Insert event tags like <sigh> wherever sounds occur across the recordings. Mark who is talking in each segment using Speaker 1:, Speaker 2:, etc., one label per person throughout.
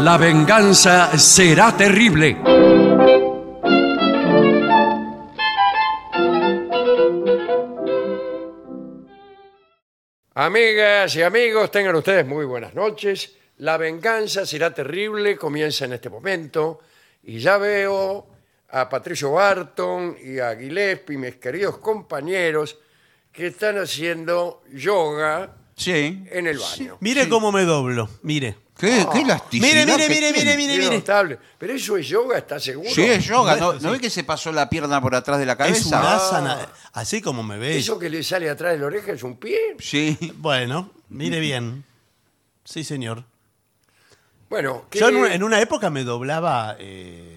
Speaker 1: La venganza será terrible. Amigas y amigos, tengan ustedes muy buenas noches. La venganza será terrible, comienza en este momento. Y ya veo a Patricio Barton y a Gillespie, mis queridos compañeros, que están haciendo yoga
Speaker 2: Sí.
Speaker 1: en el baño.
Speaker 3: Mire cómo me doblo, mire.
Speaker 2: Qué, qué elasticidad
Speaker 3: Ah. Mire, mire,
Speaker 2: que
Speaker 3: mire,
Speaker 2: tiene.
Speaker 3: mire, mire.
Speaker 1: Qué notable. Pero eso es yoga, ¿está seguro?
Speaker 2: Sí, es yoga.
Speaker 3: Bueno,
Speaker 2: ¿No, no
Speaker 3: sí.
Speaker 2: ve que se pasó la pierna por atrás de la cabeza?
Speaker 3: Es un asana, así como me ve.
Speaker 1: Eso que le sale atrás de la oreja es un pie.
Speaker 2: Sí.
Speaker 3: Bueno, mire bien. Sí, señor.
Speaker 1: Bueno, ¿qué-
Speaker 3: Yo en una, en una época me doblaba... eh,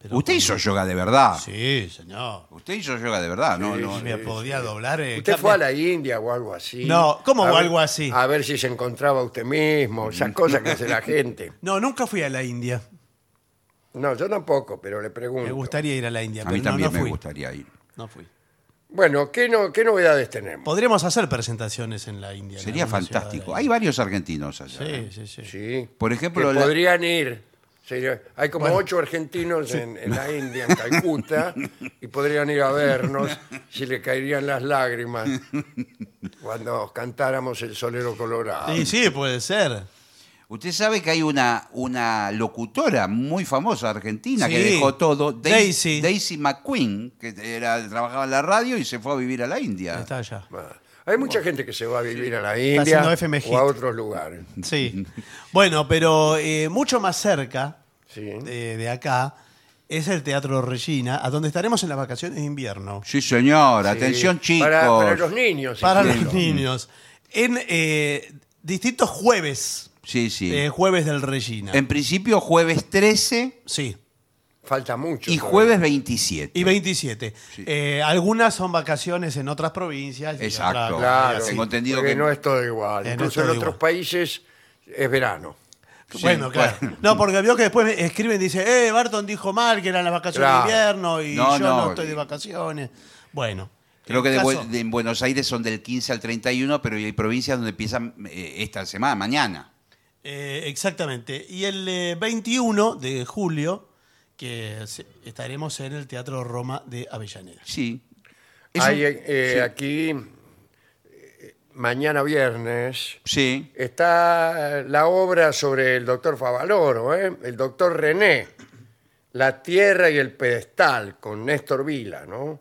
Speaker 3: pero
Speaker 2: Usted
Speaker 3: con-
Speaker 2: hizo yoga de verdad.
Speaker 3: Sí, señor.
Speaker 2: Usted hizo yoga de verdad, ¿no? no,
Speaker 3: me podía doblar... eh,
Speaker 1: usted fue a
Speaker 3: carne-
Speaker 1: la India o algo así.
Speaker 3: No, ¿cómo
Speaker 1: A
Speaker 3: o
Speaker 1: ver-
Speaker 3: algo así?
Speaker 1: A ver si se encontraba usted mismo, esas cosas que hace la gente.
Speaker 3: No, nunca fui a la India.
Speaker 1: No, yo tampoco, pero le pregunto.
Speaker 3: Me gustaría ir a la India,
Speaker 2: A
Speaker 3: pero
Speaker 2: mí
Speaker 3: no,
Speaker 2: también
Speaker 3: no
Speaker 2: me
Speaker 3: fui.
Speaker 2: gustaría ir.
Speaker 3: No fui.
Speaker 1: Bueno, ¿qué, no, ¿qué novedades tenemos?
Speaker 3: Podríamos hacer presentaciones en la India. en
Speaker 2: Sería
Speaker 3: alguna ciudad de la
Speaker 2: fantástico. Hay
Speaker 3: India.
Speaker 2: varios argentinos allá. ¿eh?
Speaker 3: Sí, sí, sí.
Speaker 1: Sí.
Speaker 2: Por ejemplo,
Speaker 1: que
Speaker 2: la-
Speaker 1: podrían ir. Sería- hay como ocho argentinos en, en la India,
Speaker 3: <laughs>
Speaker 1: en Calcuta, y podrían ir a vernos si le caerían las lágrimas cuando cantáramos el Solero Colorado.
Speaker 3: Sí, sí, puede ser.
Speaker 2: Usted sabe que hay una, una locutora muy famosa argentina que
Speaker 3: Sí.
Speaker 2: dejó todo, Dai-
Speaker 3: Daisy.
Speaker 2: Daisy McQueen, que era, trabajaba en la radio y se fue a vivir a la India.
Speaker 3: Está allá.
Speaker 1: Ah, Hay mucha gente que se va a vivir a la
Speaker 3: haciendo
Speaker 1: India
Speaker 3: FMG.
Speaker 1: o a otros lugares.
Speaker 3: Sí. Bueno, pero eh, mucho más cerca
Speaker 1: Sí.
Speaker 3: de, de acá es el Teatro Regina, a donde estaremos en las vacaciones de invierno.
Speaker 2: Sí, señor. Atención,
Speaker 1: Sí,
Speaker 2: chicos.
Speaker 1: Para, para los niños.
Speaker 3: Para
Speaker 1: entiendo.
Speaker 3: los niños. En eh, distintos jueves.
Speaker 2: Sí, sí.
Speaker 3: eh, jueves del Regina.
Speaker 2: en principio, jueves 13
Speaker 3: Sí.
Speaker 1: Falta mucho.
Speaker 2: y
Speaker 1: todavía.
Speaker 2: jueves 27.
Speaker 3: Y 27. Eh, algunas son vacaciones en otras provincias. y
Speaker 2: Exacto.
Speaker 3: otras-
Speaker 1: Claro,
Speaker 2: Tengo entendido
Speaker 1: porque
Speaker 2: que-
Speaker 1: no es todo igual.
Speaker 3: Eh, no
Speaker 1: Incluso
Speaker 3: es
Speaker 1: en
Speaker 3: todo
Speaker 1: otros
Speaker 3: igual.
Speaker 1: países es verano.
Speaker 2: Sí,
Speaker 3: bueno, claro.
Speaker 2: bueno.
Speaker 3: No, porque vio que después me escriben y dicen, eh, Barton dijo mal que eran las vacaciones
Speaker 1: Claro.
Speaker 3: de invierno y
Speaker 2: No,
Speaker 3: yo no,
Speaker 2: no,
Speaker 3: estoy de
Speaker 2: y-
Speaker 3: vacaciones. Bueno.
Speaker 2: Creo que
Speaker 3: el
Speaker 2: de, Bu-
Speaker 3: caso-
Speaker 2: de- en Buenos Aires son del 15 al 31, pero hay provincias donde empiezan eh, esta semana, mañana.
Speaker 3: Eh, exactamente. Y el eh, 21 de julio, que se- estaremos en el Teatro Roma de Avellaneda.
Speaker 2: Sí. Es
Speaker 1: Hay,
Speaker 2: un-
Speaker 1: eh, Aquí, eh, mañana viernes,
Speaker 2: sí.
Speaker 1: está la obra sobre el doctor Favaloro, ¿eh? el doctor René, La Tierra y el Pedestal, con Néstor Vila, ¿no?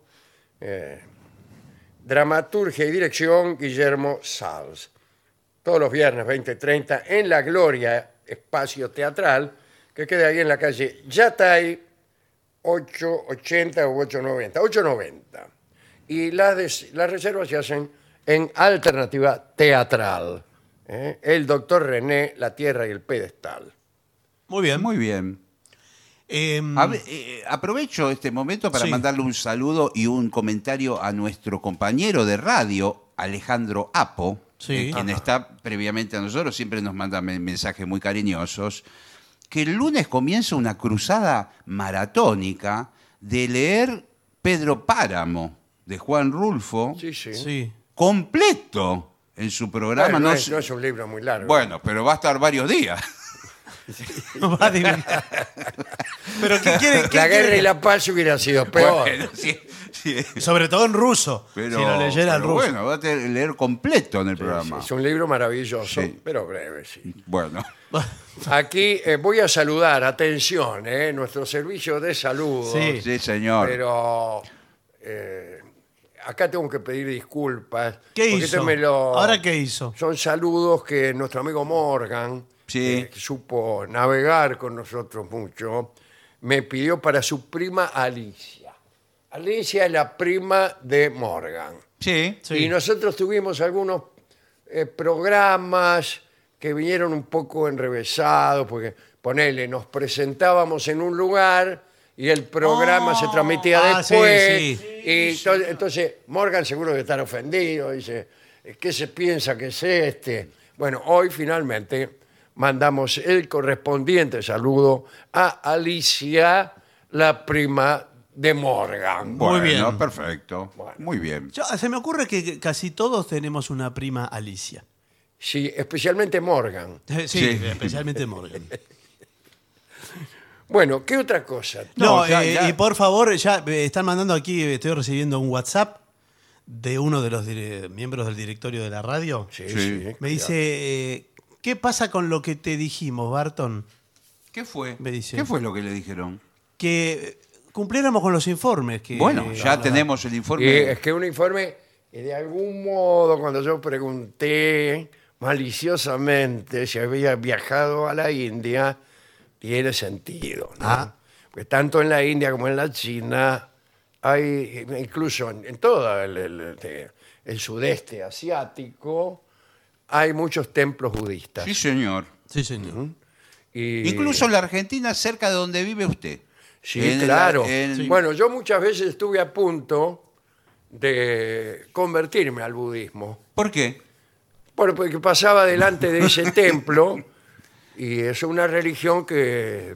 Speaker 1: Eh, dramaturgia y dirección Guillermo Sals. Todos los viernes 20.30 en La Gloria, espacio teatral, que queda ahí en la calle Yatay 880 u 890. 890. Y las, des- las reservas se hacen en alternativa teatral. ¿eh? El doctor René, La Tierra y el Pedestal.
Speaker 3: Muy bien.
Speaker 2: Muy bien.
Speaker 3: Em,
Speaker 2: Hab- eh, aprovecho este momento para
Speaker 3: Sí.
Speaker 2: mandarle un saludo y un comentario a nuestro compañero de radio, Alejandro Apo,
Speaker 3: Sí.
Speaker 2: eh, quien está previamente a nosotros, siempre nos manda me- mensajes muy cariñosos, que el lunes comienza una cruzada maratónica de leer Pedro Páramo de Juan Rulfo,
Speaker 1: Sí, sí.
Speaker 3: sí. <laughs>
Speaker 2: completo en su programa.
Speaker 1: Bueno,
Speaker 2: no
Speaker 1: no, es,
Speaker 2: es-
Speaker 1: no es un libro muy largo.
Speaker 2: bueno, pero va a estar varios días.
Speaker 3: Va a adivinar. Pero ¿qué quiere? qué
Speaker 1: <laughs> la guerra
Speaker 3: quiere?
Speaker 1: y la paz hubiera sido
Speaker 2: <laughs>
Speaker 1: peor.
Speaker 2: Bueno, sí, sí.
Speaker 3: Sobre todo en ruso.
Speaker 2: Pero,
Speaker 3: si lo leyera en
Speaker 2: pero
Speaker 3: ruso.
Speaker 2: bueno, va a tener que leer completo en el programa.
Speaker 1: Es un libro maravilloso,
Speaker 2: Sí.
Speaker 1: pero breve, sí.
Speaker 2: Bueno,
Speaker 1: Aquí eh, voy a saludar, atención, ¿eh? nuestro servicio de saludos.
Speaker 3: Sí.
Speaker 2: sí, señor.
Speaker 1: Pero eh, acá tengo que pedir disculpas.
Speaker 3: ¿Qué
Speaker 1: porque
Speaker 3: hizo?
Speaker 1: esto me lo-
Speaker 3: ¿Ahora qué hizo?
Speaker 1: Son saludos que nuestro amigo Morgan,
Speaker 2: Sí.
Speaker 1: eh, que supo navegar con nosotros mucho, me pidió para su prima Alicia. Alicia es la prima de Morgan.
Speaker 2: sí.
Speaker 3: <laughs> Sí.
Speaker 1: Y nosotros tuvimos algunos eh, programas que vinieron un poco enrevesados, porque ponele, nos presentábamos en un lugar y el programa se transmitía
Speaker 3: ah, sí,
Speaker 1: después.
Speaker 3: sí.
Speaker 1: Y to- entonces Morgan seguro que estar ofendido, dice, "Eh, ¿qué se piensa que es este? Bueno, hoy finalmente mandamos el correspondiente saludo a Alicia, la prima de Morgan.
Speaker 2: Bueno,
Speaker 3: bien.
Speaker 2: perfecto. Muy bien.
Speaker 3: Yo- se me ocurre que casi todos tenemos una prima Alicia. <laughs>
Speaker 1: Sí, especialmente Morgan.
Speaker 3: Sí,
Speaker 2: Sí.
Speaker 3: especialmente Morgan.
Speaker 1: Bueno, ¿qué otra cosa?
Speaker 3: No,
Speaker 2: No, ya,
Speaker 3: eh,
Speaker 2: ya.
Speaker 3: y por favor, ya eh, están mandando aquí, eh, estoy recibiendo un WhatsApp de uno de los dire- miembros del directorio de la radio.
Speaker 1: Sí,
Speaker 2: Sí.
Speaker 1: sí,
Speaker 3: Me dice, eh, ¿qué pasa con lo que te dijimos, Barton?
Speaker 2: ¿Qué fue?
Speaker 3: Me dice.
Speaker 2: ¿Qué fue lo que le dijeron?
Speaker 3: Que cumpliéramos con los informes. Que,
Speaker 2: bueno, ya
Speaker 3: Ah,
Speaker 2: tenemos el
Speaker 1: Y
Speaker 2: informe.
Speaker 1: Eh, es que un informe, que de algún modo, cuando yo pregunté maliciosamente si había viajado a la India, tiene sentido. ¿no?
Speaker 3: Ah.
Speaker 1: Porque tanto en la India como en la China, hay, eh, incluso en, en todo el, el- este, el sudeste asiático, hay muchos templos budistas.
Speaker 2: Sí, señor.
Speaker 3: Sí, señor.
Speaker 1: Y-
Speaker 2: Incluso en la Argentina, cerca de donde vive usted.
Speaker 1: Sí,
Speaker 2: En el-
Speaker 1: claro.
Speaker 2: en-
Speaker 1: Bueno, yo muchas veces estuve a punto de convertirme al budismo.
Speaker 2: ¿Por qué?
Speaker 1: Bueno, porque pasaba delante de <laughs> ese templo y es una religión que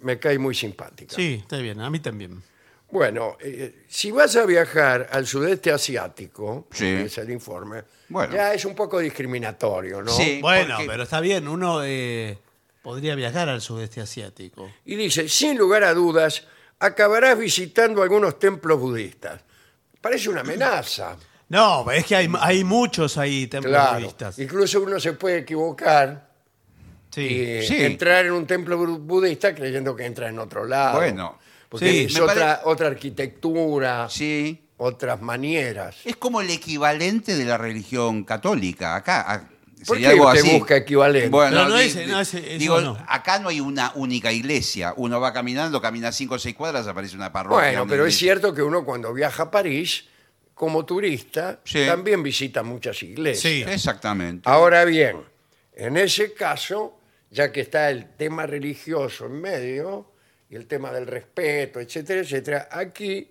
Speaker 1: me cae muy simpática.
Speaker 3: Sí, está bien, a mí también.
Speaker 1: Bueno, eh, si vas a viajar al sudeste asiático,
Speaker 2: Sí.
Speaker 1: que es el informe,
Speaker 2: Bueno.
Speaker 1: ya es un poco discriminatorio, ¿no?
Speaker 2: Sí.
Speaker 3: Bueno,
Speaker 2: porque-
Speaker 3: pero está bien, uno eh, podría viajar al sudeste asiático.
Speaker 1: Y dice, sin lugar a dudas, acabarás visitando algunos templos budistas. Parece una amenaza.
Speaker 3: No, es que hay, hay muchos ahí templos
Speaker 1: Claro.
Speaker 3: budistas.
Speaker 1: Incluso uno se puede equivocar y
Speaker 3: Sí.
Speaker 1: eh,
Speaker 2: Sí.
Speaker 1: entrar en un templo bu- budista creyendo que entra en otro lado.
Speaker 2: Bueno.
Speaker 1: Porque
Speaker 2: Sí,
Speaker 1: es
Speaker 2: me
Speaker 1: otra, otra arquitectura,
Speaker 2: Sí.
Speaker 1: otras manieras.
Speaker 2: Es como el equivalente de la religión católica. Acá a-
Speaker 1: ¿Por
Speaker 2: sería
Speaker 1: qué
Speaker 2: algo
Speaker 1: usted
Speaker 2: así.
Speaker 1: busca equivalente?
Speaker 2: Bueno,
Speaker 3: No, no
Speaker 2: di-
Speaker 3: es- no es- eso
Speaker 2: digo,
Speaker 3: no.
Speaker 2: acá no hay una única iglesia. Uno va caminando, camina cinco o seis cuadras, aparece una parroquia.
Speaker 1: Bueno,
Speaker 2: una
Speaker 1: pero es
Speaker 2: iglesia.
Speaker 1: cierto que uno cuando viaja a París, como turista,
Speaker 2: Sí.
Speaker 1: también visita muchas iglesias.
Speaker 3: Sí.
Speaker 2: Exactamente.
Speaker 1: Ahora bien, en ese caso, ya que está el tema religioso en medio y el tema del respeto, etcétera, etcétera, aquí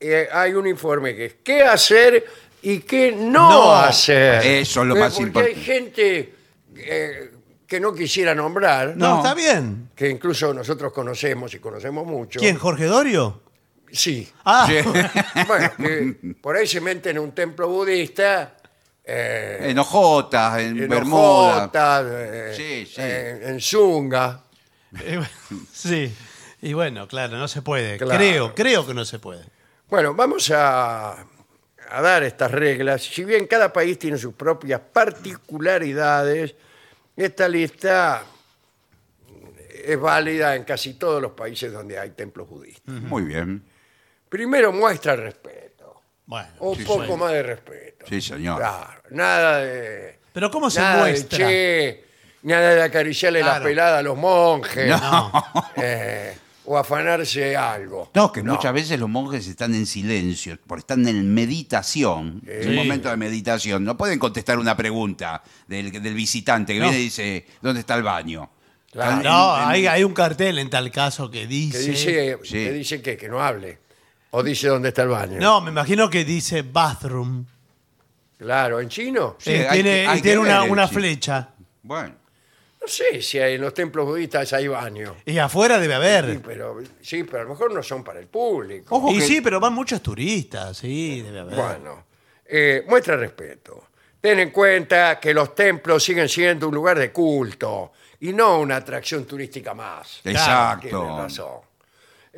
Speaker 1: eh, hay un informe que es qué hacer y qué no,
Speaker 3: No,
Speaker 1: hacer.
Speaker 2: eso es lo
Speaker 1: Eh,
Speaker 2: más
Speaker 1: porque
Speaker 2: importante.
Speaker 1: hay gente eh, que no quisiera nombrar,
Speaker 3: No,
Speaker 2: No.
Speaker 3: está bien.
Speaker 1: que incluso nosotros conocemos y conocemos mucho.
Speaker 3: ¿Quién, Jorge Dorio?
Speaker 1: Sí.
Speaker 3: Ah,
Speaker 2: Sí.
Speaker 1: Bueno, que por ahí se meten en un templo budista. eh,
Speaker 2: En Ojotas, en,
Speaker 1: en
Speaker 2: Bermuda.
Speaker 1: ojotas, eh,
Speaker 2: Sí, sí.
Speaker 1: eh, en zunga.
Speaker 3: Y <laughs> bueno, sí. Y bueno, claro, no se puede.
Speaker 1: Claro.
Speaker 3: Creo, creo que no se puede.
Speaker 1: Bueno, vamos a, a dar estas reglas. Si bien cada país tiene sus propias particularidades, esta lista es válida en casi todos los países donde hay templos budistas.
Speaker 2: Muy bien.
Speaker 1: Primero muestra respeto,
Speaker 3: Bueno.
Speaker 2: Oh,
Speaker 1: o
Speaker 3: sí,
Speaker 1: poco
Speaker 3: bueno.
Speaker 1: más de respeto.
Speaker 2: Sí, señor.
Speaker 1: Claro, nada de...
Speaker 3: Pero ¿cómo se
Speaker 1: nada de
Speaker 3: muestra?
Speaker 1: che, nada de acariciarle
Speaker 3: Claro.
Speaker 1: la pelada a los monjes.
Speaker 2: <laughs>
Speaker 3: No.
Speaker 1: <laughs> eh, o afanarse algo.
Speaker 2: No, que muchas veces los monjes están en silencio, porque están en meditación, en
Speaker 3: Sí.
Speaker 2: un momento de meditación. No pueden contestar una pregunta del, del visitante que
Speaker 3: No.
Speaker 2: viene y dice, ¿dónde está el baño?
Speaker 1: Claro.
Speaker 2: Están en-
Speaker 3: No,
Speaker 2: en-
Speaker 3: hay, hay un cartel en tal caso que
Speaker 1: Que
Speaker 3: dice...
Speaker 1: dice,
Speaker 2: sí.
Speaker 1: que dice que, que no hable. O dice dónde está el baño.
Speaker 3: No, me imagino que dice bathroom.
Speaker 1: Claro, en chino.
Speaker 2: Sí,
Speaker 3: Eh,
Speaker 2: hay
Speaker 3: tiene
Speaker 2: que- hay
Speaker 3: y tiene
Speaker 2: que
Speaker 3: una,
Speaker 2: ver el
Speaker 3: una
Speaker 2: chino.
Speaker 3: flecha.
Speaker 2: Bueno,
Speaker 1: No sé si hay- en los templos budistas hay baño.
Speaker 3: Y afuera debe
Speaker 1: Sí
Speaker 3: haber.
Speaker 1: pero, sí, pero a lo mejor no son para el público.
Speaker 2: Ojo
Speaker 3: y
Speaker 2: que-
Speaker 3: sí, pero van muchos turistas, sí, debe haber.
Speaker 1: Bueno, eh, muestra respeto. Ten en cuenta que los templos siguen siendo un lugar de culto y no una atracción turística más.
Speaker 2: exacto.
Speaker 1: Tienes razón.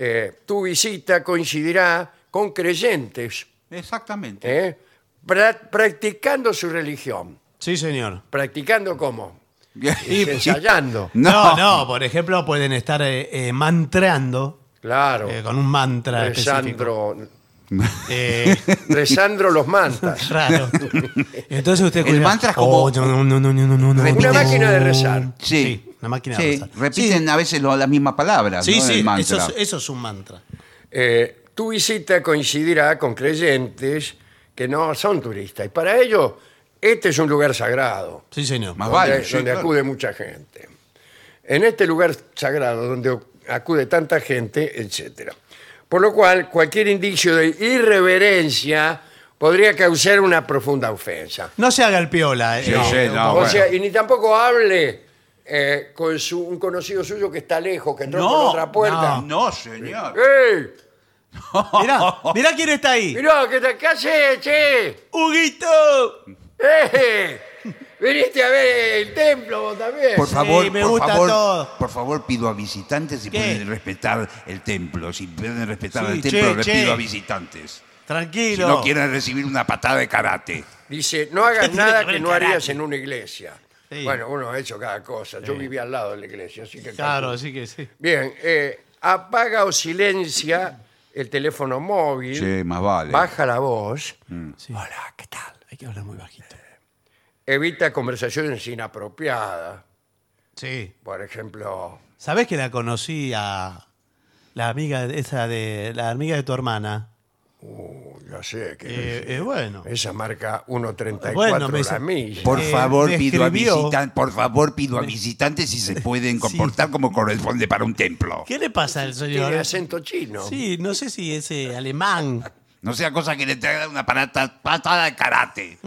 Speaker 1: Eh, tu visita coincidirá con creyentes
Speaker 2: Exactamente.
Speaker 1: ¿eh? Pra- practicando su religión.
Speaker 3: Sí, señor.
Speaker 1: ¿Practicando cómo?
Speaker 2: Y-
Speaker 3: pues
Speaker 1: Ensayando.
Speaker 3: No.
Speaker 2: No.
Speaker 3: no, por ejemplo, pueden estar eh, eh, mantrando
Speaker 1: Claro.
Speaker 3: eh, con un mantra específico.
Speaker 1: Rezandro,
Speaker 3: Eh,
Speaker 2: <laughs>
Speaker 1: rezandro
Speaker 3: <laughs>
Speaker 1: los mantas.
Speaker 3: Raro. Entonces usted
Speaker 2: El mantra es como-
Speaker 3: Oh, no, no, no, no, no, no, no,
Speaker 2: Repite-
Speaker 1: Una
Speaker 3: no.
Speaker 1: máquina de rezar.
Speaker 2: Sí.
Speaker 3: Sí, una máquina de
Speaker 2: Sí,
Speaker 3: rezar.
Speaker 2: Repiten a veces lo- las mismas palabras.
Speaker 3: Sí,
Speaker 2: ¿no?
Speaker 3: sí,
Speaker 2: El mantra.
Speaker 3: eso, es- eso es un mantra.
Speaker 1: Eh, tu visita coincidirá con creyentes que no son turistas. Y para ellos, este es un lugar sagrado.
Speaker 3: Sí, señor.
Speaker 2: Más
Speaker 1: donde,
Speaker 2: vale. sí,
Speaker 1: donde
Speaker 2: claro.
Speaker 1: acude mucha gente. En este lugar sagrado donde acude tanta gente, etcétera. Por lo cual, cualquier indicio de irreverencia podría causar una profunda ofensa.
Speaker 3: No se haga el piola. eh.
Speaker 2: Sí,
Speaker 3: No.
Speaker 2: sí, no,
Speaker 1: o
Speaker 2: Ah, bueno.
Speaker 1: sea, y ni tampoco hable eh, con su- un conocido suyo que está lejos, que entró por
Speaker 2: No,
Speaker 1: otra puerta. Eh,
Speaker 2: No, señor.
Speaker 1: ¡Ey!
Speaker 3: Mirá,
Speaker 2: <laughs>
Speaker 3: mirá quién está ahí.
Speaker 1: Mirá, ¿qué, te- qué haces, che?
Speaker 3: ¡Huguito!
Speaker 1: ¡Eh! Viniste a ver el templo vos también.
Speaker 2: Por
Speaker 3: Sí,
Speaker 2: favor,
Speaker 3: me
Speaker 2: por
Speaker 3: gusta
Speaker 2: favor,
Speaker 3: todo.
Speaker 2: por favor, pido a visitantes si
Speaker 3: ¿Qué?
Speaker 2: pueden respetar el templo. Si pueden respetar
Speaker 3: Sí,
Speaker 2: el templo,
Speaker 3: che,
Speaker 2: le
Speaker 3: che.
Speaker 2: pido a visitantes. Si
Speaker 3: Tranquilo.
Speaker 2: no quieren recibir una patada de karate.
Speaker 1: Dice, no hagas
Speaker 3: ¿Qué <laughs> tiene
Speaker 1: nada
Speaker 3: que ver
Speaker 1: que
Speaker 3: el
Speaker 1: no harías
Speaker 3: karate?
Speaker 1: en una iglesia.
Speaker 3: Sí.
Speaker 1: Bueno, uno ha hecho cada cosa. Yo vivía al lado de la iglesia, así que...
Speaker 3: Claro, así que sí.
Speaker 1: Bien, eh, apaga o silencia el teléfono móvil.
Speaker 2: Sí, más vale.
Speaker 1: Baja la voz.
Speaker 3: Sí.
Speaker 1: Hola, ¿qué tal? Eh,
Speaker 3: Hay que hablar muy bajito.
Speaker 1: Evita conversaciones inapropiadas.
Speaker 3: Sí.
Speaker 1: Por ejemplo,
Speaker 3: ¿Sabés que la conocí a la amiga de- esa de la amiga de tu hermana?
Speaker 1: uh, ya sé que
Speaker 3: Eh, eh, bueno.
Speaker 1: esa marca 1.34
Speaker 3: Bueno, me
Speaker 1: la
Speaker 3: dice-
Speaker 1: milla.
Speaker 2: Por
Speaker 3: Eh,
Speaker 2: favor,
Speaker 3: me
Speaker 2: pido a
Speaker 3: escribió-
Speaker 2: visitantes, por favor, pido a visitantes si se
Speaker 3: <laughs>
Speaker 2: pueden comportar como corresponde para un templo.
Speaker 3: ¿Qué le pasa al señor?
Speaker 1: Tiene acento chino.
Speaker 3: Sí, no sé si ese alemán.
Speaker 2: No sea cosa que le traiga una parata- patada de karate.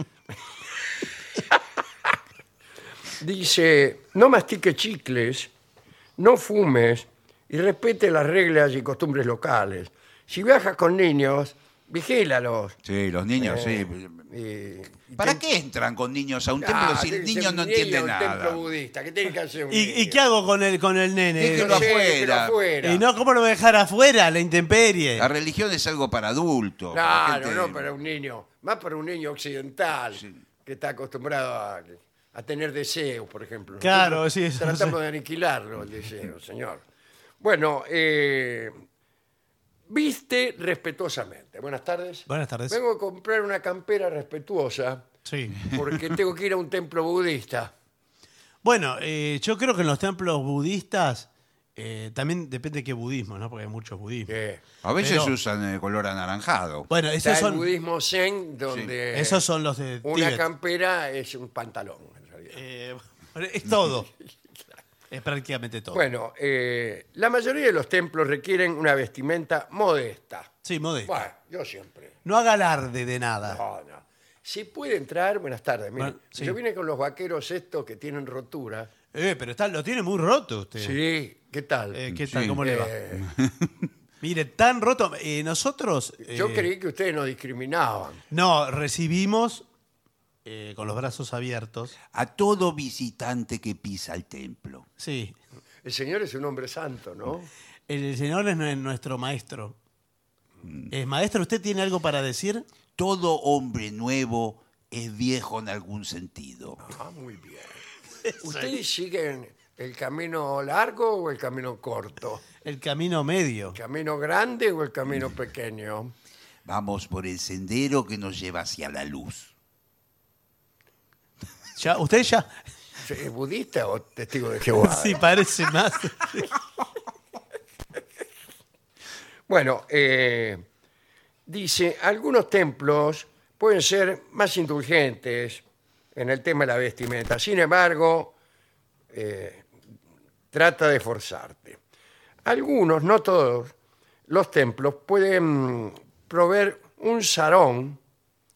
Speaker 1: Dice, no mastique chicles, no fumes y respete las reglas y costumbres locales. Si viajas con niños, vigílalos.
Speaker 2: Sí, los niños,
Speaker 1: Y- y
Speaker 2: ¿Para
Speaker 1: ten-
Speaker 2: qué entran con niños a un templo
Speaker 1: Eh. Ah,
Speaker 2: si el
Speaker 1: tiene que ser
Speaker 2: niño no
Speaker 1: un
Speaker 2: entiende
Speaker 1: un
Speaker 2: nada?
Speaker 1: templo budista, ¿qué tiene que hacer un
Speaker 3: ¿Y, y
Speaker 1: niño? Eh,
Speaker 3: qué hago con el, con el nene?
Speaker 1: Que
Speaker 2: Déjelo
Speaker 1: lo lleve, que lo
Speaker 2: afuera.
Speaker 1: afuera.
Speaker 3: Y no, ¿cómo lo voy a dejar afuera, la
Speaker 2: La
Speaker 3: intemperie?
Speaker 2: religión es algo para adultos. para
Speaker 1: Claro,
Speaker 2: gente-
Speaker 1: no para un niño, más para un niño occidental que está acostumbrado a, a tener deseos, por ejemplo.
Speaker 3: Claro, sí, eso
Speaker 1: Tratamos
Speaker 3: sí.
Speaker 1: de aniquilarlo el deseo, señor. Bueno, eh, viste respetuosamente. Buenas tardes.
Speaker 3: Buenas tardes.
Speaker 1: Vengo a comprar una campera respetuosa
Speaker 3: Sí.
Speaker 1: porque tengo que ir a un templo budista.
Speaker 3: Bueno, eh, yo creo que en los templos budistas, eh, también depende de qué budismo, ¿no? Porque hay muchos budismos.
Speaker 1: Eh,
Speaker 2: A veces
Speaker 3: Pero-
Speaker 2: usan el color anaranjado.
Speaker 3: Bueno,
Speaker 1: está
Speaker 3: esos
Speaker 1: el
Speaker 3: son,
Speaker 1: budismo zen donde
Speaker 3: esos son los de
Speaker 1: una
Speaker 3: Tíbet.
Speaker 1: campera es un pantalón. en realidad.
Speaker 3: Eh, <laughs> es todo. Es prácticamente todo.
Speaker 1: Bueno, eh, la mayoría de los templos requieren una vestimenta modesta.
Speaker 3: sí, modesto.
Speaker 1: Bueno, yo siempre.
Speaker 3: No haga alarde de nada.
Speaker 1: No, no. Si puede entrar, buenas tardes. Mire,
Speaker 3: Bueno, sí.
Speaker 1: Yo vine con los vaqueros estos que tienen rotura.
Speaker 3: Eh, pero está, lo tiene muy roto usted.
Speaker 1: Sí, ¿qué tal?
Speaker 3: Eh, ¿Qué tal?
Speaker 2: Sí.
Speaker 3: ¿Cómo le va?
Speaker 1: Eh,
Speaker 3: Mire, tan roto. eh, nosotros.
Speaker 1: yo
Speaker 3: eh,
Speaker 1: creí que ustedes no discriminaban.
Speaker 3: No, recibimos eh, con los brazos abiertos.
Speaker 2: A todo visitante que pisa el templo.
Speaker 3: Sí.
Speaker 1: El señor es un hombre santo, ¿no?
Speaker 3: <laughs> El señor es nue- nuestro maestro.
Speaker 1: Mm.
Speaker 3: Eh, maestro, ¿usted tiene algo para decir?
Speaker 2: Todo hombre nuevo es viejo en algún sentido.
Speaker 1: Ah,
Speaker 3: <laughs>
Speaker 1: muy bien. ¿Ustedes siguen el camino largo o el camino corto?
Speaker 3: El camino medio.
Speaker 1: ¿El camino grande o el camino pequeño?
Speaker 2: Vamos por el sendero que nos lleva hacia la luz.
Speaker 3: Ya, ¿Usted ya?
Speaker 1: ¿Es budista o testigo de Jehová?
Speaker 3: <laughs> Sí, parece más.
Speaker 1: Bueno, eh, dice, algunos templos pueden ser más indulgentes en el tema de la vestimenta, sin embargo, eh, trata de forzarte. Algunos, no todos, los templos pueden proveer un sarón.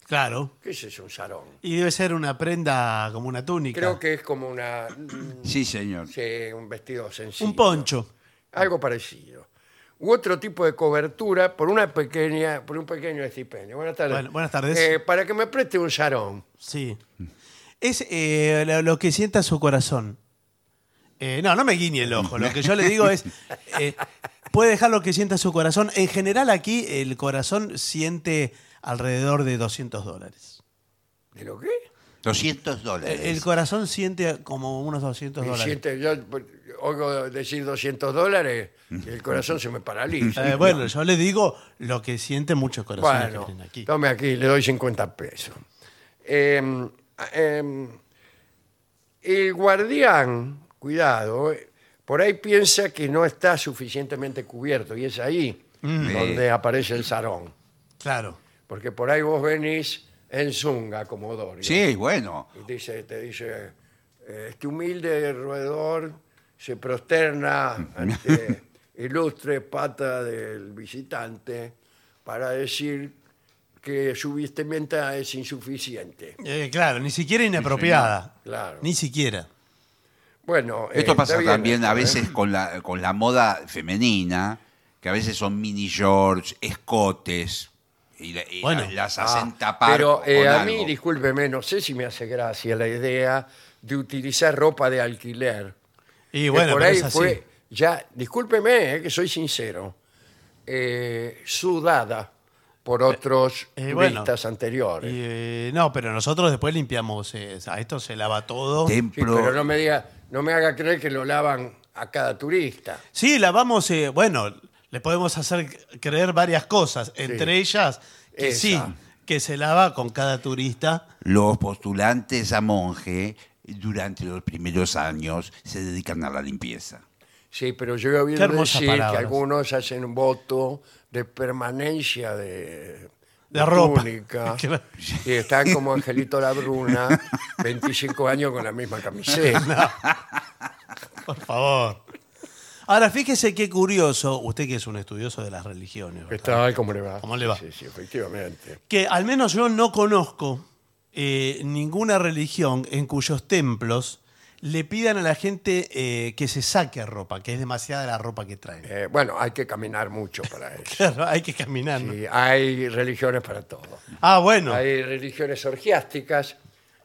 Speaker 3: Claro.
Speaker 1: ¿Qué es eso, un sarón?
Speaker 3: Y debe ser una prenda como una túnica.
Speaker 1: Creo que es como una, mm,
Speaker 2: Sí, señor.
Speaker 1: sí, un vestido sencillo.
Speaker 3: Un poncho.
Speaker 1: algo parecido. U otro tipo de cobertura por una pequeña, por un pequeño estipendio. Buenas tardes.
Speaker 3: Bueno, buenas tardes.
Speaker 1: Eh, para que me preste un sarón.
Speaker 3: Sí. Es eh, lo, lo que sienta su corazón. Eh, no, no me guiñe el ojo. Lo que yo le digo es, eh, puede dejar lo que sienta su corazón. En general aquí el corazón siente alrededor de 200 dólares.
Speaker 1: ¿De lo qué?
Speaker 2: 200 dólares.
Speaker 3: El, el corazón siente como unos 200
Speaker 1: Me
Speaker 3: dólares.
Speaker 1: siento- yo eh, oigo decir 200 dólares y el corazón se me paraliza.
Speaker 3: Eh, <laughs> bueno, yo le digo lo que siente muchos corazones que
Speaker 1: bueno,
Speaker 3: tienen aquí.
Speaker 1: tome aquí, le doy 50 pesos. Eh, eh, el guardián, cuidado, eh, por ahí piensa que no está suficientemente cubierto y es ahí
Speaker 3: Mm.
Speaker 1: donde aparece el sarón.
Speaker 3: Claro.
Speaker 1: Porque por ahí vos venís en zunga, como Dorio.
Speaker 2: Sí, bueno.
Speaker 1: Y dice, te dice, eh, este humilde roedor se prosterna
Speaker 2: <laughs>
Speaker 1: ante ilustre pata del visitante para decir que su vestimenta es insuficiente.
Speaker 3: Eh, claro, ni siquiera inapropiada.
Speaker 1: Claro.
Speaker 3: Ni siquiera.
Speaker 1: Bueno, eh,
Speaker 2: Esto
Speaker 1: está
Speaker 2: pasa
Speaker 1: bien
Speaker 2: también
Speaker 1: esto,
Speaker 2: a
Speaker 1: ¿eh?
Speaker 2: veces con la, con la moda femenina, que a veces son mini shorts, escotes. Y, la- y
Speaker 3: Bueno.
Speaker 2: la- las
Speaker 1: Ah,
Speaker 2: hacen tapar.
Speaker 1: Pero eh,
Speaker 2: con
Speaker 1: a
Speaker 2: algo.
Speaker 1: mí, discúlpeme, no sé si me hace gracia la idea de utilizar ropa de alquiler.
Speaker 3: Y
Speaker 1: Que
Speaker 3: bueno,
Speaker 1: por
Speaker 3: pero
Speaker 1: ahí
Speaker 3: es así.
Speaker 1: fue, ya, discúlpeme, eh, que soy sincero, eh, sudada por otros
Speaker 3: eh, bueno.
Speaker 1: turistas anteriores.
Speaker 3: Y, eh, no, pero nosotros después limpiamos. eh, a esto se lava todo.
Speaker 1: Sí,
Speaker 2: Templo.
Speaker 1: pero no me diga, no me haga creer que lo lavan a cada turista.
Speaker 3: Sí, lavamos. eh, bueno, le podemos hacer creer varias cosas. Entre ellas, que
Speaker 1: Esa.
Speaker 3: sí, que se lava con cada turista.
Speaker 2: Los postulantes a monje durante los primeros años se dedican a la limpieza.
Speaker 1: Sí, pero yo he
Speaker 3: Qué
Speaker 1: oído
Speaker 3: hermosas
Speaker 1: decir
Speaker 3: palabras.
Speaker 1: que algunos hacen un voto de permanencia de,
Speaker 3: De ropa.
Speaker 1: túnica,
Speaker 3: <laughs> Claro.
Speaker 1: y están como Angelito Labruna, 25 años con la
Speaker 3: <laughs>
Speaker 1: misma camiseta.
Speaker 3: Por favor. Ahora, fíjese qué curioso, usted que es un estudioso de las religiones,
Speaker 1: ¿Qué
Speaker 3: ¿verdad?
Speaker 1: tal? ¿Cómo le va?
Speaker 3: ¿Cómo le va?
Speaker 1: Sí, sí, efectivamente.
Speaker 3: que al menos yo no conozco eh, ninguna religión en cuyos templos le pidan a la gente eh, que se saque ropa, que es demasiada la ropa que traen.
Speaker 1: Eh, bueno, hay que caminar mucho para eso.
Speaker 3: Claro, hay que caminar. ¿no?
Speaker 1: Y hay religiones para todo.
Speaker 3: Ah, bueno.
Speaker 1: Hay religiones orgiásticas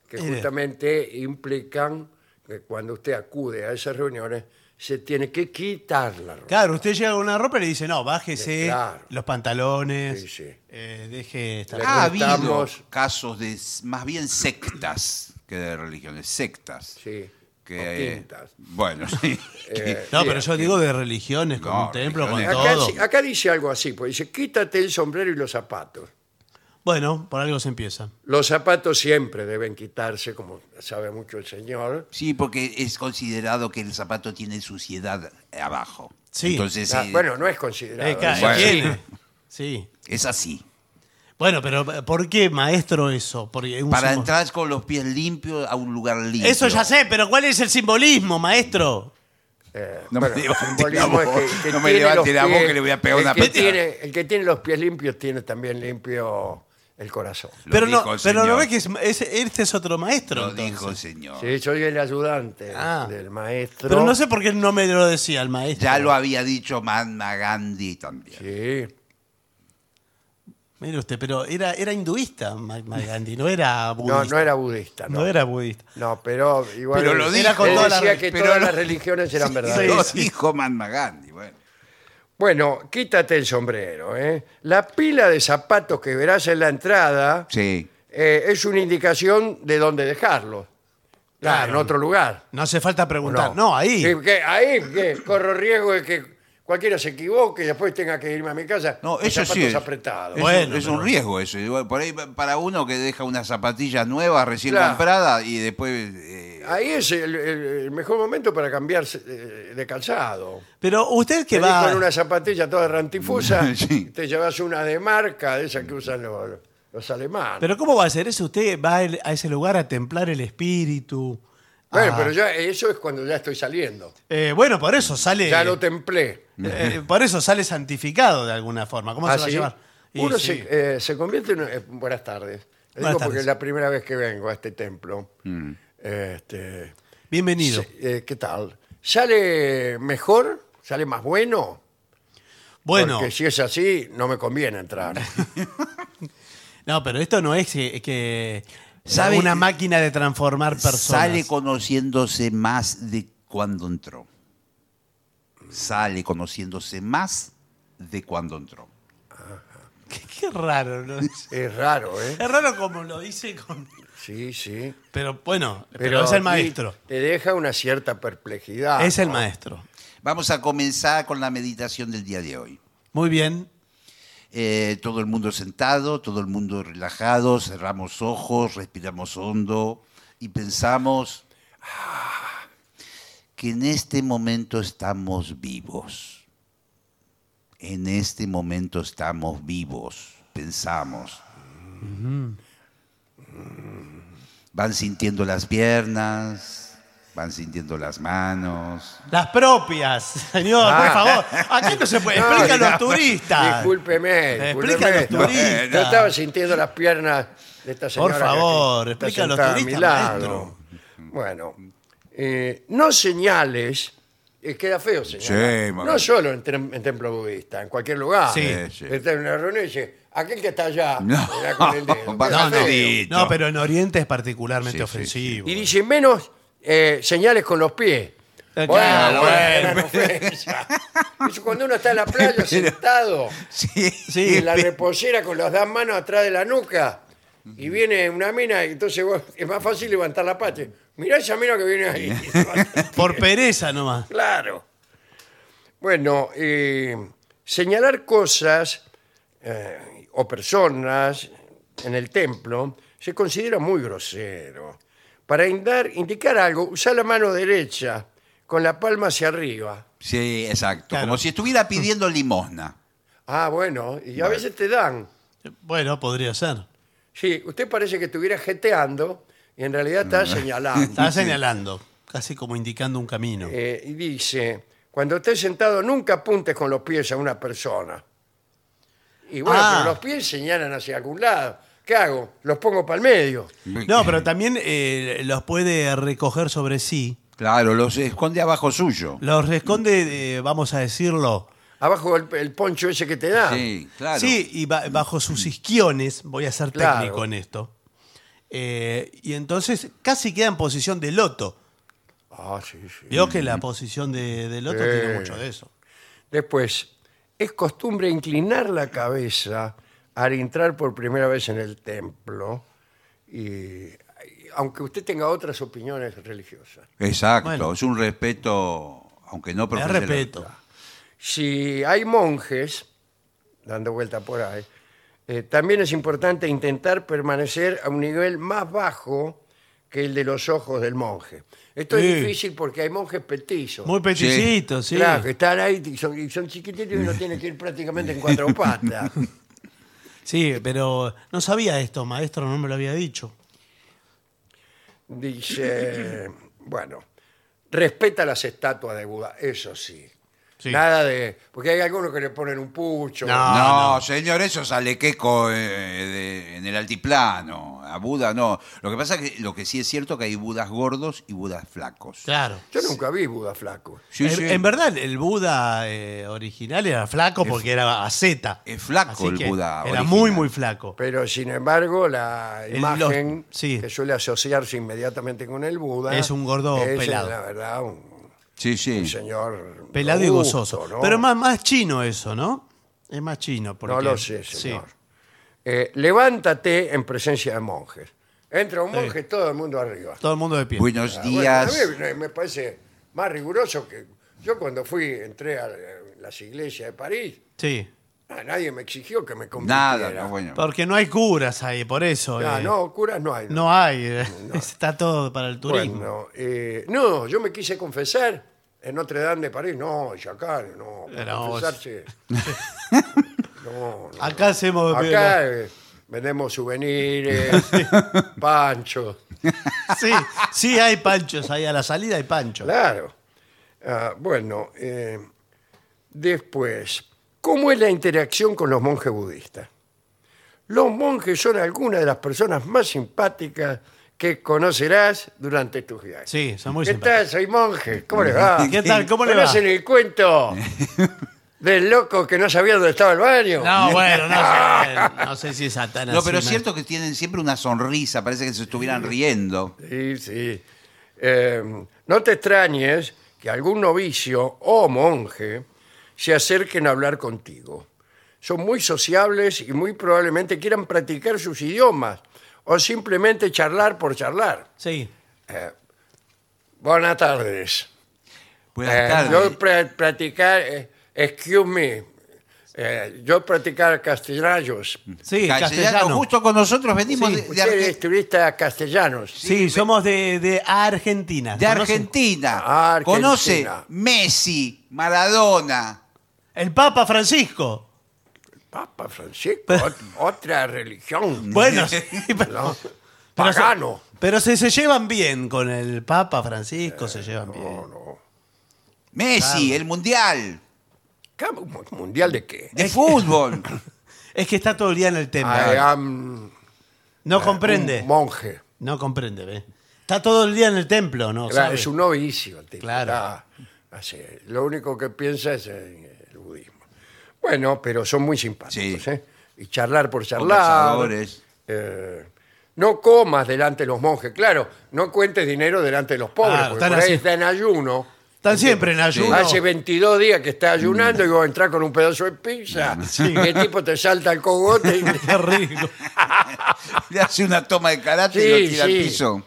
Speaker 1: que
Speaker 3: Mire.
Speaker 1: justamente implican que cuando usted acude a esas reuniones se tiene que quitar la ropa.
Speaker 3: Claro, usted llega con una ropa y le dice, no, bájese
Speaker 1: Eh, claro.
Speaker 3: los pantalones,
Speaker 1: Sí, sí.
Speaker 3: eh, deje esta
Speaker 1: Le-
Speaker 3: ropa.
Speaker 2: Ha habido
Speaker 1: Estamos-
Speaker 2: casos de s- más bien sectas que de religiones, sectas.
Speaker 1: Sí.
Speaker 2: Que,
Speaker 1: o
Speaker 2: eh,
Speaker 1: quintas.
Speaker 2: bueno, <laughs>
Speaker 1: <laughs>
Speaker 2: sí.
Speaker 1: Eh,
Speaker 3: No,
Speaker 1: bien.
Speaker 3: pero yo digo de religiones, con
Speaker 2: No,
Speaker 3: un templo, con
Speaker 2: religiones.
Speaker 1: acá,
Speaker 3: todo.
Speaker 1: sí- acá dice algo así, pues dice, quítate el sombrero y los zapatos.
Speaker 3: Bueno, por algo se empieza.
Speaker 1: Los zapatos siempre deben quitarse, como sabe mucho el señor.
Speaker 2: Sí, porque es considerado que el zapato tiene suciedad abajo.
Speaker 3: Sí.
Speaker 2: Entonces,
Speaker 1: Ah,
Speaker 2: eh,
Speaker 1: bueno, no es considerado.
Speaker 3: Eh, ca-
Speaker 1: ¿no?
Speaker 2: bueno.
Speaker 3: tiene. Sí.
Speaker 2: es así.
Speaker 3: Bueno, pero eh, ¿por qué maestro eso? Porque un
Speaker 2: Para
Speaker 3: sumo-
Speaker 2: entrar con los pies limpios a un lugar limpio.
Speaker 3: Eso ya sé, pero ¿cuál es el simbolismo, maestro?
Speaker 1: Eh,
Speaker 2: No me
Speaker 1: bueno,
Speaker 2: levante
Speaker 1: <laughs> simbolismo
Speaker 2: la
Speaker 1: es
Speaker 2: voz,
Speaker 1: que- que
Speaker 2: no me
Speaker 1: tiene los
Speaker 2: levante la voz
Speaker 1: pies-
Speaker 2: que le voy a pegar
Speaker 1: el
Speaker 2: una
Speaker 1: que
Speaker 2: patada.
Speaker 1: tiene- El que tiene los pies limpios tiene también limpio el corazón.
Speaker 2: Lo
Speaker 3: pero no,
Speaker 2: dijo el
Speaker 3: pero no
Speaker 2: señor.
Speaker 3: ve que es- es- este es otro maestro.
Speaker 2: Lo
Speaker 3: entonces.
Speaker 2: dijo el señor.
Speaker 1: Sí, soy el ayudante
Speaker 3: Ah.
Speaker 1: del maestro.
Speaker 3: Pero no sé por qué no me lo decía el maestro.
Speaker 2: Ya lo había dicho Mahatma Gandhi también.
Speaker 1: Sí.
Speaker 3: Mire usted, pero era, era hinduista Mahatma Gandhi, no era budista.
Speaker 1: No, no era budista. No,
Speaker 3: No era budista.
Speaker 1: No, pero igual.
Speaker 2: Pero lo
Speaker 1: él
Speaker 2: dijo.
Speaker 1: él
Speaker 3: Era con
Speaker 1: decía
Speaker 3: toda la-
Speaker 1: que
Speaker 2: pero
Speaker 1: todas
Speaker 2: lo-
Speaker 1: las religiones eran verdaderas.
Speaker 2: Lo
Speaker 3: sí.
Speaker 2: dijo Mahatma Gandhi. Bueno.
Speaker 1: Bueno, quítate el sombrero. ¿eh? La pila de zapatos que verás en la entrada
Speaker 2: Sí.
Speaker 1: eh, es una indicación de dónde dejarlos. Claro,
Speaker 3: Claro.
Speaker 1: en otro lugar.
Speaker 3: No hace falta preguntar. No, ahí.
Speaker 1: Sí, que ahí que corro riesgo de que cualquiera se equivoque y después tenga que irme a mi casa.
Speaker 2: No,
Speaker 1: con
Speaker 2: eso sí.
Speaker 1: zapatos
Speaker 2: Es, es
Speaker 1: apretados.
Speaker 2: un-
Speaker 3: Bueno,
Speaker 2: es un
Speaker 3: pero-
Speaker 2: riesgo eso. Y bueno, Por ahí para uno que deja unas zapatillas nuevas recién
Speaker 1: Claro.
Speaker 2: compradas y después. eh,
Speaker 1: Ahí es el, el- el mejor momento para cambiarse eh, de calzado.
Speaker 3: Pero usted que
Speaker 1: Venís
Speaker 3: va.
Speaker 1: con una zapatilla
Speaker 3: <laughs>
Speaker 1: toda rantifusa,
Speaker 2: Sí.
Speaker 1: te llevas una de marca, de esas que usan los, los alemanes.
Speaker 3: Pero ¿cómo va a ser eso? Usted va a el- a ese lugar a templar el espíritu.
Speaker 1: bueno,
Speaker 3: a-
Speaker 1: pero ya, eso es cuando ya estoy saliendo.
Speaker 3: Eh, bueno, por eso sale.
Speaker 1: Ya lo templé.
Speaker 3: eh, por eso sale santificado de alguna forma. ¿Cómo se va a
Speaker 1: Así,
Speaker 3: llevar? Y
Speaker 1: Ah, uno
Speaker 3: sí.
Speaker 1: se, eh, se convierte en... eh, buenas tardes. Le
Speaker 3: Buenas
Speaker 1: digo
Speaker 3: tardes. Mm.
Speaker 1: porque es la primera vez que vengo a este templo. Este,
Speaker 3: Bienvenido.
Speaker 1: se- eh, ¿Qué tal? ¿Sale mejor? ¿Sale más bueno?
Speaker 3: Bueno,
Speaker 1: Porque si es así, no me
Speaker 3: <laughs>
Speaker 1: conviene entrar.
Speaker 3: no, pero esto no es que, que
Speaker 2: ¿Sabe?
Speaker 3: una máquina de transformar personas.
Speaker 2: Sale conociéndose más de cuando entró. Sale conociéndose más de cuando entró.
Speaker 3: <laughs> Qué, qué raro. ¿no? es
Speaker 1: es raro, ¿eh?
Speaker 3: raro como lo dice con...
Speaker 1: Sí, sí.
Speaker 3: Pero bueno, pero, es el
Speaker 1: y
Speaker 3: maestro.
Speaker 1: Te deja una cierta perplejidad.
Speaker 3: es el
Speaker 1: ¿no?
Speaker 3: maestro.
Speaker 2: Vamos a comenzar con la meditación del día de hoy.
Speaker 3: Muy bien.
Speaker 2: Eh, todo el mundo sentado, todo el mundo relajado, cerramos ojos, respiramos hondo y pensamos "Ah, que en este momento estamos vivos. En este momento estamos vivos, pensamos. Van sintiendo las piernas, van sintiendo las manos. <laughs>
Speaker 3: Las propias, señor, por favor. Acá no se puede. Explica a los turistas.
Speaker 1: Discúlpeme.
Speaker 3: Explica a los
Speaker 1: discúlpeme.
Speaker 3: turistas.
Speaker 1: Yo estaba sintiendo las piernas de esta señora. que
Speaker 3: favor,
Speaker 1: está
Speaker 3: explica a los
Speaker 1: sentada
Speaker 3: turistas,
Speaker 1: mi lado. Bueno, eh, no señales eh, queda feo,
Speaker 2: Sí,
Speaker 1: señor.
Speaker 2: mamá.
Speaker 1: no solo en, tem- en templo budista, en cualquier lugar.
Speaker 3: Sí.
Speaker 1: Eh,
Speaker 2: Sí, sí.
Speaker 1: Está en una reunión y dice, aquel que está allá,
Speaker 2: No.
Speaker 1: le da
Speaker 3: <laughs>
Speaker 1: con el dedo.
Speaker 2: Va-
Speaker 1: Queda
Speaker 2: no, no.
Speaker 1: feo.
Speaker 2: Listo.
Speaker 3: No, pero en Oriente es particularmente
Speaker 2: Sí, sí,
Speaker 3: ofensivo.
Speaker 1: Y dice, menos eh, señales con los pies.
Speaker 3: Ah,
Speaker 1: Bueno,
Speaker 3: claro,
Speaker 1: bueno, ofensa. Eso cuando uno está en
Speaker 3: <laughs>
Speaker 1: la playa sentado
Speaker 2: Sí,
Speaker 1: y en la reposera con las dos manos atrás de la nuca y viene una mina y entonces vos- es más fácil levantar la pata. Mirá esa mina que viene ahí.
Speaker 3: Por pereza nomás.
Speaker 1: Claro. Bueno, eh, señalar cosas eh, o personas en el templo se considera muy grosero. Para indar- indicar algo, usar la mano derecha con la palma hacia arriba.
Speaker 2: Sí, exacto.
Speaker 3: Claro.
Speaker 2: Como si estuviera pidiendo limosna.
Speaker 1: Ah, bueno, y a veces te dan.
Speaker 3: Bueno, podría ser.
Speaker 1: Sí, usted parece que estuviera jeteando y en realidad está señalando.
Speaker 3: Estaba señalando, casi como indicando un camino.
Speaker 1: Eh, y dice, cuando estés sentado nunca apuntes con los pies a una persona. Y bueno,
Speaker 3: Ah.
Speaker 1: pero los pies señalan hacia algún lado. ¿Qué hago? Los pongo para el medio.
Speaker 3: No, pero también eh, los puede recoger sobre sí.
Speaker 2: Claro, los esconde abajo suyo.
Speaker 3: Los responde, eh, vamos a decirlo.
Speaker 1: Abajo el, el poncho ese que te da.
Speaker 2: Sí, claro.
Speaker 3: Sí, y ba- bajo sus isquiones, voy a ser
Speaker 1: Claro.
Speaker 3: técnico en esto. Eh, y entonces casi queda en posición de loto.
Speaker 1: Ah, sí, sí.
Speaker 3: Vio que la posición de, de loto
Speaker 1: Sí.
Speaker 3: tiene mucho de eso.
Speaker 1: Después, es costumbre inclinar la cabeza al entrar por primera vez en el templo, y, y aunque usted tenga otras opiniones religiosas.
Speaker 2: Exacto,
Speaker 3: Bueno.
Speaker 2: es un respeto, aunque no
Speaker 3: Es
Speaker 2: profesional.
Speaker 3: respeto.
Speaker 1: si hay monjes dando vuelta por ahí, eh, también es importante intentar permanecer a un nivel más bajo que el de los ojos del monje. Esto
Speaker 3: Sí.
Speaker 1: es difícil porque hay monjes petizos.
Speaker 3: Muy peticito, sí.
Speaker 1: Claro, que están ahí y son, y son chiquititos y uno tiene que ir prácticamente en
Speaker 3: <laughs>
Speaker 1: cuatro patas.
Speaker 3: Sí, pero no sabía esto, maestro, no me lo había dicho.
Speaker 1: Dice, bueno, respeta las estatuas de Buda, eso sí.
Speaker 3: Sí.
Speaker 1: Nada de. Porque hay algunos que le ponen un pucho.
Speaker 3: No.
Speaker 2: No,
Speaker 3: Ah, no.
Speaker 2: señor, eso sale queco eh, de- en el altiplano. A Buda no. Lo que pasa es que lo que sí es cierto que hay Budas gordos y Budas flacos.
Speaker 3: Claro.
Speaker 1: Yo nunca vi Buda flaco.
Speaker 2: Sí,
Speaker 3: en,
Speaker 2: sí.
Speaker 3: en verdad, el Buda eh, original era flaco porque era asceta.
Speaker 2: es flaco el Buda
Speaker 3: Era
Speaker 2: original.
Speaker 3: muy, muy flaco.
Speaker 1: Pero sin embargo, la
Speaker 3: El-
Speaker 1: imagen
Speaker 3: los- sí.
Speaker 1: que suele asociarse inmediatamente con el Buda
Speaker 3: Es un gordo
Speaker 1: es,
Speaker 3: pelado.
Speaker 1: La verdad, un
Speaker 2: Sí, sí.
Speaker 1: señor
Speaker 3: Pelado y
Speaker 1: robusto,
Speaker 3: gozoso.
Speaker 1: ¿no?
Speaker 3: Pero más, más chino eso, ¿no? Es más chino. Porque,
Speaker 1: no lo sé,
Speaker 3: sí.
Speaker 1: señor. Eh, levántate en presencia de monjes. Entra un monje, todo el mundo arriba.
Speaker 3: Todo el mundo de pie.
Speaker 2: Buenos
Speaker 1: Ah, bueno,
Speaker 2: días.
Speaker 1: a mí me parece más riguroso que yo cuando fui entré a las iglesias de París.
Speaker 3: Sí.
Speaker 1: ah, nadie me exigió que me convirtiera.
Speaker 2: Nada, no, bueno.
Speaker 3: Porque no hay curas ahí, por eso.
Speaker 1: Ah,
Speaker 3: eh,
Speaker 1: no, curas no hay.
Speaker 3: no hay. eh, <laughs> Está todo para el turismo.
Speaker 1: Bueno, eh, no, yo me quise confesar en Notre Dame de París. No, y acá no. para
Speaker 3: Pero vos- <laughs>
Speaker 1: confesarse. no, no.
Speaker 3: Acá hacemos.
Speaker 1: Acá, eh, vendemos souvenirs, <laughs> panchos.
Speaker 3: Sí, sí hay panchos ahí. A la salida hay panchos.
Speaker 1: Claro. Ah, bueno, eh, después, ¿cómo es la interacción con los monjes budistas? Los monjes son algunas de las personas más simpáticas que conocerás durante tus viajes.
Speaker 3: Sí, son muy
Speaker 1: ¿Qué
Speaker 3: simpáticos.
Speaker 1: tal? Soy monje. ¿Cómo les va?
Speaker 3: ¿Qué tal? ¿Cómo le va?
Speaker 1: ¿Conocen
Speaker 3: <laughs>
Speaker 1: el cuento del loco que no sabía dónde estaba el baño?
Speaker 3: No, bueno, no sé, no sé si es Satán
Speaker 2: No, pero es cierto que tienen siempre una sonrisa, parece que se estuvieran riendo.
Speaker 1: Sí, sí. Eh, no te extrañes que algún novicio o monje se acerquen a hablar contigo. Son muy sociables y muy probablemente quieran practicar sus idiomas o simplemente charlar por charlar.
Speaker 3: Sí.
Speaker 1: Buenas tardes.
Speaker 2: Buenas
Speaker 1: Eh, Yo
Speaker 2: tardes.
Speaker 1: pra- practicar, eh, excuse me, Eh, yo practicar castellanos.
Speaker 3: Sí,
Speaker 2: Castellano,
Speaker 3: castellano.
Speaker 2: justo con nosotros venimos
Speaker 3: Sí.
Speaker 2: de, de Arge-
Speaker 1: Ustedes turistas castellanos.
Speaker 3: Sí, somos de, de Argentina.
Speaker 2: de
Speaker 3: ¿Conocen?
Speaker 2: Argentina.
Speaker 1: Ah, Argentina.
Speaker 2: Conoce Messi, Maradona.
Speaker 3: El Papa Francisco.
Speaker 1: Papa Francisco, ot- otra religión.
Speaker 3: Bueno, <laughs> sí, pero,
Speaker 1: ¿no?
Speaker 3: pero se-
Speaker 1: Pagano.
Speaker 3: pero se, se llevan bien con el Papa Francisco, se llevan bien.
Speaker 1: No, no.
Speaker 2: Messi, el Mundial.
Speaker 1: ¿Cómo? ¿Mu- ¿Mundial de qué?
Speaker 2: De fútbol.
Speaker 1: <laughs>
Speaker 3: Es que está todo el día en el tema.
Speaker 1: I am
Speaker 3: no comprende.
Speaker 1: un monje.
Speaker 3: No comprende, ve. Está todo el día en el templo, ¿no?
Speaker 1: Claro,
Speaker 3: ¿Sabe?
Speaker 1: es un novicio. el tipo,
Speaker 3: Claro.
Speaker 1: está- Así, lo único que piensa es en el budismo. Bueno, pero son muy simpáticos,
Speaker 2: Sí.
Speaker 1: ¿eh? Y charlar por charlar.
Speaker 2: Conversadores.
Speaker 1: eh, no comas delante de los monjes, claro, no cuentes dinero delante de los pobres,
Speaker 3: Claro,
Speaker 1: porque
Speaker 3: Ah, están
Speaker 1: por ahí
Speaker 3: así.
Speaker 1: está en ayuno.
Speaker 3: Están siempre en ayuno.
Speaker 1: Hace 22 días que está
Speaker 3: Mm.
Speaker 1: ayunando y vos entrás con un pedazo de pizza y el tipo te salta el
Speaker 3: <laughs>
Speaker 1: cogote y
Speaker 3: Qué rico.
Speaker 2: Le hace una toma de karate y
Speaker 1: Sí,
Speaker 2: lo tira
Speaker 1: sí.
Speaker 2: al piso.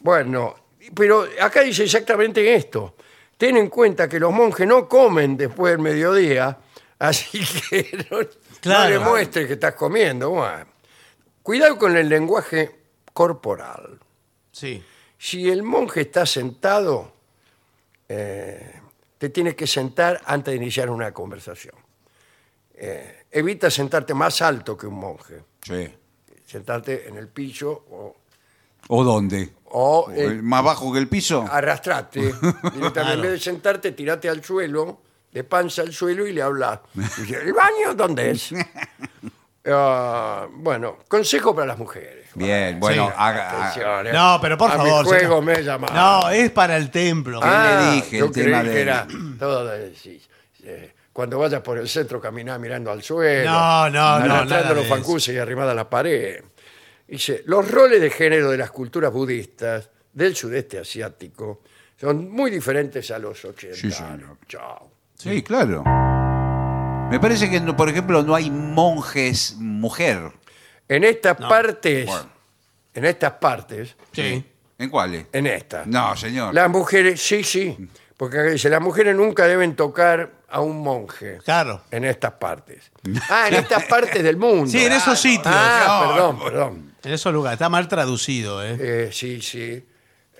Speaker 1: Bueno, pero acá dice exactamente esto. Ten en cuenta que los monjes no comen después del mediodía, <laughs> así que no, no
Speaker 3: Claro.
Speaker 1: le muestres que estás comiendo. Bueno, cuidado con el lenguaje corporal.
Speaker 3: Sí.
Speaker 1: Si el monje está sentado, eh, te tienes que sentar antes de iniciar una conversación. Eh, evita sentarte más alto que un monje,
Speaker 2: Sí.
Speaker 1: sentarte en el piso o,
Speaker 2: ¿O dónde?
Speaker 1: o eh, Ah,
Speaker 2: ¿Más bajo que el piso?
Speaker 1: arrastrate. directamente. En
Speaker 3: Claro.
Speaker 1: vez de sentarte, tirate al suelo, de panza al suelo y le hablas. Dice, ¿El baño dónde es? Ah, bueno, consejo para las mujeres.
Speaker 2: Bien, bueno,
Speaker 3: Sí.
Speaker 2: haga- haga-
Speaker 1: Atención, eh.
Speaker 3: No, pero por
Speaker 1: A mi
Speaker 3: favor.
Speaker 1: juego
Speaker 3: señor.
Speaker 1: me llamaron.
Speaker 3: No, es para el templo.
Speaker 1: Ah,
Speaker 2: le dije?
Speaker 1: yo
Speaker 2: El tema
Speaker 1: creí que
Speaker 2: de-
Speaker 1: era todo de- sí, eh, cuando vayas por el centro caminá mirando al suelo.
Speaker 3: No, no, no,
Speaker 1: arrastrando
Speaker 3: nada
Speaker 1: los
Speaker 3: de eso.
Speaker 1: fancuses y arrimada a la pared. Dice, los roles de género de las culturas budistas del sudeste asiático son muy diferentes a los
Speaker 2: Sí,
Speaker 1: occidentales.
Speaker 2: señor.
Speaker 1: Chao.
Speaker 2: Sí, claro. Me parece que, no- por ejemplo, no hay monjes mujer.
Speaker 1: En estas partes,
Speaker 2: bueno.
Speaker 1: en estas partes,
Speaker 3: Sí.
Speaker 2: ¿En cuáles?
Speaker 1: en estas,
Speaker 2: No, señor.
Speaker 1: las mujeres, sí, sí, porque dice, las mujeres nunca deben tocar a un monje.
Speaker 3: Claro.
Speaker 1: En estas
Speaker 2: <laughs>
Speaker 1: partes. Ah, en estas partes del mundo.
Speaker 3: Sí, en esos sitios.
Speaker 1: Ah,
Speaker 2: No,
Speaker 1: perdón, perdón.
Speaker 3: En esos lugares. Está mal traducido, ¿eh?
Speaker 1: Eh, sí, sí.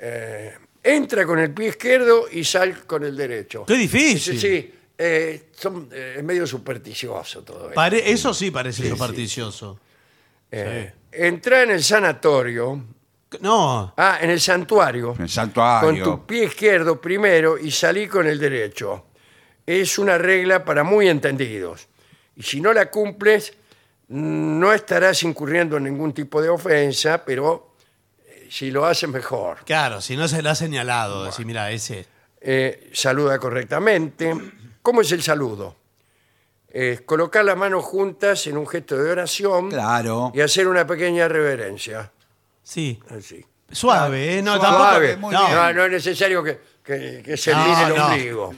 Speaker 1: Eh, entra con el pie izquierdo y sal con el derecho.
Speaker 3: Qué
Speaker 1: Sí,
Speaker 3: difícil.
Speaker 1: sí. eh, son, eh, es medio supersticioso todo esto.
Speaker 3: Pare- eso sí parece supersticioso.
Speaker 1: Eh, entra en el sanatorio,
Speaker 3: No.
Speaker 1: ah, en el santuario,
Speaker 2: En el
Speaker 1: con
Speaker 2: santuario.
Speaker 1: tu pie izquierdo primero y salí con el derecho. Es una regla para muy entendidos. Y si no la cumples, no estarás incurriendo en ningún tipo de ofensa, pero eh, si lo haces mejor.
Speaker 3: Claro, si no se lo ha señalado. Decir, mira, ese.
Speaker 1: Eh, saluda correctamente. ¿Cómo es el saludo? Es colocar las manos juntas en un gesto de oración
Speaker 2: Claro.
Speaker 1: y hacer una pequeña reverencia.
Speaker 3: Sí.
Speaker 1: Así.
Speaker 3: Suave, ¿eh? No,
Speaker 2: Suave.
Speaker 1: Suave.
Speaker 3: tampoco.
Speaker 2: muy
Speaker 3: no,
Speaker 2: bien.
Speaker 1: No, no es necesario que, que- que se
Speaker 3: Ah. No,
Speaker 1: mire el
Speaker 3: no.
Speaker 1: ombligo.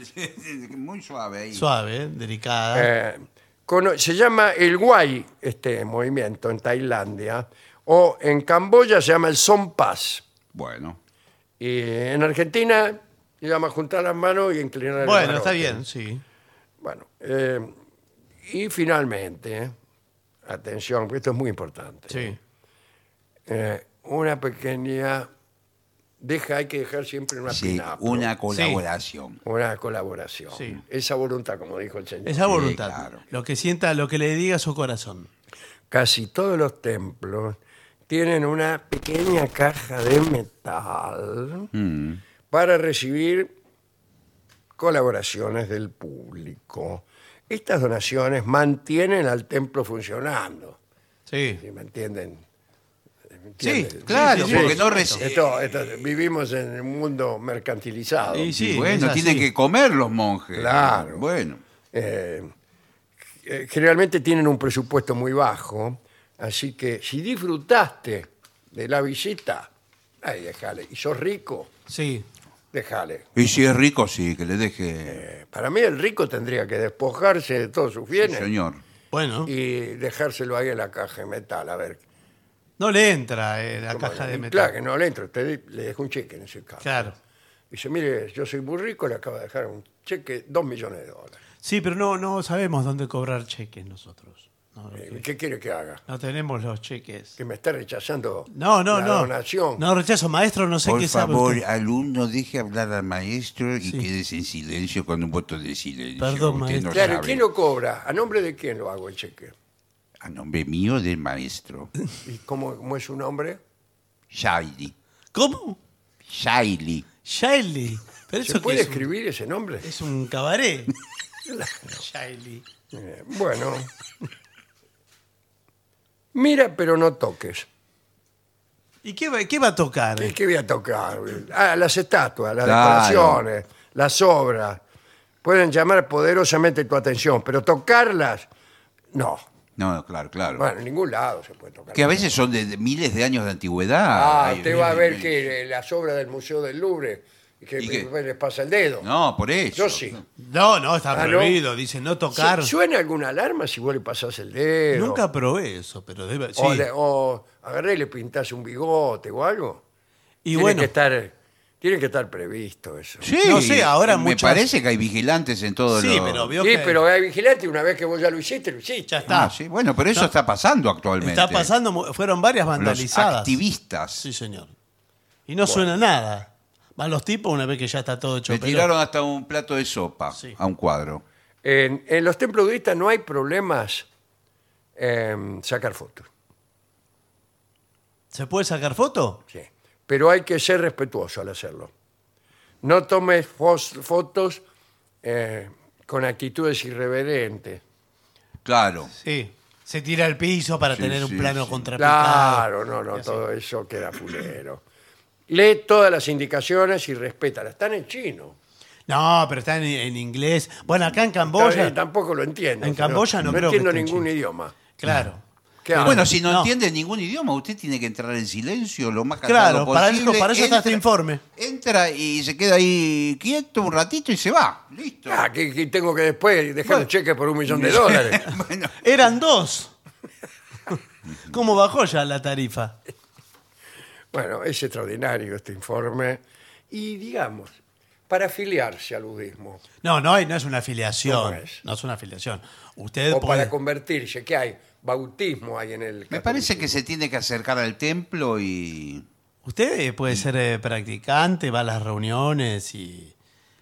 Speaker 2: <laughs> Muy suave ahí.
Speaker 3: Suave, ¿eh? delicada.
Speaker 1: Eh, cono- se llama el guay este movimiento en Tailandia o en Camboya se llama el sompas
Speaker 2: Bueno.
Speaker 1: y en Argentina se llama juntar las manos y inclinar el
Speaker 3: bueno,
Speaker 1: marote.
Speaker 3: está bien, sí.
Speaker 1: Bueno, eh, y finalmente, eh, atención, porque esto es muy importante.
Speaker 3: Sí.
Speaker 1: eh, una pequeña deja hay que dejar siempre una
Speaker 2: Sí,
Speaker 1: pinapo,
Speaker 2: una colaboración.
Speaker 1: una colaboración.
Speaker 3: Sí.
Speaker 1: Esa voluntad, como dijo el señor.
Speaker 3: Esa voluntad.
Speaker 2: claro.
Speaker 3: Lo que sienta, lo que le diga su corazón.
Speaker 1: casi todos los templos tienen una pequeña caja de metal
Speaker 2: Mm.
Speaker 1: para recibir colaboraciones del público. Estas donaciones mantienen al templo funcionando,
Speaker 3: Sí.
Speaker 1: ¿sí? ¿me entienden? ¿Me
Speaker 3: Sí,
Speaker 1: entienden?
Speaker 2: claro,
Speaker 3: Sí, sí,
Speaker 2: porque
Speaker 3: sí,
Speaker 2: no
Speaker 3: sí.
Speaker 2: recibe.
Speaker 1: Esto- esto- vivimos en un mundo mercantilizado.
Speaker 3: Y sí,
Speaker 2: bueno,
Speaker 3: es así.
Speaker 2: tienen que comer los monjes.
Speaker 1: Claro.
Speaker 2: Bueno.
Speaker 1: Eh, eh, generalmente tienen un presupuesto muy bajo, así que si disfrutaste de la visita, ahí déjale. Y sos rico,
Speaker 3: Sí.
Speaker 1: déjale.
Speaker 2: Y si es rico, sí, que le deje.
Speaker 1: Eh, Para mí el rico tendría que despojarse de todos sus bienes
Speaker 2: Señor.
Speaker 3: Bueno,
Speaker 1: y dejárselo ahí en la caja de metal, a ver.
Speaker 3: no le entra eh, la
Speaker 1: cómo
Speaker 3: caja
Speaker 1: le-
Speaker 3: de
Speaker 1: y
Speaker 3: metal.
Speaker 1: Claro, que no le entro, usted le dejo un cheque en ese caso.
Speaker 3: Claro.
Speaker 1: Dice, mire, yo soy muy rico, le acabo de dejar un cheque, dos millones de dólares.
Speaker 3: Sí, pero no, no sabemos dónde cobrar cheques nosotros. No,
Speaker 1: Eh, ¿Qué quiere que haga?
Speaker 3: no tenemos los cheques.
Speaker 1: Que me está rechazando
Speaker 3: No, no,
Speaker 1: la
Speaker 3: no.
Speaker 1: donación.
Speaker 3: No, rechazo, maestro, no sé
Speaker 2: Por
Speaker 3: qué
Speaker 2: favor,
Speaker 3: sabe. usted.
Speaker 2: alumno, deje hablar al maestro y quédese en silencio con un voto de silencio.
Speaker 3: Perdón,
Speaker 2: Usted no
Speaker 3: maestro.
Speaker 1: Claro,
Speaker 2: sabe.
Speaker 1: ¿quién lo cobra? ¿A nombre de quién lo hago el cheque?
Speaker 2: A nombre mío del maestro.
Speaker 1: ¿Y cómo, cómo es su nombre?
Speaker 2: Shaili.
Speaker 3: ¿Cómo?
Speaker 2: Shaili.
Speaker 3: Shaili. Pero eso
Speaker 1: ¿Se
Speaker 3: qué
Speaker 1: puede
Speaker 3: es un-
Speaker 1: escribir ese nombre?
Speaker 3: Es un
Speaker 1: <laughs>
Speaker 3: cabaret. Shaili.
Speaker 1: Eh, bueno. Mira, pero no toques.
Speaker 3: ¿Y qué va, qué va a tocar?
Speaker 1: ¿Qué, qué voy a tocar? Ah, las estatuas, las
Speaker 2: Claro.
Speaker 1: decoraciones, las obras. Pueden llamar poderosamente tu atención, pero tocarlas, no.
Speaker 2: No, claro, claro.
Speaker 1: Bueno, en ningún lado se puede tocar.
Speaker 2: que a veces son de, de miles de años de antigüedad.
Speaker 1: Ah,
Speaker 2: Hay-
Speaker 1: usted va a ver que eh, las obras del Museo del Louvre, que
Speaker 2: ¿Y qué?
Speaker 1: les pasa el dedo.
Speaker 2: No, por eso.
Speaker 1: Yo sí.
Speaker 3: No, no, está
Speaker 1: Ah, ¿no?
Speaker 3: prohibido. Dice no tocar.
Speaker 1: Su- ¿Suena alguna alarma si vos le pasás el dedo?
Speaker 3: Nunca probé eso, pero debe. Sí.
Speaker 1: O, le- o agarré y le pintás un bigote o algo.
Speaker 3: y
Speaker 1: tiene
Speaker 3: bueno,
Speaker 1: que estar, tiene que estar previsto eso.
Speaker 2: Sí,
Speaker 3: No sé, ahora
Speaker 2: me
Speaker 3: muchas-
Speaker 2: parece que hay vigilantes en todo
Speaker 3: sí,
Speaker 2: lo-
Speaker 3: pero vio
Speaker 1: Sí,
Speaker 3: que
Speaker 1: pero hay vigilante, una vez que vos ya lo hiciste, lo hiciste.
Speaker 3: ya está.
Speaker 2: Ah, sí, Bueno, pero eso
Speaker 3: No.
Speaker 2: está pasando actualmente.
Speaker 3: Está pasando, mu- fueron varias
Speaker 2: Los
Speaker 3: vandalizadas.
Speaker 2: activistas
Speaker 3: Sí, señor. Y no suena nada. Van los tipos una vez que ya está todo hecho.
Speaker 2: le
Speaker 3: pelota.
Speaker 2: tiraron hasta un plato de sopa
Speaker 3: Sí.
Speaker 2: a un cuadro.
Speaker 1: En, en los templos budistas no hay problemas en sacar fotos.
Speaker 3: ¿Se puede sacar foto?
Speaker 1: Sí. Pero hay que ser respetuoso al hacerlo. No tomes fos- fotos eh, con actitudes irreverentes.
Speaker 2: Claro.
Speaker 3: Sí. Se tira al piso para
Speaker 2: Sí,
Speaker 3: tener
Speaker 2: sí,
Speaker 3: un plano
Speaker 2: sí.
Speaker 3: contrapicado.
Speaker 1: Claro, no, no, todo eso queda fulero. Lee todas las indicaciones y respétalas. Están en chino.
Speaker 3: No, pero está en, en inglés. Bueno, acá en
Speaker 1: Eh,
Speaker 3: Camboya.
Speaker 1: Tampoco lo entiendo.
Speaker 3: En Camboya no creo que
Speaker 1: entiendo
Speaker 3: esté en
Speaker 1: ningún
Speaker 3: chino.
Speaker 1: idioma.
Speaker 3: Claro.
Speaker 1: ¿Qué hago?
Speaker 2: Bueno, si no,
Speaker 3: No.
Speaker 2: entiende ningún idioma, usted tiene que entrar en silencio lo más
Speaker 3: Claro,
Speaker 2: callado
Speaker 3: para
Speaker 2: posible.
Speaker 3: eso- para eso está
Speaker 2: Entra-
Speaker 3: este informe.
Speaker 2: Entra y se queda ahí quieto un ratito y se va. Listo.
Speaker 1: Ah, que, que tengo que después dejar
Speaker 2: Bueno.
Speaker 1: un cheque por un millón
Speaker 3: <laughs>
Speaker 1: de dólares.
Speaker 2: <laughs> bueno,
Speaker 3: Eran dos. <laughs> ¿Cómo bajó ya la tarifa?
Speaker 1: Bueno, es extraordinario este informe. Y digamos, para afiliarse al budismo
Speaker 3: No, no, hay- no es una
Speaker 1: ¿Cómo
Speaker 3: afiliación.
Speaker 1: es?
Speaker 3: No es una afiliación. Usted
Speaker 1: o
Speaker 3: puede-
Speaker 1: para convertirse, ¿qué hay? Bautismo hay en el.
Speaker 2: me parece que
Speaker 1: catolicismo.
Speaker 2: se tiene que acercar al templo y.
Speaker 3: Usted eh, puede ser eh, practicante, va a las reuniones y.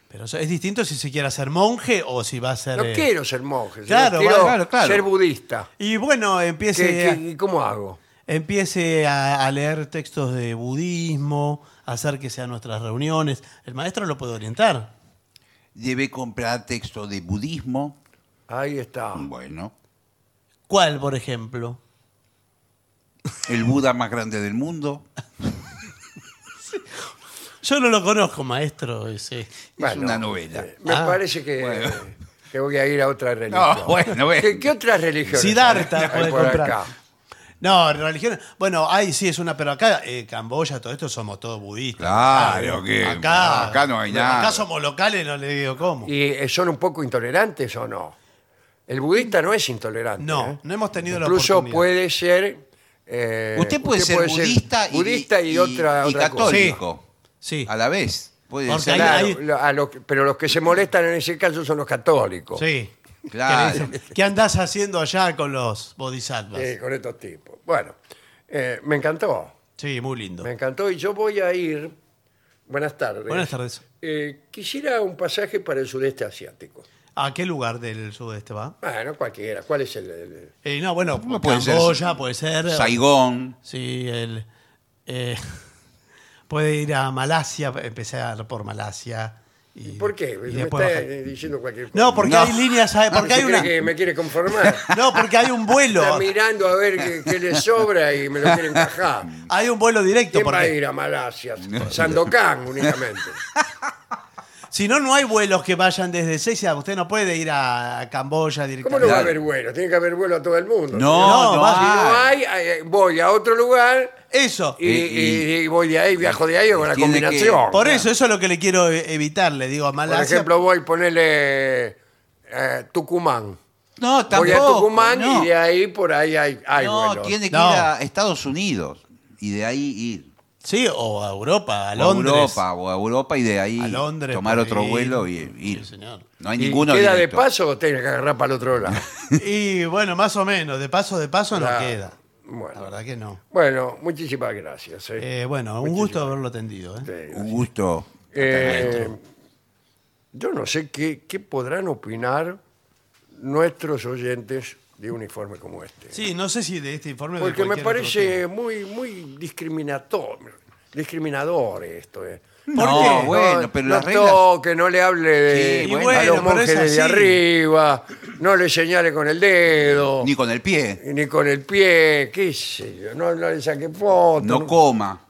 Speaker 3: Pero eso es distinto si se quiere hacer monje o si va a ser.
Speaker 1: No
Speaker 3: eh,
Speaker 1: quiero ser monje. yo
Speaker 3: Claro,
Speaker 1: quiero
Speaker 2: claro, claro.
Speaker 1: ser budista.
Speaker 3: Y bueno,
Speaker 1: ¿Qué-
Speaker 3: empiece, a-
Speaker 1: qué- ¿Cómo hago?
Speaker 3: empiece a, a leer textos de budismo, acérquese a nuestras reuniones. El maestro lo puede orientar.
Speaker 2: Debe comprar texto de budismo.
Speaker 1: Ahí está.
Speaker 3: Ah.
Speaker 2: Bueno.
Speaker 3: ¿Cuál, por ejemplo?
Speaker 2: El Buda más grande del mundo.
Speaker 3: Yo no lo conozco, maestro. ese.
Speaker 2: es una novela.
Speaker 1: eh, Me
Speaker 3: Ah,
Speaker 1: parece que,
Speaker 2: bueno.
Speaker 1: que voy a ir a otra religión.
Speaker 2: No, bueno, bueno.
Speaker 1: ¿Qué, qué otras religiones?
Speaker 3: Siddhartha
Speaker 1: hay
Speaker 3: puede
Speaker 1: por
Speaker 3: comprar.
Speaker 1: acá?
Speaker 3: No, religión. Bueno, ahí sí es una, pero acá, eh, Camboya, todo esto somos todos budistas.
Speaker 2: Claro, que-
Speaker 3: Acá,
Speaker 2: acá no hay nada.
Speaker 3: Acá somos locales, no le digo cómo.
Speaker 1: ¿Y eh, son un poco intolerantes o no? El budista no es intolerante.
Speaker 3: No,
Speaker 1: ¿eh?
Speaker 3: no hemos tenido la
Speaker 1: Incluso
Speaker 3: oportunidad.
Speaker 1: puede ser... eh,
Speaker 2: usted puede ser budista, y,
Speaker 1: budista y, otra,
Speaker 2: y
Speaker 1: otra cosa.
Speaker 2: católico.
Speaker 3: Sí.
Speaker 2: A la vez. Puede
Speaker 3: Porque
Speaker 2: ser.
Speaker 3: hay-
Speaker 1: Claro,
Speaker 3: ahí-
Speaker 1: lo- a los que- pero los que se molestan en ese caso son los católicos.
Speaker 3: Sí.
Speaker 2: Claro.
Speaker 3: Que le dicen, ¿Qué andás haciendo allá con los bodhisattvas?
Speaker 1: eh, con estos tipos. Bueno, eh, me encantó.
Speaker 3: Sí, muy lindo.
Speaker 1: Me encantó y yo voy a ir. Buenas tardes.
Speaker 3: Buenas tardes.
Speaker 1: Eh, quisiera un pasaje para el sudeste asiático.
Speaker 3: ¿A qué lugar del sudeste va?
Speaker 1: Bueno, cualquiera. ¿Cuál es el, el-
Speaker 3: Eh, no, bueno,
Speaker 2: No puede ser-
Speaker 3: Camboya puede ser.
Speaker 2: Saigón.
Speaker 3: Sí, el, eh, <laughs> puede ir a Malasia, empezar por Malasia. Y,
Speaker 1: ¿Por qué?
Speaker 3: y
Speaker 1: Me
Speaker 3: después
Speaker 1: está
Speaker 3: bajar.
Speaker 1: eh, diciendo cualquier cosa.
Speaker 3: No, porque
Speaker 2: No.
Speaker 3: hay líneas, ¿sabe? porque
Speaker 1: ¿Usted
Speaker 3: hay
Speaker 1: cree
Speaker 3: una.
Speaker 1: que me quiere conformar.
Speaker 3: <laughs> No, porque hay un
Speaker 1: <laughs>
Speaker 3: vuelo.
Speaker 1: Está mirando a ver qué, qué le sobra y me lo quiere encajar.
Speaker 3: Hay un vuelo directo.
Speaker 1: ¿Quién va a
Speaker 3: Porque,
Speaker 1: ir a Malasia? Sandokan
Speaker 3: <laughs>
Speaker 1: únicamente.
Speaker 3: si no, no hay vuelos que vayan desde Seiza. Usted no puede ir a, a Camboya
Speaker 1: ¿Cómo
Speaker 3: directamente.
Speaker 1: no va a haber vuelo? Tiene que haber vuelo a todo el mundo.
Speaker 2: No,
Speaker 3: No,
Speaker 2: no,
Speaker 3: más
Speaker 1: Si no
Speaker 2: hay.
Speaker 1: hay, eh, voy a otro lugar
Speaker 3: Eso.
Speaker 1: y, y- y voy de ahí, viajo de ahí o con la
Speaker 2: Tiene que-
Speaker 1: combinación.
Speaker 3: Por eso, eso es lo que le quiero e- evitar. Le digo a
Speaker 1: Por
Speaker 3: Malasia.
Speaker 1: ejemplo, voy a ponerle eh, Tucumán.
Speaker 2: No,
Speaker 1: voy
Speaker 2: tampoco.
Speaker 1: a Tucumán
Speaker 2: no.
Speaker 1: y de ahí por ahí hay, hay
Speaker 2: No,
Speaker 1: vuelos.
Speaker 2: tiene que
Speaker 3: No.
Speaker 2: ir a Estados Unidos y de ahí ir.
Speaker 3: sí, o a Europa, a
Speaker 2: O
Speaker 3: Londres.
Speaker 2: A Europa, o a Europa y de ahí
Speaker 3: A Londres,
Speaker 2: tomar
Speaker 3: por
Speaker 2: otro
Speaker 3: ahí.
Speaker 2: vuelo y ir.
Speaker 3: Sí, señor.
Speaker 2: No hay
Speaker 1: ¿Y
Speaker 2: ninguno
Speaker 1: ¿Queda
Speaker 2: directo.
Speaker 1: de paso o tiene que agarrar para el otro
Speaker 2: <laughs>
Speaker 1: lado?
Speaker 3: <laughs> Y bueno, más o menos. De paso, de paso
Speaker 1: Claro.
Speaker 3: no queda. La
Speaker 1: Bueno.
Speaker 3: verdad que no.
Speaker 1: Bueno, muchísimas gracias. eh.
Speaker 3: Eh, bueno, un gusto haberlo atendido. ¿eh?
Speaker 1: Sí.
Speaker 2: Un gusto.
Speaker 1: Eh, yo no sé qué, qué podrán opinar nuestros oyentes de un informe como este.
Speaker 3: Sí, no sé si de este informe. o de
Speaker 1: Porque me
Speaker 3: cualquier otro
Speaker 1: parece muy, muy discriminator- discriminador esto. eh.
Speaker 3: ¿Por
Speaker 2: No,
Speaker 3: qué?
Speaker 2: bueno, pero
Speaker 1: no
Speaker 2: las reglas-
Speaker 1: toque, no le hable de,
Speaker 2: Sí,
Speaker 1: a
Speaker 2: bueno,
Speaker 1: los
Speaker 3: pero
Speaker 1: monjes
Speaker 3: es
Speaker 1: desde
Speaker 3: así.
Speaker 1: arriba, no le señale con el dedo,
Speaker 2: Ni con el pie.
Speaker 1: ni con el pie, qué sé yo, no, no le saque foto.
Speaker 2: No coma.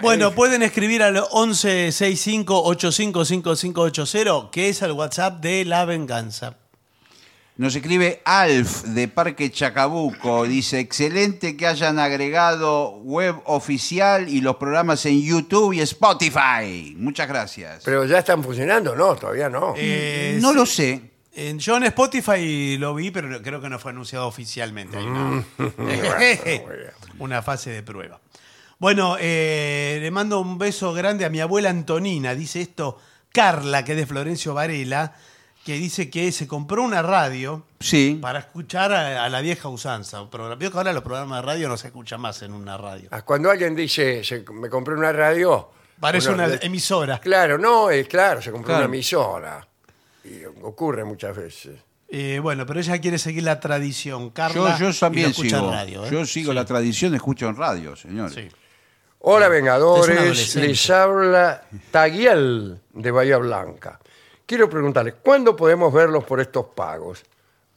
Speaker 3: Bueno, pueden escribir al 1165855580, que es el WhatsApp de La Venganza.
Speaker 2: Nos escribe Alf de Parque Chacabuco. Dice, excelente que hayan agregado web oficial y los programas en YouTube y Spotify. Muchas gracias.
Speaker 1: Pero ya están funcionando, no, todavía Mm, no.
Speaker 3: Eh,
Speaker 2: no
Speaker 3: sí.
Speaker 2: lo sé.
Speaker 3: En- Eh, Yo en Spotify lo vi, pero creo que no fue anunciado oficialmente. ahí, ¿no?
Speaker 2: Mm. <laughs>
Speaker 3: <laughs> Una fase de prueba. Bueno, eh, le mando un beso grande a mi abuela Antonina, dice esto Carla, que es de Florencio Varela, que dice que se compró una radio
Speaker 2: Sí.
Speaker 3: para escuchar a, a la vieja usanza. Un programa- Vio que ahora los programas de radio no se escuchan más en una radio.
Speaker 1: Ah, Cuando alguien dice, "Se- me compré una radio.
Speaker 3: Parece
Speaker 1: uno
Speaker 3: una
Speaker 1: de-
Speaker 3: emisora.
Speaker 1: Claro, no, es claro, se compró
Speaker 2: em- Claro.
Speaker 1: una emisora. Y ocurre muchas veces.
Speaker 3: Eh, bueno, pero ella quiere seguir la tradición, Carla.
Speaker 2: Yo, yo
Speaker 3: y lo
Speaker 2: también
Speaker 3: escucha en
Speaker 2: sigo.
Speaker 3: radio, ¿eh?
Speaker 2: Yo sigo la tradición, escucho en radio, señor.
Speaker 3: Sí.
Speaker 1: Hola,
Speaker 3: Es un
Speaker 1: Vengadores.
Speaker 3: adolescente.
Speaker 1: Les habla Taguiel de Bahía Blanca. Quiero preguntarles, ¿cuándo podemos verlos por estos pagos?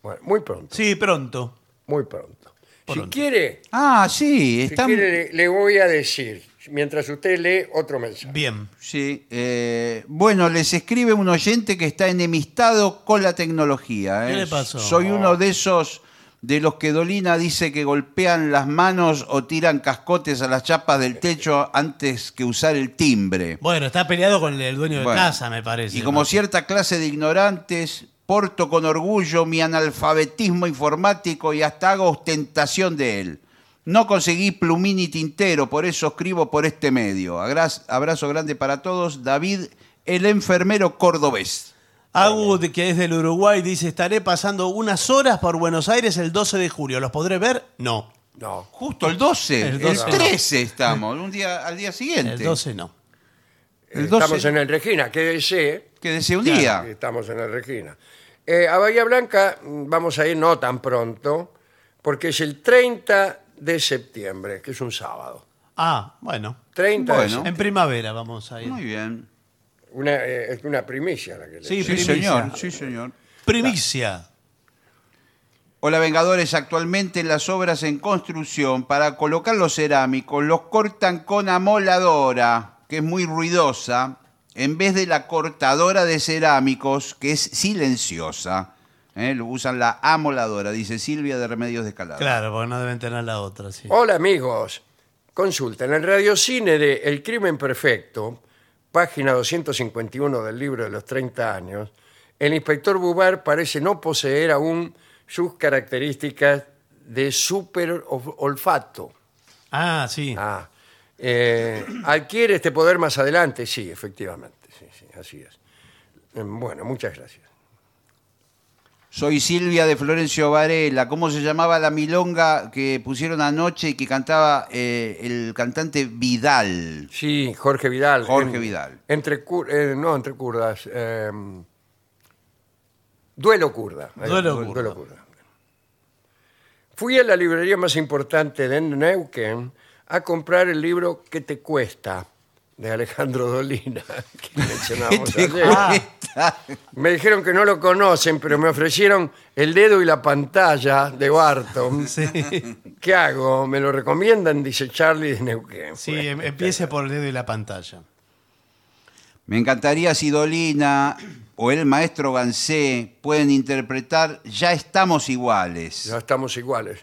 Speaker 1: Bueno, muy pronto,
Speaker 3: Sí, pronto.
Speaker 1: muy pronto. Si
Speaker 3: Pronto.
Speaker 1: quiere,
Speaker 2: Ah, sí,
Speaker 1: si
Speaker 2: están.
Speaker 1: quiere, le- le voy a decir, mientras usted lee otro mensaje.
Speaker 3: Bien.
Speaker 2: Sí, eh, bueno, les escribe un oyente que está enemistado con la tecnología. ¿eh?
Speaker 3: ¿Qué le pasó? Oh.
Speaker 2: Soy uno de esos de los que Dolina dice que golpean las manos o tiran cascotes a las chapas del techo antes que usar el timbre.
Speaker 3: Bueno, está peleado con el dueño de
Speaker 2: Bueno,
Speaker 3: casa, me parece.
Speaker 2: Y como cierta clase de ignorantes, porto con orgullo mi analfabetismo informático y hasta hago ostentación de él. No conseguí plumín y tintero, por eso escribo por este medio. Agraz- Abrazo grande para todos, David, el enfermero cordobés.
Speaker 3: Agu, de- que es del Uruguay, dice: Estaré pasando unas horas por Buenos Aires el 12 de julio. ¿Los podré ver? No.
Speaker 1: No.
Speaker 2: Justo el 12, el,
Speaker 3: El 12.
Speaker 2: 13 estamos, un día, al día siguiente.
Speaker 3: El 12 no.
Speaker 2: El
Speaker 1: Estamos
Speaker 2: 12.
Speaker 1: en el Regina, quédese.
Speaker 2: Quédese un
Speaker 3: Claro,
Speaker 2: día.
Speaker 1: Estamos en el Regina. Eh, a Bahía Blanca mm, vamos a ir no tan pronto, porque es el 30 de septiembre, que es un sábado.
Speaker 3: Ah, bueno.
Speaker 1: 30 de
Speaker 2: Bueno.
Speaker 1: septiembre.
Speaker 3: En primavera vamos a ir.
Speaker 2: Muy bien.
Speaker 1: Una, eh, es una primicia la que le
Speaker 3: Sí,
Speaker 1: digo.
Speaker 2: Sí,
Speaker 3: Primicia.
Speaker 2: señor, sí, señor.
Speaker 3: Primicia.
Speaker 2: Hola Vengadores, actualmente en las obras en construcción para colocar los cerámicos los cortan con amoladora, que es muy ruidosa, en vez de la cortadora de cerámicos, que es silenciosa. ¿Eh? Lo usan la amoladora, dice Silvia de Remedios de Calada.
Speaker 3: Claro, porque no deben tener la otra, sí.
Speaker 1: Hola amigos, consulta en el radiocine de El Crimen Perfecto, página 251 del libro de los 30 años, el inspector Bubar parece no poseer aún sus características de super olf- olfato.
Speaker 3: Ah, sí.
Speaker 1: Ah, eh, adquiere este poder más adelante, sí, efectivamente, sí, sí, así es. Eh, Bueno, muchas gracias.
Speaker 2: Soy Silvia de Florencio Varela. ¿Cómo se llamaba la milonga que pusieron anoche y que cantaba eh, el cantante Vidal?
Speaker 1: Sí, Jorge Vidal.
Speaker 2: Jorge Vidal.
Speaker 1: Entre cur- eh, no, entre kurdas. eh, duelo kurda. Ahí va,
Speaker 3: Duelo
Speaker 1: du-
Speaker 3: kurda.
Speaker 1: Fui a la librería más importante de Neuquén a comprar el libro ¿Qué te cuesta? de Alejandro Dolina, <laughs> que mencionábamos
Speaker 2: ¿Te
Speaker 1: ayer.
Speaker 2: cuesta?
Speaker 1: Me dijeron que no lo conocen, pero me ofrecieron el dedo y la pantalla de
Speaker 3: <laughs>
Speaker 1: Barton.
Speaker 3: Sí,
Speaker 1: ¿Qué hago? ¿Me lo recomiendan? Dice Charlie de Neuquén.
Speaker 3: Sí,
Speaker 2: Ah,
Speaker 1: Bueno.
Speaker 3: em- empiece por el dedo y la pantalla.
Speaker 2: Me encantaría si Dolina o el maestro Gansé pueden interpretar Ya estamos iguales.
Speaker 1: Ya estamos iguales.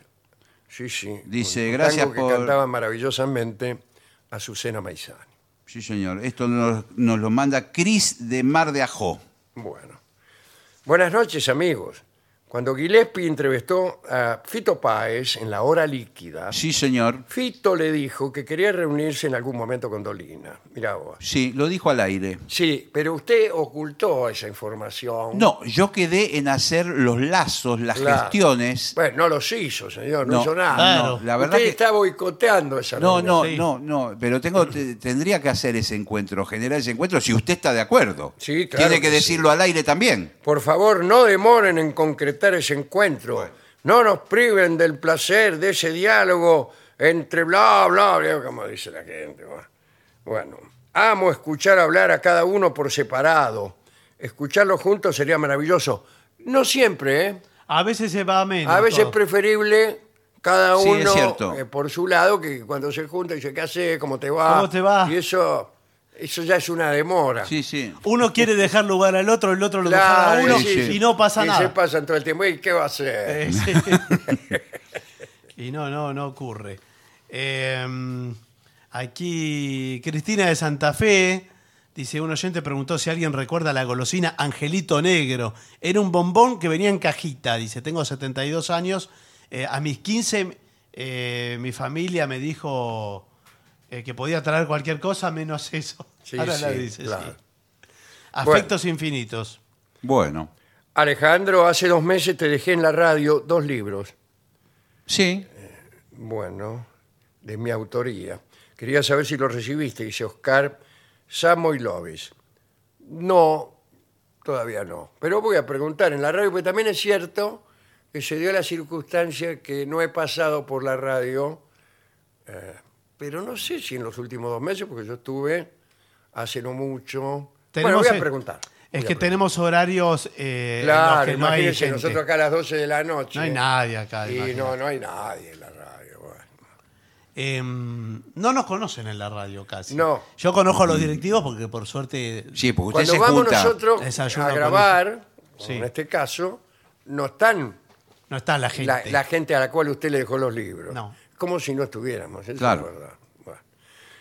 Speaker 1: Sí, sí.
Speaker 2: Dice,
Speaker 1: Un
Speaker 2: gracias
Speaker 1: tango que
Speaker 2: por-
Speaker 1: cantaba maravillosamente Azucena Maizani.
Speaker 2: Sí, señor. Esto nos, nos lo manda Cris de Mar de Ajó.
Speaker 1: Bueno. Buenas noches, amigos. Cuando Gillespie entrevistó a Fito Páez en La Hora Líquida,
Speaker 2: Sí, señor.
Speaker 1: Fito le dijo que quería reunirse en algún momento con Dolina. Mirá vos.
Speaker 2: Sí, lo dijo al aire.
Speaker 1: Sí, pero usted ocultó esa información.
Speaker 2: No, yo quedé en hacer los lazos, las
Speaker 1: Claro.
Speaker 2: gestiones.
Speaker 1: Bueno, no los hizo, señor, no,
Speaker 2: No,
Speaker 1: hizo nada.
Speaker 3: claro.
Speaker 2: La verdad
Speaker 1: Usted
Speaker 2: que-
Speaker 1: está boicoteando esa
Speaker 2: No,
Speaker 1: reunión.
Speaker 2: no, no, no. Pero tengo, te- tendría que hacer ese encuentro, generar ese encuentro, si usted está de acuerdo.
Speaker 1: Sí, claro
Speaker 2: Tiene que,
Speaker 1: que sí.
Speaker 2: decirlo al aire también.
Speaker 1: Por favor, no demoren en concretar ese encuentro. No nos priven del placer de ese diálogo entre bla, bla, bla, como dice la gente. bueno. Bueno, Amo escuchar hablar a cada uno por separado. Escucharlos juntos sería maravilloso. No siempre, ¿eh?
Speaker 3: A veces se va a menos.
Speaker 1: A veces es
Speaker 3: todo.
Speaker 1: preferible cada
Speaker 2: Sí, es
Speaker 1: uno
Speaker 2: cierto.
Speaker 1: eh, por su lado, que cuando se junta dice, ¿qué hace? ¿Cómo te va?
Speaker 3: ¿Cómo te va?
Speaker 1: Y eso, eso ya es una demora.
Speaker 2: Sí, sí.
Speaker 3: Uno quiere dejar lugar al otro, el otro lo
Speaker 1: Claro,
Speaker 3: deja a uno
Speaker 2: sí, sí.
Speaker 3: y no pasa
Speaker 1: y se
Speaker 3: nada.
Speaker 1: pasan todo el tiempo. ¿Y qué va a hacer?
Speaker 3: Eh, sí. <laughs> y no, no, no ocurre. Eh, aquí Cristina de Santa Fe dice, un oyente preguntó si alguien recuerda la golosina Angelito Negro. Era un bombón que venía en cajita, dice, tengo 72 años, eh, a mis 15 eh, mi familia me dijo eh, que podía traer cualquier cosa menos eso.
Speaker 1: Sí,
Speaker 3: Ahora la
Speaker 1: sí,
Speaker 3: dice, sí.
Speaker 1: claro.
Speaker 3: Afectos infinitos.
Speaker 2: Bueno.
Speaker 1: Alejandro, hace dos meses te dejé en la radio dos libros.
Speaker 2: Sí.
Speaker 1: Bueno, de mi autoría. Quería saber si lo recibiste, dice Oscar Samoylovis. No, todavía no. Pero voy a preguntar en la radio, porque también es cierto que se dio la circunstancia que no he pasado por la radio, eh, pero no sé si en los últimos dos meses, porque yo estuve hace no mucho. bueno,
Speaker 3: Tenemos,
Speaker 1: voy a
Speaker 3: eh,
Speaker 1: preguntar.
Speaker 3: Es que
Speaker 1: Voy a preguntar.
Speaker 3: tenemos horarios eh, en los
Speaker 1: Claro,
Speaker 3: que no hay
Speaker 1: imagínense,
Speaker 3: gente.
Speaker 1: nosotros acá a las 12 de la noche.
Speaker 3: No hay nadie acá.
Speaker 1: Y
Speaker 3: imagínate.
Speaker 1: no, no hay nadie en la radio. bueno.
Speaker 3: Em, no nos conocen en la radio casi.
Speaker 1: No.
Speaker 3: Yo conozco a los directivos porque por suerte...
Speaker 2: Sí, porque usted
Speaker 1: Cuando
Speaker 2: se
Speaker 1: vamos
Speaker 2: junta.
Speaker 1: nosotros
Speaker 3: Desayuno
Speaker 1: a
Speaker 3: con
Speaker 1: grabar,
Speaker 3: Sí.
Speaker 1: en este caso, no están
Speaker 3: No está la gente.
Speaker 1: la, la gente a la cual usted le dejó los libros.
Speaker 3: No.
Speaker 1: Como si no estuviéramos, eso es
Speaker 2: Claro.
Speaker 1: verdad. Bueno.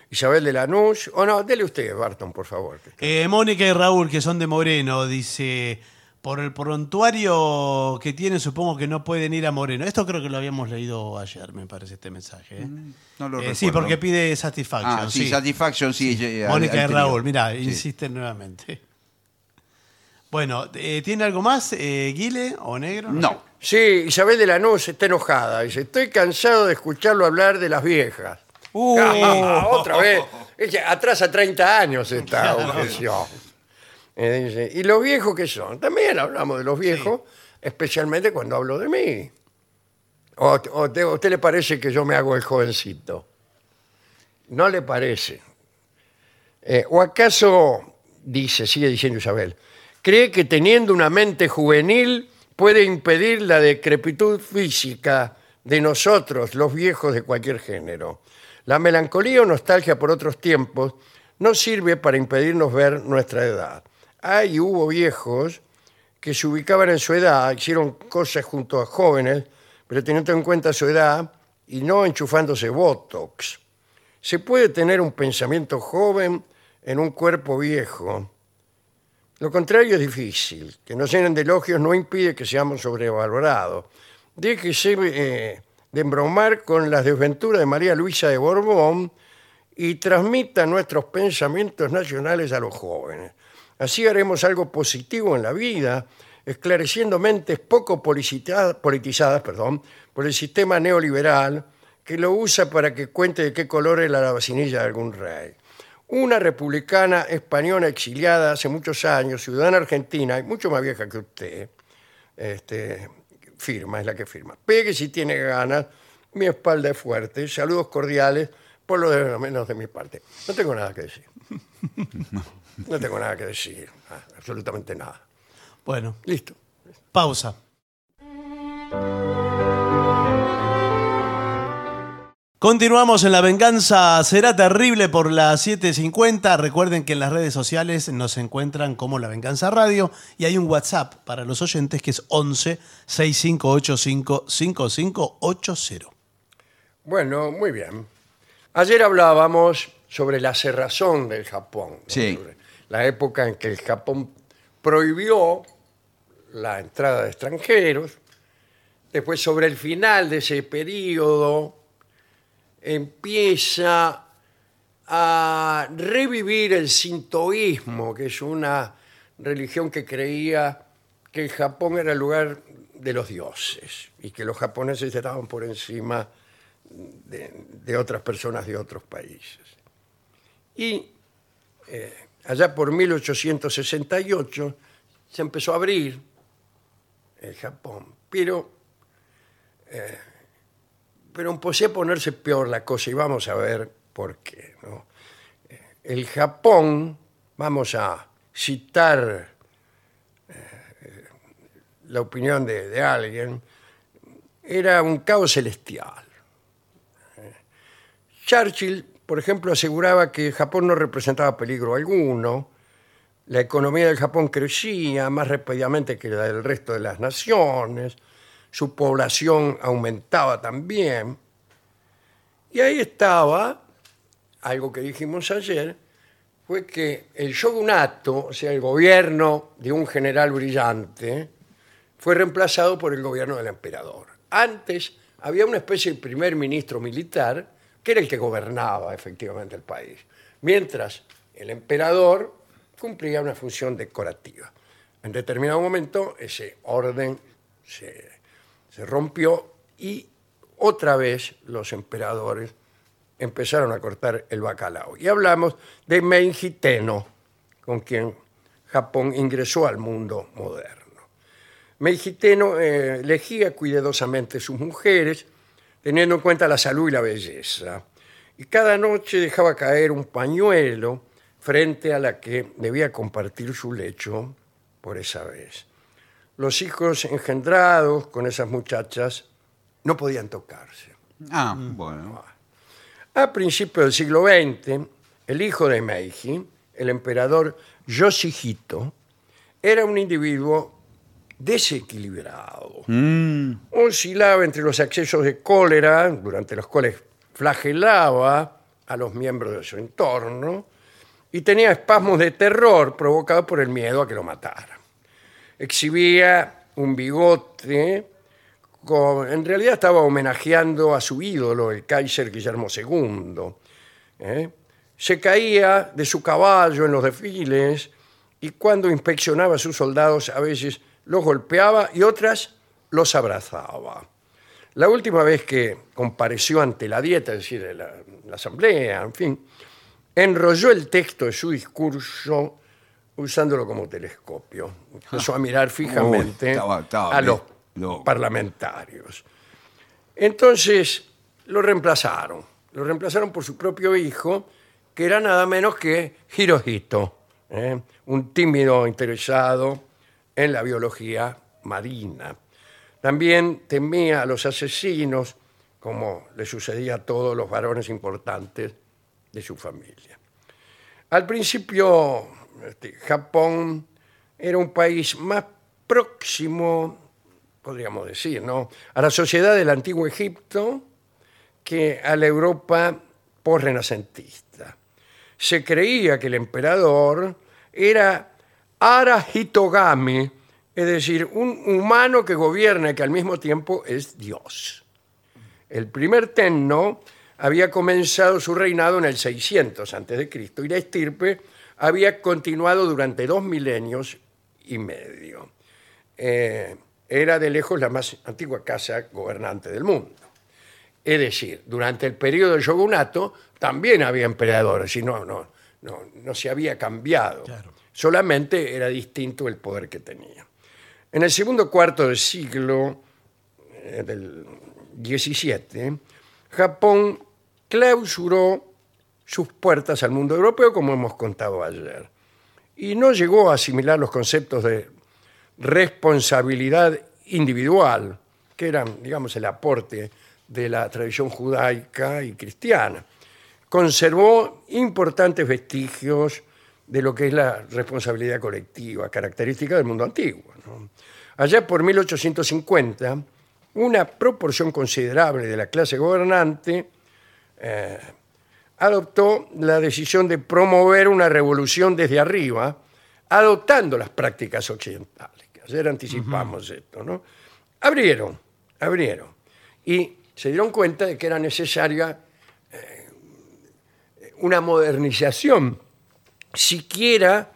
Speaker 1: Isabel de Lanús, o no, dele usted, Barton, por favor.
Speaker 3: Eh, Mónica y Raúl, que son de Moreno, dice... Por el prontuario que tienen, supongo que no pueden ir a Moreno. Esto creo que lo habíamos leído ayer, me parece, este mensaje. ¿eh?
Speaker 2: Mm, no lo
Speaker 3: Eh, sí,
Speaker 2: recuerdo.
Speaker 3: porque pide satisfaction.
Speaker 2: Ah, sí, Satisfaction, sí. eh,
Speaker 3: Mónica
Speaker 2: ahí
Speaker 3: y
Speaker 2: tenía.
Speaker 3: Raúl, mira,
Speaker 2: Sí.
Speaker 3: insisten nuevamente. <laughs> Bueno, eh, ¿tiene algo más, eh, Guile o Negro? sé.
Speaker 2: No.
Speaker 1: Sí, Isabel de Lanús está enojada. Dice, estoy cansado de escucharlo hablar de las viejas.
Speaker 2: Uh.
Speaker 1: Ah, <laughs> otra vez. Ella atrasa 30 años esta objeción. Eh, dice, ¿Y los viejos qué son? También hablamos de los viejos, especialmente cuando hablo de mí. ¿O, o te- a usted le parece que yo me hago el jovencito? No le parece. Eh, ¿O acaso, dice, sigue diciendo Isabel, cree que teniendo una mente juvenil puede impedir la decrepitud física de nosotros, los viejos de cualquier género? La melancolía o nostalgia por otros tiempos no sirve para impedirnos ver nuestra edad. Hay hubo viejos que se ubicaban en su edad, hicieron cosas junto a jóvenes, pero teniendo en cuenta su edad y no enchufándose botox. Se puede tener un pensamiento joven en un cuerpo viejo. Lo contrario es difícil. Que nos llenen de elogios no impide que seamos sobrevalorados. Déjese eh, de embromar con las desventuras de María Luisa de Borbón y transmita nuestros pensamientos nacionales a los jóvenes. Así haremos algo positivo en la vida, esclareciendo mentes poco policita- politizadas perdón, por el sistema neoliberal que lo usa para que cuente de qué color es la lavacinilla de algún rey una republicana española exiliada hace muchos años, ciudadana argentina, y mucho más vieja que usted, este, firma, es la que firma. Pegue si tiene ganas, mi espalda es fuerte, saludos cordiales, por lo de- menos de mi parte. No tengo nada que decir. No tengo nada que decir, ah, absolutamente nada.
Speaker 3: <laughs> Bueno,
Speaker 1: Listo.
Speaker 3: pausa. Continuamos en La Venganza Será Terrible por las 7.50. Recuerden que en las redes sociales nos encuentran como La Venganza Radio y hay un WhatsApp para los oyentes que es 11 6585 5580.
Speaker 1: Bueno, muy bien. Ayer hablábamos sobre la cerrazón del Japón. ¿no?
Speaker 2: Sí.
Speaker 1: Sobre La época en que el Japón prohibió la entrada de extranjeros. Después, sobre el final de ese periodo, empieza a revivir el sintoísmo, que es una religión que creía que el Japón era el lugar de los dioses y que los japoneses estaban por encima de, de otras personas de otros países. Y eh, allá por 1868 se empezó a abrir el Japón, pero, eh, pero empecé a ponerse peor la cosa y vamos a ver por qué. ¿no? Eh, el Japón, vamos a citar eh, la opinión de, de alguien, era un caos celestial. Eh, Churchill, por ejemplo, aseguraba que Japón no representaba peligro alguno, la economía del Japón crecía más rápidamente que la del resto de las naciones, su población aumentaba también, y ahí estaba algo que dijimos ayer, fue que el shogunato, o sea, el gobierno de un general brillante, fue reemplazado por el gobierno del emperador. Antes había una especie de primer ministro militar que era el que gobernaba efectivamente el país, mientras el emperador cumplía una función decorativa. En determinado momento ese orden se, se rompió y otra vez los emperadores empezaron a cortar el bacalao. Y hablamos de Meiji Tenno, con quien Japón ingresó al mundo moderno. Meiji Tenno eh, elegía cuidadosamente sus mujeres, teniendo en cuenta la salud y la belleza. Y cada noche dejaba caer un pañuelo frente a la que debía compartir su lecho por esa vez. Los hijos engendrados con esas muchachas no podían tocarse.
Speaker 2: Ah, bueno.
Speaker 1: A principios del siglo XX, el hijo de Meiji, el emperador Yoshihito, era un individuo desequilibrado.
Speaker 2: Mm,
Speaker 1: Oscilaba entre los accesos de cólera, durante los cuales flagelaba a los miembros de su entorno, y tenía espasmos de terror provocados por el miedo a que lo mataran. Exhibía un bigote con- en realidad estaba homenajeando a su ídolo, el Kaiser Guillermo II. ¿eh? Se caía de su caballo en los desfiles y cuando inspeccionaba a sus soldados a veces los golpeaba y otras los abrazaba. La última vez que compareció ante la dieta, es decir, la, la asamblea, en fin, enrolló el texto de su discurso usándolo como telescopio. Empezó a mirar fijamente
Speaker 2: Ah. Uy, estaba- estaba
Speaker 1: a
Speaker 2: bien
Speaker 1: los
Speaker 2: loco.
Speaker 1: parlamentarios. Entonces lo reemplazaron. Lo reemplazaron por su propio hijo, que era nada menos que Hirohito, ¿eh? un tímido interesado en la biología marina. También temía a los asesinos, como le sucedía a todos los varones importantes de su familia. Al principio, este, Japón era un país más próximo, podríamos decir, ¿no? a la sociedad del antiguo Egipto que a la Europa posrenacentista. Se creía que el emperador era Ara Hitogami, es decir, un humano que gobierna y que al mismo tiempo es Dios. El primer Tenno había comenzado su reinado en el 600 a.C. y la estirpe había continuado durante dos milenios y medio. Eh, era de lejos la más antigua casa gobernante del mundo. Es decir, durante el periodo del shogunato también había emperadores y no, no, no, no se había cambiado. Solamente era distinto el poder que tenía. En el segundo cuarto del siglo eh, del 17, Japón clausuró sus puertas al mundo europeo, como hemos contado ayer, y no llegó a asimilar los conceptos de responsabilidad individual, que eran, digamos, el aporte de la tradición judaica y cristiana. Conservó importantes vestigios de lo que es la responsabilidad colectiva, característica del mundo antiguo. ¿no? Allá por 1850, una proporción considerable de la clase gobernante eh, adoptó la decisión de promover una revolución desde arriba, adoptando las prácticas occidentales. que Ayer anticipamos esto, ¿no? Abrieron, abrieron. Y se dieron cuenta de que era necesaria eh, una modernización, siquiera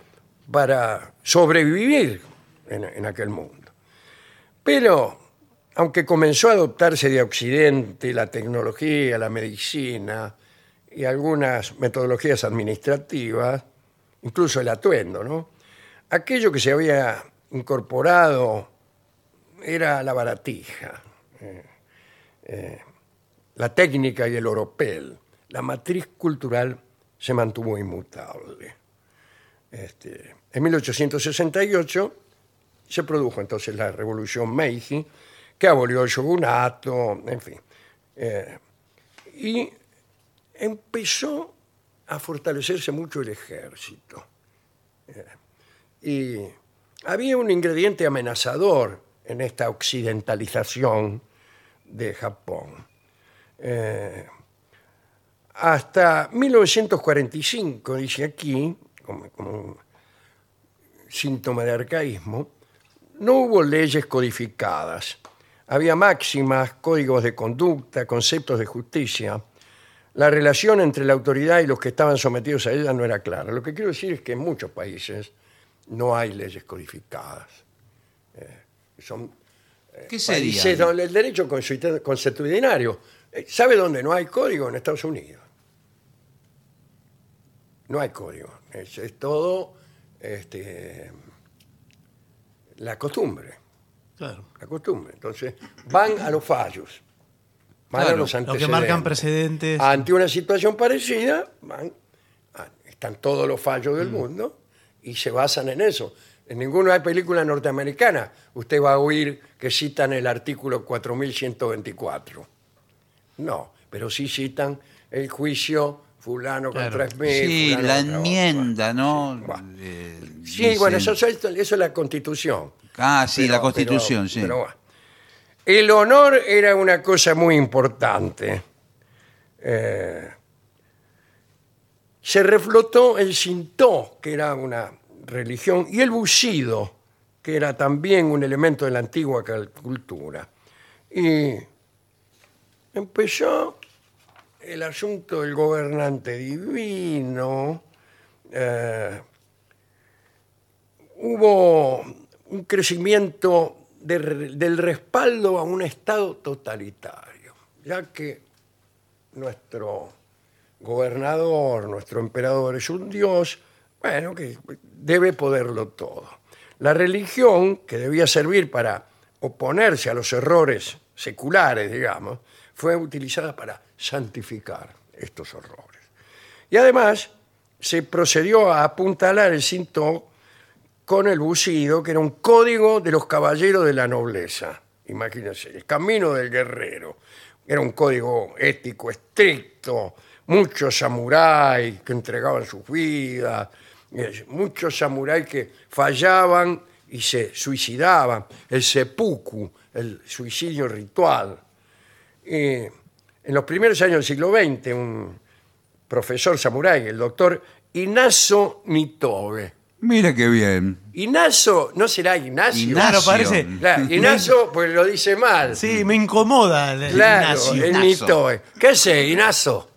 Speaker 1: para sobrevivir en- en aquel mundo. Pero, aunque comenzó a adoptarse de Occidente la tecnología, la medicina y algunas metodologías administrativas, incluso el atuendo, ¿no? Aquello que se había incorporado era la baratija, eh, eh, la técnica y el oropel, la matriz cultural se mantuvo inmutable. Este, en 1868 se produjo entonces la Revolución Meiji, que abolió el shogunato, en fin. Eh, y empezó a fortalecerse mucho el ejército. Eh, y había un ingrediente amenazador en esta occidentalización de Japón. Eh, hasta 1945, dice aquí, como, como un síntoma de arcaísmo, no hubo leyes codificadas. Había máximas, códigos de conducta, conceptos de justicia. La relación entre la autoridad y los que estaban sometidos a ella no era clara. Lo que quiero decir es que en muchos países no hay leyes codificadas. Eh, son eh,
Speaker 2: ¿Qué
Speaker 1: países
Speaker 2: sería?
Speaker 1: donde el derecho constitu- constitucionario. Eh, ¿Sabe dónde no hay código? En Estados Unidos. No hay código. Es, es todo este, la costumbre.
Speaker 3: Claro.
Speaker 1: La costumbre. Entonces, van a los fallos. Van a
Speaker 2: Claro,
Speaker 1: los
Speaker 3: Lo
Speaker 1: antecedentes.
Speaker 3: que marcan precedentes.
Speaker 1: Ante una situación parecida, van a- están todos los fallos del mundo y se basan en eso. En ninguna hay película norteamericana usted va a oír que citan el artículo 4124. No, pero sí citan el juicio fulano contra
Speaker 3: Claro.
Speaker 1: Smith.
Speaker 2: sí,
Speaker 1: eh, fulano
Speaker 2: la
Speaker 1: contra otro.
Speaker 2: enmienda, ¿no?
Speaker 1: Bueno, bueno.
Speaker 2: Eh,
Speaker 1: Sí,
Speaker 2: dicen-
Speaker 1: bueno, eso, eso- eso es la constitución.
Speaker 2: Ah, sí,
Speaker 1: Pero-
Speaker 2: la Constitución,
Speaker 1: pero-
Speaker 2: sí.
Speaker 1: pero bueno. el honor era una cosa muy importante. Eh, se reflotó el Sintó, que era una religión, y el bucido, que era también un elemento de la antigua cal- cultura. Y empezó el asunto del gobernante divino. eh, hubo un crecimiento de- del respaldo a un Estado totalitario, ya que nuestro gobernador, nuestro emperador es un dios, bueno, que debe poderlo todo. La religión, que debía servir para oponerse a los errores seculares, digamos, fue utilizada para santificar estos horrores. Y además se procedió a apuntalar el cinto con el bucido, que era un código de los caballeros de la nobleza. Imagínense, el camino del guerrero. Era un código ético estricto, muchos samuráis que entregaban sus vidas, eh, muchos samuráis que fallaban y se suicidaban, el seppuku, el suicidio ritual. Eh, en los primeros años del siglo XX, un profesor samurái, el doctor Inazo Nitobe,
Speaker 2: Mira qué bien.
Speaker 1: Inazo, no será Ignacio.
Speaker 2: Ina-
Speaker 3: Claro, parece.
Speaker 1: Claro, Inazo, pues lo dice mal.
Speaker 3: Sí, me incomoda el
Speaker 1: claro,
Speaker 3: Ignacio.
Speaker 1: el
Speaker 2: Ignazo.
Speaker 1: Nitoe. ¿Qué sé, Inazo?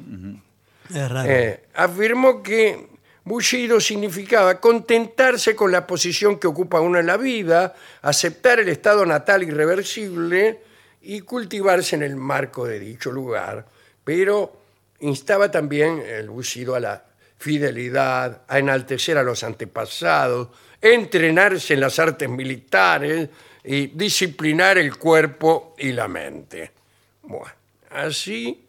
Speaker 3: Es raro.
Speaker 1: Eh, afirmó que Bushido significaba contentarse con la posición que ocupa uno en la vida, aceptar el estado natal irreversible y cultivarse en el marco de dicho lugar. Pero instaba también el Bushido a la fidelidad, a enaltecer a los antepasados, entrenarse en las artes militares y disciplinar el cuerpo y la mente. Bueno, así,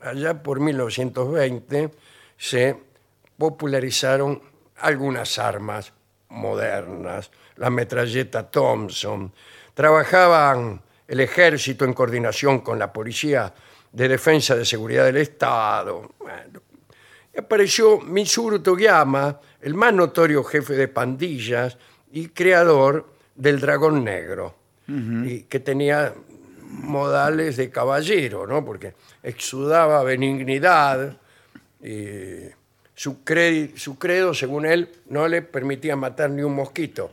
Speaker 1: allá por 1920, se popularizaron algunas armas modernas, la metralleta Thompson. Trabajaban el ejército en coordinación con la policía de defensa de seguridad del Estado. Bueno, y apareció Mitsuru Toyama, el más notorio jefe de pandillas y creador del Dragón Negro, y que tenía modales de caballero, ¿no? porque exudaba benignidad y su, cre- su credo, según él, no le permitía matar ni un mosquito.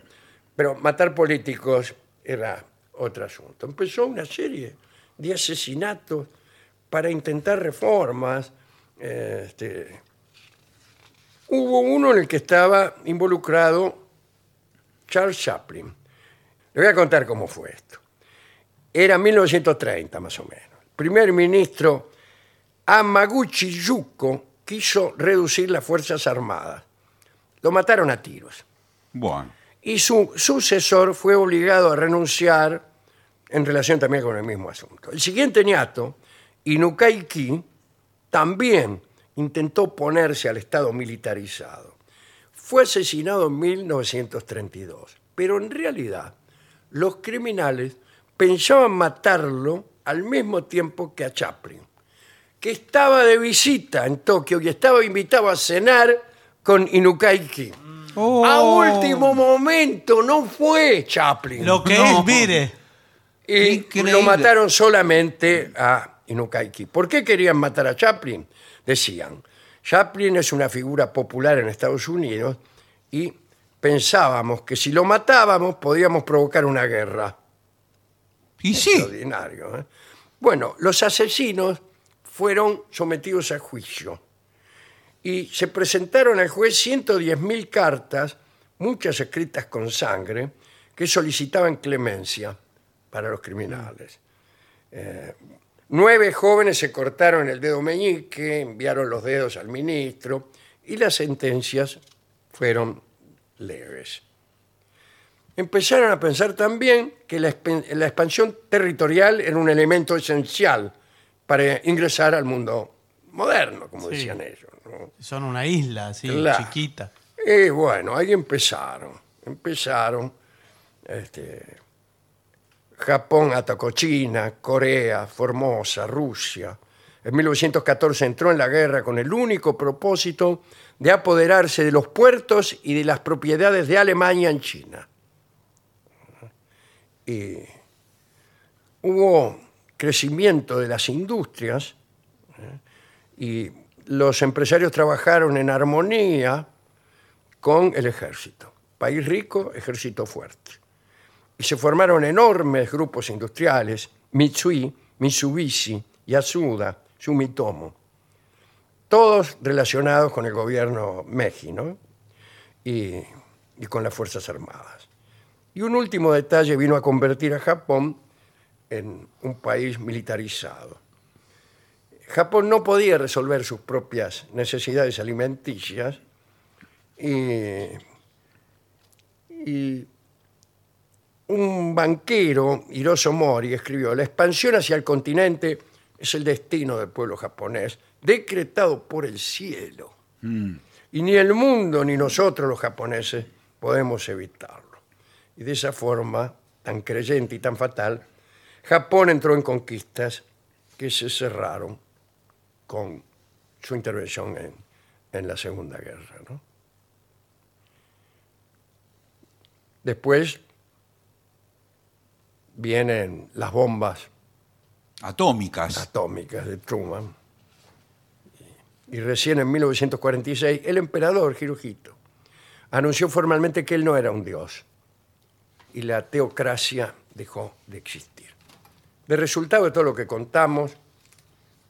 Speaker 1: Pero matar políticos era otro asunto. Empezó una serie de asesinatos para intentar reformas. eh, este, hubo uno en el que estaba involucrado Charles Chaplin. Le voy a contar cómo fue esto. Era 1930 más o menos. El primer ministro Amaguchi Yuko quiso reducir las Fuerzas Armadas. Lo mataron a tiros.
Speaker 2: Bueno.
Speaker 1: Y su sucesor fue obligado a renunciar en relación también con el mismo asunto. El siguiente niato, Inukaiki, también intentó oponerse al Estado militarizado. Fue asesinado en 1932, pero en realidad los criminales pensaban matarlo al mismo tiempo que a Chaplin, que estaba de visita en Tokio y estaba invitado a cenar con Inukaiki.
Speaker 2: Oh,
Speaker 1: A último momento no fue Chaplin.
Speaker 3: Lo que
Speaker 2: No.
Speaker 3: es, mire.
Speaker 1: Y
Speaker 2: Increíble.
Speaker 1: lo mataron solamente a Inukaiki. ¿Por qué querían matar a Chaplin? Decían, Chaplin es una figura popular en Estados Unidos y pensábamos que si lo matábamos podíamos provocar una guerra.
Speaker 2: Y sí,
Speaker 1: Extraordinario. ¿eh? Bueno, los asesinos fueron sometidos a juicio y se presentaron al juez 110.000 cartas, muchas escritas con sangre, que solicitaban clemencia para los criminales. Eh, nueve jóvenes se cortaron el dedo meñique, enviaron los dedos al ministro y las sentencias fueron leves empezaron a pensar también que la, expen- la expansión territorial era un elemento esencial para ingresar al mundo moderno, como
Speaker 3: Sí.
Speaker 1: decían ellos. ¿no?
Speaker 3: Son una isla así,
Speaker 1: Claro.
Speaker 3: chiquita.
Speaker 1: Y bueno, ahí empezaron. Empezaron. este, Japón atacó China, Corea, Formosa, Rusia. En 1914 entró en la guerra con el único propósito de apoderarse de los puertos y de las propiedades de Alemania en China. Y hubo crecimiento de las industrias ¿eh? y los empresarios trabajaron en armonía con el ejército. País rico, ejército fuerte. Y se formaron enormes grupos industriales, Mitsui, Mitsubishi, Yasuda, Sumitomo, todos relacionados con el gobierno Meiji, ¿no? Y, y con las Fuerzas Armadas. Y un último detalle vino a convertir a Japón en un país militarizado. Japón no podía resolver sus propias necesidades alimenticias y, y un banquero, Hiroso Mori, escribió, la expansión hacia el continente es el destino del pueblo japonés, decretado por el cielo. Y ni el mundo ni nosotros los japoneses podemos evitarlo. Y de esa forma, tan creyente y tan fatal, Japón entró en conquistas que se cerraron con su intervención en, en la Segunda Guerra. ¿no? Después vienen las bombas
Speaker 2: atómicas.
Speaker 1: atómicas de Truman. Y recién en 1946 el emperador Hirohito anunció formalmente que él no era un dios y la teocracia dejó de existir. De resultado de todo lo que contamos,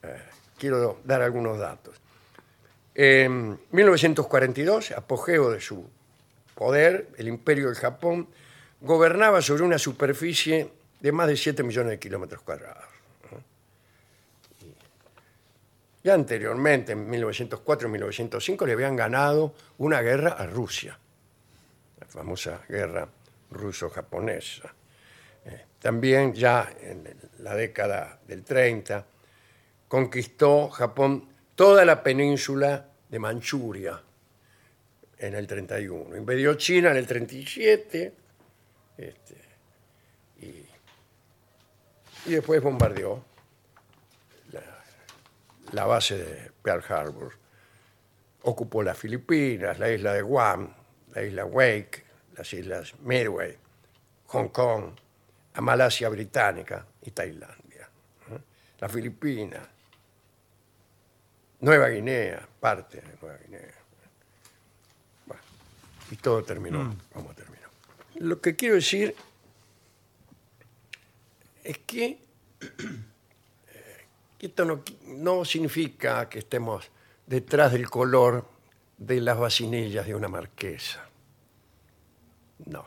Speaker 1: eh, quiero dar algunos datos. En 1942, apogeo de su poder, el imperio del Japón gobernaba sobre una superficie de más de 7 millones de kilómetros cuadrados. Ya anteriormente, en 1904 y 1905, le habían ganado una guerra a Rusia, la famosa guerra ruso-japonesa. Eh, también ya en la década del 30 conquistó Japón toda la península de Manchuria en el 31, invadió China en el 37 este, y, y después bombardeó la base de Pearl Harbor. Ocupó las Filipinas, la isla de Guam, la isla Wake, las islas Midway, Hong Kong, a Malasia Británica y Tailandia. ¿eh? Las Filipinas, Nueva Guinea, parte de Nueva Guinea. Bueno, y todo terminó como terminó. Lo que quiero decir es que esto no, no significa que estemos detrás del color de las vacinillas de una marquesa. No.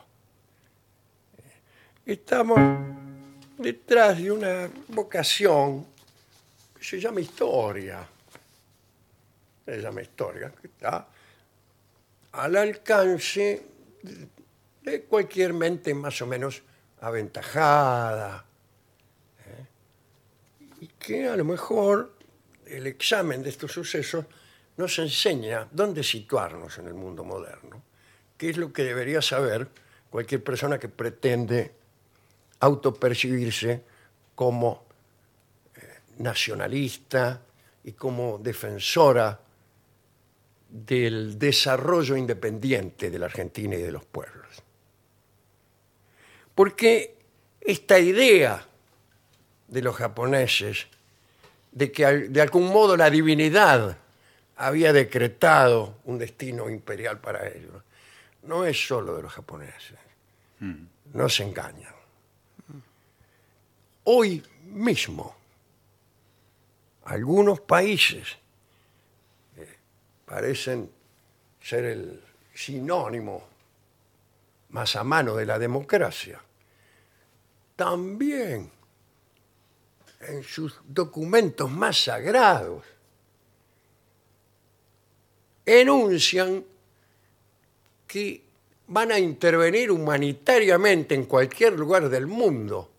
Speaker 1: Eh, Estamos detrás de una vocación que se llama historia. Se llama historia, que está al alcance de- de cualquier mente más o menos aventajada y que a lo mejor el examen de estos sucesos nos enseña dónde situarnos en el mundo moderno, que es lo que debería saber cualquier persona que pretende autopercibirse como eh, nacionalista y como defensora del desarrollo independiente de la Argentina y de los pueblos. Porque esta idea de los japoneses de que al- de algún modo la divinidad había decretado un destino imperial para ellos. No es solo de los japoneses. No se engañan. Hoy mismo, algunos países eh, parecen ser el sinónimo más a mano de la democracia. También en sus documentos más sagrados enuncian que van a intervenir humanitariamente en cualquier lugar del mundo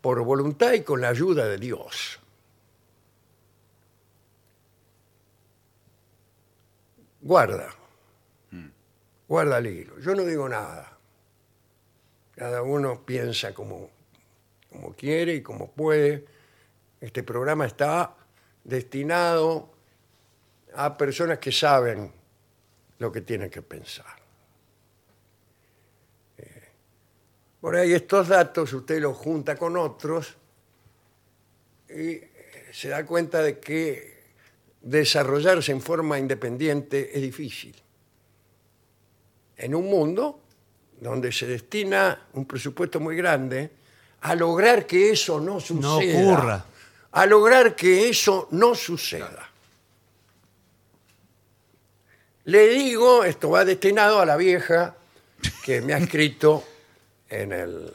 Speaker 1: por voluntad y con la ayuda de Dios. Guarda, guarda el hilo. Yo no digo nada. Cada uno piensa como como quiere y como puede. Este programa está destinado a personas que saben lo que tienen que pensar. Eh, por ahí estos datos usted los junta con otros y eh, se da cuenta de que desarrollarse en forma independiente es difícil. En un mundo donde se destina un presupuesto muy grande a lograr que eso no suceda.
Speaker 3: ocurra.
Speaker 1: A lograr que eso no suceda. Le digo, esto va destinado a la vieja que me ha escrito en, el,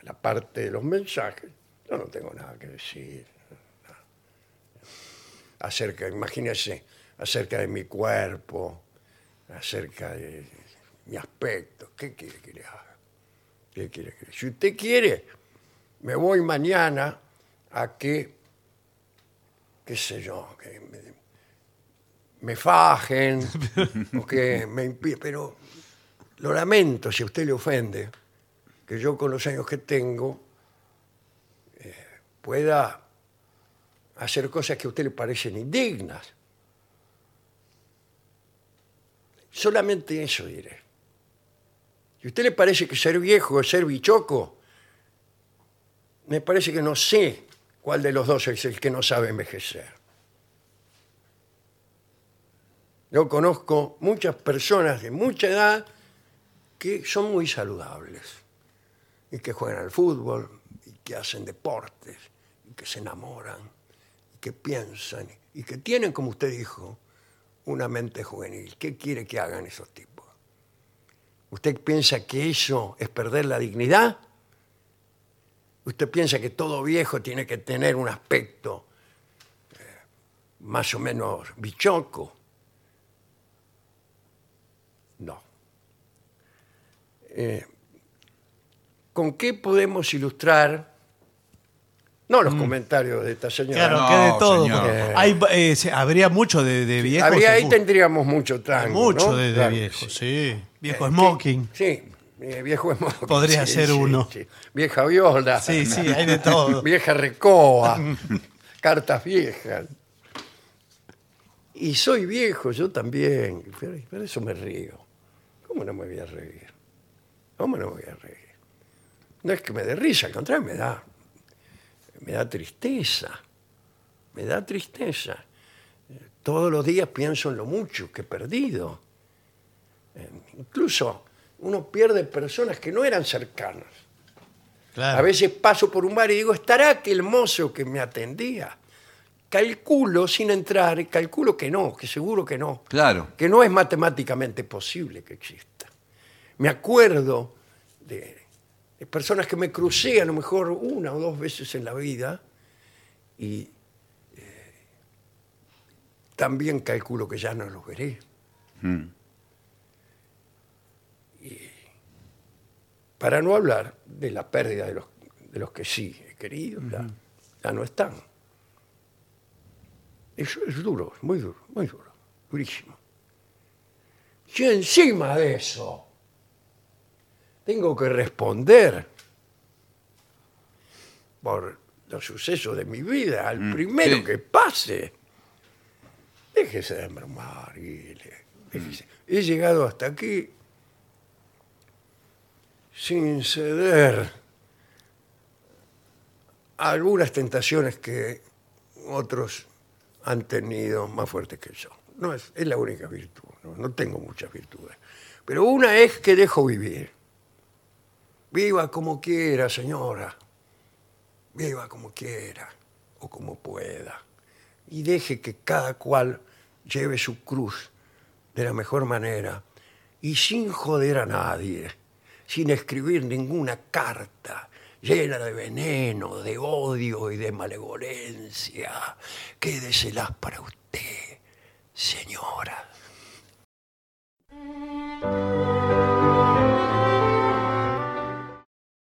Speaker 1: en la parte de los mensajes. Yo no tengo nada que decir. Acerca, imagínese, acerca de mi cuerpo, acerca de mi aspecto. ¿Qué quiere que le haga? ¿Qué quiere que le- Si usted quiere, me voy mañana a que, qué sé yo, que me, me fajen o que me impide. Pero lo lamento si a usted le ofende que yo con los años que tengo eh, pueda hacer cosas que a usted le parecen indignas. Solamente eso diré. Si a usted le parece que ser viejo es ser bichoco, me parece que no sé cuál de los dos es el que no sabe envejecer. Yo conozco muchas personas de mucha edad que son muy saludables y que juegan al fútbol y que hacen deportes y que se enamoran y que piensan y que tienen, como usted dijo, una mente juvenil. ¿Qué quiere que hagan esos tipos? ¿Usted piensa que eso es perder la dignidad? ¿Usted piensa que todo viejo tiene que tener un aspecto eh, más o menos bichoco? No. Eh, ¿Con qué podemos ilustrar? No los comentarios de esta señora.
Speaker 3: Claro,
Speaker 2: No,
Speaker 3: que de todo.
Speaker 2: señor.
Speaker 3: porque hay, eh, se- habría mucho de, de viejos.
Speaker 1: Habría- ahí
Speaker 3: seguro.
Speaker 1: tendríamos mucho tango.
Speaker 3: mucho
Speaker 1: ¿no?
Speaker 3: de, de
Speaker 1: Claro que
Speaker 3: viejos,
Speaker 1: sí.
Speaker 3: sí. Viejo
Speaker 1: Eh,
Speaker 3: smoking.
Speaker 1: Sí, eh, viejo smoking.
Speaker 3: Podría
Speaker 1: sí,
Speaker 3: ser
Speaker 1: sí,
Speaker 3: uno.
Speaker 1: sí. Vieja viola.
Speaker 3: Sí, sí, hay de todo.
Speaker 1: <laughs> Vieja recoa. cartas viejas. Y soy viejo, yo también. Pero, pero eso me río. ¿Cómo no me voy a reír? ¿Cómo no me voy a reír? No es que me dé risa, al contrario, me da, me da tristeza. Me da tristeza. Todos los días pienso en lo mucho que he perdido. Eh, incluso uno pierde personas que no eran cercanas.
Speaker 3: Claro.
Speaker 1: A veces paso por un bar y digo, ¿estará aquel mozo que me atendía? Calculo sin entrar, calculo que no, que seguro que no,
Speaker 2: Claro.
Speaker 1: que no es matemáticamente posible que exista. Me acuerdo de, de personas que me crucé a lo mejor una o dos veces en la vida y eh, también calculo que ya no los veré. Para no hablar de la pérdida de los, de los que sí he querido, ya, ya no están. Es, es duro, es muy duro, muy duro, durísimo. Y encima de eso, tengo que responder por los sucesos de mi vida al primero
Speaker 2: sí.
Speaker 1: que pase. Déjese de embromar, Guile, déjese. He llegado hasta aquí sin ceder a algunas tentaciones que otros han tenido más fuertes que yo. No es, es la única virtud, ¿no? no tengo muchas virtudes. Pero una es que dejo vivir. Viva como quiera, señora. Viva como quiera o como pueda. Y deje que cada cual lleve su cruz de la mejor manera y sin joder a nadie, sin escribir ninguna carta llena de veneno, de odio y de malevolencia. Quédeselas para usted, señora.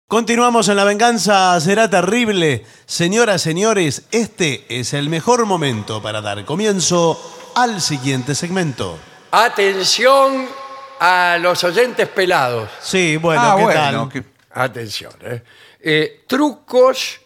Speaker 3: Continuamos en La Venganza Será Terrible. Señoras, señores, este es el mejor momento para dar comienzo al siguiente segmento.
Speaker 1: Atención a los oyentes pelados.
Speaker 3: Sí, bueno,
Speaker 2: ah,
Speaker 3: ¿qué
Speaker 2: bueno.
Speaker 3: tal?
Speaker 2: que-
Speaker 1: Atención, ¿eh? Eh, trucos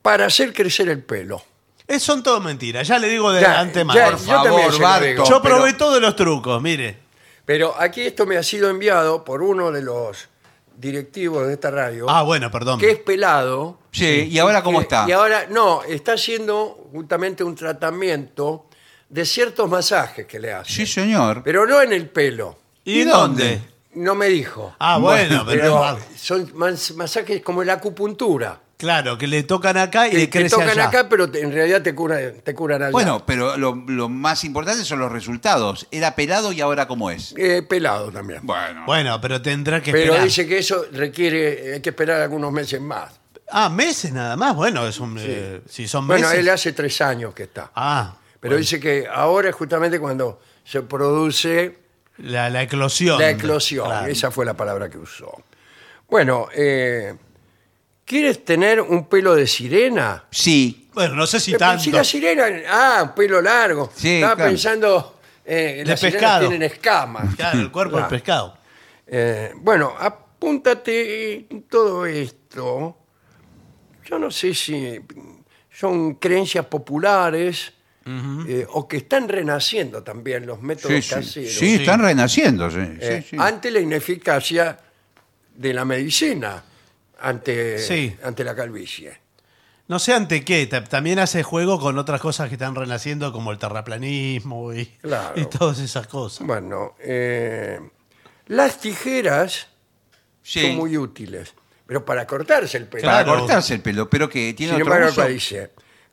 Speaker 1: para hacer crecer el pelo.
Speaker 3: Eh, son todo mentiras, ya le digo de
Speaker 1: Ya,
Speaker 3: antemano.
Speaker 1: ya,
Speaker 2: Por favor,
Speaker 1: se lo
Speaker 2: Barto.
Speaker 1: digo,
Speaker 2: no,
Speaker 3: Yo
Speaker 1: pero-
Speaker 3: probé todos los trucos, mire.
Speaker 1: Pero aquí esto me ha sido enviado por uno de los directivos de esta radio,
Speaker 3: Ah, bueno, perdón.
Speaker 1: que es pelado.
Speaker 2: Sí, ¿y ahora cómo
Speaker 1: que-
Speaker 2: está?
Speaker 1: Y ahora, no, está haciendo justamente un tratamiento de ciertos masajes que le hace.
Speaker 2: Sí, señor.
Speaker 1: Pero no en el pelo.
Speaker 3: ¿Y,
Speaker 2: ¿y
Speaker 3: dónde?
Speaker 2: dónde?
Speaker 1: No me dijo.
Speaker 3: Ah, bueno, pero,
Speaker 1: pero son mas- masajes como la acupuntura.
Speaker 3: claro, que le tocan acá y
Speaker 1: Eh, Que
Speaker 3: le
Speaker 1: te
Speaker 3: crece
Speaker 1: tocan
Speaker 3: allá.
Speaker 1: acá, pero te- en realidad te curan, te curan allá.
Speaker 2: Bueno, pero lo, lo más importante son los resultados. Era pelado y ahora cómo es.
Speaker 1: Eh, pelado también.
Speaker 2: Bueno.
Speaker 3: Bueno, pero tendrá que
Speaker 1: Pero
Speaker 3: esperar.
Speaker 1: dice que eso requiere, hay que esperar algunos meses más.
Speaker 3: Ah, meses nada más. Bueno, es un, eh, si son
Speaker 1: Bueno,
Speaker 3: meses.
Speaker 1: él hace tres años que está.
Speaker 3: Ah,
Speaker 1: Pero dice que ahora es justamente cuando se produce
Speaker 3: la, la eclosión.
Speaker 1: la eclosión.
Speaker 3: Claro.
Speaker 1: Esa fue la palabra que usó. Bueno, eh, ¿quieres tener un pelo de sirena?
Speaker 2: Sí.
Speaker 3: Bueno, no sé si
Speaker 1: Eh, pero
Speaker 3: tanto.
Speaker 1: Si la sirena, ah, un pelo largo.
Speaker 2: Sí,
Speaker 1: Estaba
Speaker 2: claro.
Speaker 1: pensando, eh,
Speaker 3: De
Speaker 1: las sirenas
Speaker 3: pescado. <laughs>
Speaker 1: tienen escamas.
Speaker 3: Claro, el cuerpo del
Speaker 1: Claro.
Speaker 3: pescado.
Speaker 1: Eh, bueno, apúntate en todo esto. Yo no sé si son creencias populares eh, o que están renaciendo también los métodos
Speaker 2: Sí, sí.
Speaker 1: caseros
Speaker 2: Sí, están renaciendo. sí,
Speaker 1: eh,
Speaker 2: sí, sí.
Speaker 1: ante la ineficacia de la medicina ante,
Speaker 3: Sí.
Speaker 1: ante la calvicie.
Speaker 3: No sé ante qué, ta- también hace juego con otras cosas que están renaciendo como el terraplanismo y,
Speaker 1: Claro.
Speaker 3: y todas esas cosas.
Speaker 1: Bueno, eh, las tijeras
Speaker 2: Sí.
Speaker 1: son muy útiles, pero para cortarse el pelo.
Speaker 2: Para
Speaker 3: Claro.
Speaker 2: cortarse el pelo, pero que tiene
Speaker 1: Sin
Speaker 2: otro
Speaker 1: embargo,
Speaker 2: uso.
Speaker 1: acá dice,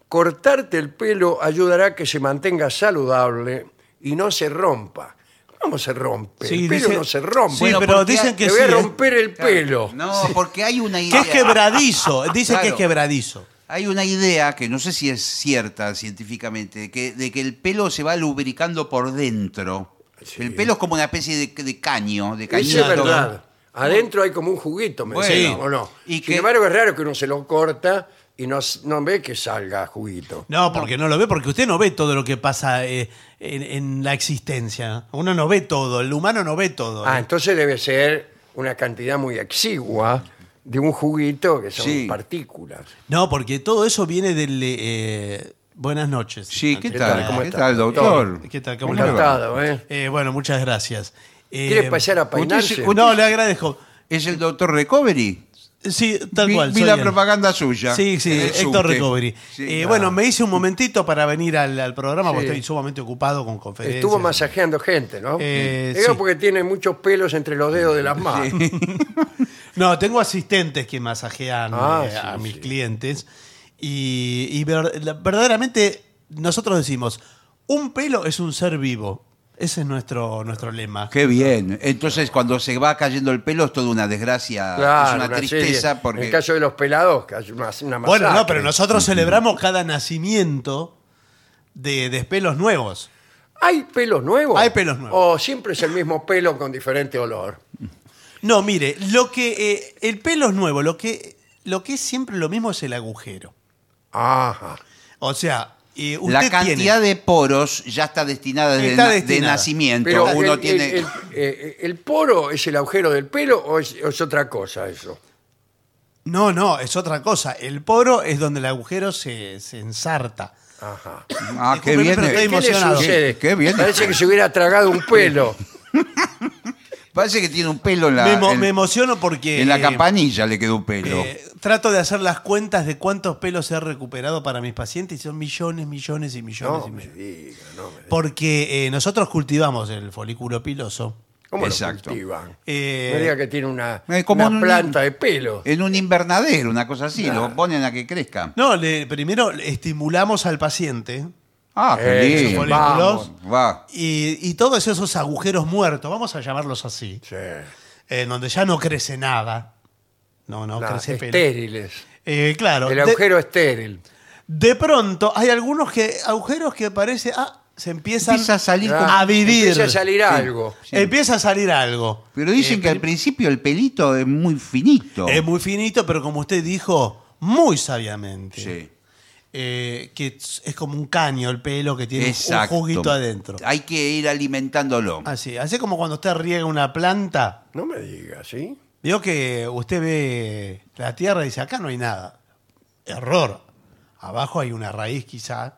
Speaker 1: cortarte el pelo ayudará a que se mantenga saludable y no se rompa. ¿Cómo se rompe?
Speaker 3: Sí,
Speaker 1: el pelo
Speaker 3: dice-
Speaker 1: no se rompe.
Speaker 3: Sí,
Speaker 2: Bueno,
Speaker 3: pero
Speaker 2: porque
Speaker 3: dicen que
Speaker 1: Te
Speaker 3: sí.
Speaker 1: voy a
Speaker 3: ¿eh?
Speaker 1: romper el pelo.
Speaker 2: No, porque hay una
Speaker 3: Que
Speaker 2: idea.
Speaker 3: es quebradizo. Dicen que es
Speaker 2: Claro.
Speaker 3: quebradizo.
Speaker 2: Hay una idea que no sé si es cierta científicamente, de que, de que el pelo se va lubricando por dentro.
Speaker 1: Sí.
Speaker 2: El pelo es como una especie de, de caño, de
Speaker 1: Eso
Speaker 2: cañito.
Speaker 1: es verdad. Adentro hay como un juguito, me
Speaker 2: Bueno,
Speaker 1: decían, ¿o no?
Speaker 2: y
Speaker 1: Sin
Speaker 2: que-
Speaker 1: embargo, es raro que uno se lo corta y no, s- no ve que salga juguito.
Speaker 3: No, porque no lo ve, porque usted no ve todo lo que pasa eh, en, en la existencia. Uno no ve todo, el humano no eh. ve todo.
Speaker 1: Ah, entonces debe ser una cantidad muy exigua de un juguito que son
Speaker 2: Sí.
Speaker 1: partículas.
Speaker 3: No, porque todo eso viene del... eh, buenas noches.
Speaker 2: Sí, ¿qué
Speaker 1: ¿Qué
Speaker 2: tal?
Speaker 1: tal? ¿Cómo
Speaker 2: ¿Qué
Speaker 1: está?
Speaker 2: tal, doctor?
Speaker 3: ¿Qué tal? ¿Cómo le va?
Speaker 1: Encantado, ¿eh?
Speaker 3: Eh, bueno, muchas gracias. Eh,
Speaker 1: ¿Quiere pasar a peinarse?
Speaker 2: usted-
Speaker 3: No, le agradezco.
Speaker 2: ¿Es el doctor Recovery?
Speaker 3: Sí, tal
Speaker 2: Vi-
Speaker 3: cual.
Speaker 2: vi
Speaker 3: soy
Speaker 2: la
Speaker 3: él.
Speaker 2: propaganda suya.
Speaker 3: Sí, sí,
Speaker 2: en el
Speaker 3: Héctor
Speaker 2: subte.
Speaker 3: Recovery.
Speaker 2: Sí,
Speaker 3: Eh,
Speaker 2: ah.
Speaker 3: Bueno, me hice un momentito para venir al, al programa porque
Speaker 1: Sí.
Speaker 3: estoy sumamente ocupado con conferencias.
Speaker 1: Estuvo masajeando gente, ¿no?
Speaker 3: Eh,
Speaker 1: Digo
Speaker 3: sí.
Speaker 1: porque tiene muchos pelos entre los dedos de las manos.
Speaker 2: <laughs>
Speaker 3: No, tengo asistentes que masajean
Speaker 1: Ah,
Speaker 3: eh, a
Speaker 1: sí,
Speaker 3: mis
Speaker 1: sí.
Speaker 3: clientes y, y ver- la- verdaderamente nosotros decimos, un pelo es un ser vivo. Ese es nuestro, nuestro lema.
Speaker 2: Qué bien. Entonces, cuando se va cayendo el pelo es toda una desgracia,
Speaker 1: Claro,
Speaker 2: es una, tristeza
Speaker 1: serie.
Speaker 2: porque
Speaker 1: En el caso de los pelados, que hay una, una
Speaker 3: Bueno, no,
Speaker 1: masacre.
Speaker 3: pero nosotros celebramos cada nacimiento de, de pelos nuevos.
Speaker 1: ¿Hay pelos nuevos?
Speaker 3: Hay pelos nuevos.
Speaker 1: ¿O siempre es el mismo pelo con diferente olor?
Speaker 3: No, mire, lo que eh, el pelo es nuevo, lo que, lo que es siempre lo mismo es el agujero.
Speaker 1: Ajá.
Speaker 3: O sea, Y usted
Speaker 2: La cantidad de poros ya está destinada desde
Speaker 3: Está
Speaker 2: na- de
Speaker 3: destinada.
Speaker 2: nacimiento.
Speaker 1: Pero
Speaker 2: Uno
Speaker 1: el, el-
Speaker 2: tiene.
Speaker 1: el- eh, el poro es el agujero del pelo o es, o es otra cosa eso?
Speaker 3: No, no, es otra cosa. El poro es donde el agujero se, se ensarta.
Speaker 1: Ajá.
Speaker 2: ah, qué
Speaker 3: Discúlpeme,
Speaker 2: bien.
Speaker 3: pero estoy
Speaker 2: eh.
Speaker 1: ¿Qué le
Speaker 3: emocionado.
Speaker 1: sucede?
Speaker 2: Qué- qué bien.
Speaker 1: Parece que se hubiera tragado un
Speaker 3: <laughs>
Speaker 1: pelo.
Speaker 2: Parece que tiene un pelo en la.
Speaker 3: me, emo-
Speaker 2: en-
Speaker 3: me emociono porque.
Speaker 2: en la
Speaker 3: eh,
Speaker 2: campanilla le quedó un pelo.
Speaker 3: eh, trato de hacer las cuentas de cuántos pelos he recuperado para mis pacientes y son millones, millones y millones
Speaker 1: No
Speaker 3: y
Speaker 1: me
Speaker 3: millones.
Speaker 1: diga, no me diga.
Speaker 3: Porque eh, nosotros cultivamos el folículo piloso.
Speaker 1: ¿Cómo
Speaker 2: Exacto.
Speaker 1: lo cultivan?
Speaker 3: Eh,
Speaker 1: me diga que tiene una,
Speaker 2: eh, como
Speaker 1: una
Speaker 2: un-
Speaker 1: planta de pelo.
Speaker 2: En un invernadero, una cosa así. Lo ponen a que crezca.
Speaker 3: No, le- primero le estimulamos al paciente
Speaker 2: Ah, qué
Speaker 1: Eh,
Speaker 2: lindo.
Speaker 1: bueno.
Speaker 3: folículos
Speaker 2: Va.
Speaker 3: y, y todos esos agujeros muertos, vamos a llamarlos así,
Speaker 1: Sí.
Speaker 3: eh, donde ya no crece nada. No, no
Speaker 1: Nada,
Speaker 3: crece pelo.
Speaker 1: estériles.
Speaker 3: Eh, claro.
Speaker 1: este, El
Speaker 3: de-
Speaker 1: agujero estéril.
Speaker 3: De pronto hay algunos que agujeros que parece ah se empiezan
Speaker 2: Empieza a salir
Speaker 1: Ah,
Speaker 2: como-
Speaker 3: a vivir.
Speaker 1: Empieza a salir algo.
Speaker 2: sí.
Speaker 3: Empieza a salir algo.
Speaker 2: Pero dicen
Speaker 3: Eh,
Speaker 2: que al principio el pelito es muy finito.
Speaker 3: es muy finito, pero como usted dijo muy sabiamente,
Speaker 2: Sí.
Speaker 3: eh, que es es como un caño el pelo que tiene un-
Speaker 2: Exacto.
Speaker 3: un juguito adentro.
Speaker 2: Hay que ir alimentándolo.
Speaker 3: Así, así como cuando usted riega una planta,
Speaker 1: No me diga, ¿sí?
Speaker 3: veo que usted ve la tierra y dice, acá no hay nada. Error. Abajo hay una raíz quizá.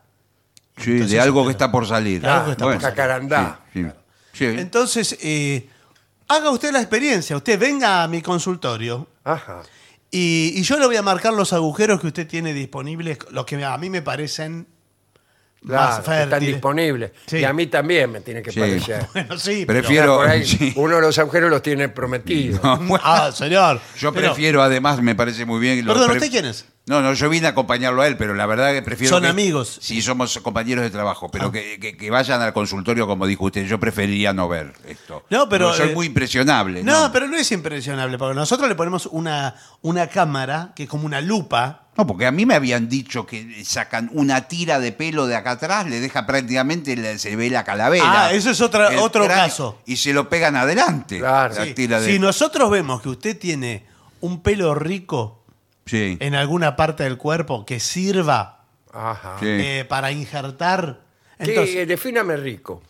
Speaker 2: Sí,
Speaker 3: Entonces,
Speaker 2: de algo
Speaker 3: pero-
Speaker 2: que está por salir.
Speaker 3: de algo que está por
Speaker 1: salir. Jacarandá.
Speaker 2: Sí, sí. Sí.
Speaker 3: Entonces, eh, haga usted la experiencia. Usted venga a mi consultorio
Speaker 1: Ajá.
Speaker 3: y, y yo le voy a marcar los agujeros que usted tiene disponibles, los que a mí me parecen
Speaker 1: Claro,
Speaker 3: más
Speaker 1: que están
Speaker 3: fértiles.
Speaker 1: disponibles.
Speaker 3: Sí.
Speaker 1: Y a mí también me tiene que
Speaker 2: Sí. <laughs>
Speaker 1: parecer.
Speaker 3: <laughs> Bueno, sí, pero-
Speaker 2: Prefiero-
Speaker 1: por ahí,
Speaker 2: sí.
Speaker 1: Uno de los agujeros los tiene prometidos.
Speaker 3: <laughs> Ah, señor.
Speaker 2: Yo
Speaker 3: Pero,
Speaker 2: prefiero, además, me parece muy bien. lo
Speaker 3: Perdón,
Speaker 2: pre-
Speaker 3: ¿usted quién es?
Speaker 2: No, no, yo vine a acompañarlo a él, pero la verdad que prefiero.
Speaker 3: Son
Speaker 2: que-
Speaker 3: amigos.
Speaker 2: Sí, somos compañeros de trabajo, pero
Speaker 3: Ah.
Speaker 2: que, que- que vayan al consultorio, como dijo usted. Yo preferiría no ver esto.
Speaker 3: No, pero,
Speaker 2: Porque soy
Speaker 3: eh,
Speaker 2: muy impresionable.
Speaker 3: No, pero no es impresionable, porque nosotros le ponemos una, una cámara que es como una lupa.
Speaker 2: No, porque a mí me habían dicho que sacan una tira de pelo de acá atrás, le deja prácticamente, la- se ve la calavera.
Speaker 3: Ah, eso es otra-
Speaker 2: el
Speaker 3: otro caso.
Speaker 2: Y se lo pegan adelante.
Speaker 1: Claro.
Speaker 2: La
Speaker 1: Sí.
Speaker 2: tira de...
Speaker 3: Si nosotros vemos que usted tiene un pelo rico
Speaker 2: Sí.
Speaker 3: en alguna parte del cuerpo que sirva
Speaker 1: Ajá.
Speaker 2: Sí.
Speaker 3: eh, para injertar,
Speaker 1: Sí,
Speaker 3: entonces,
Speaker 1: eh, defíname rico.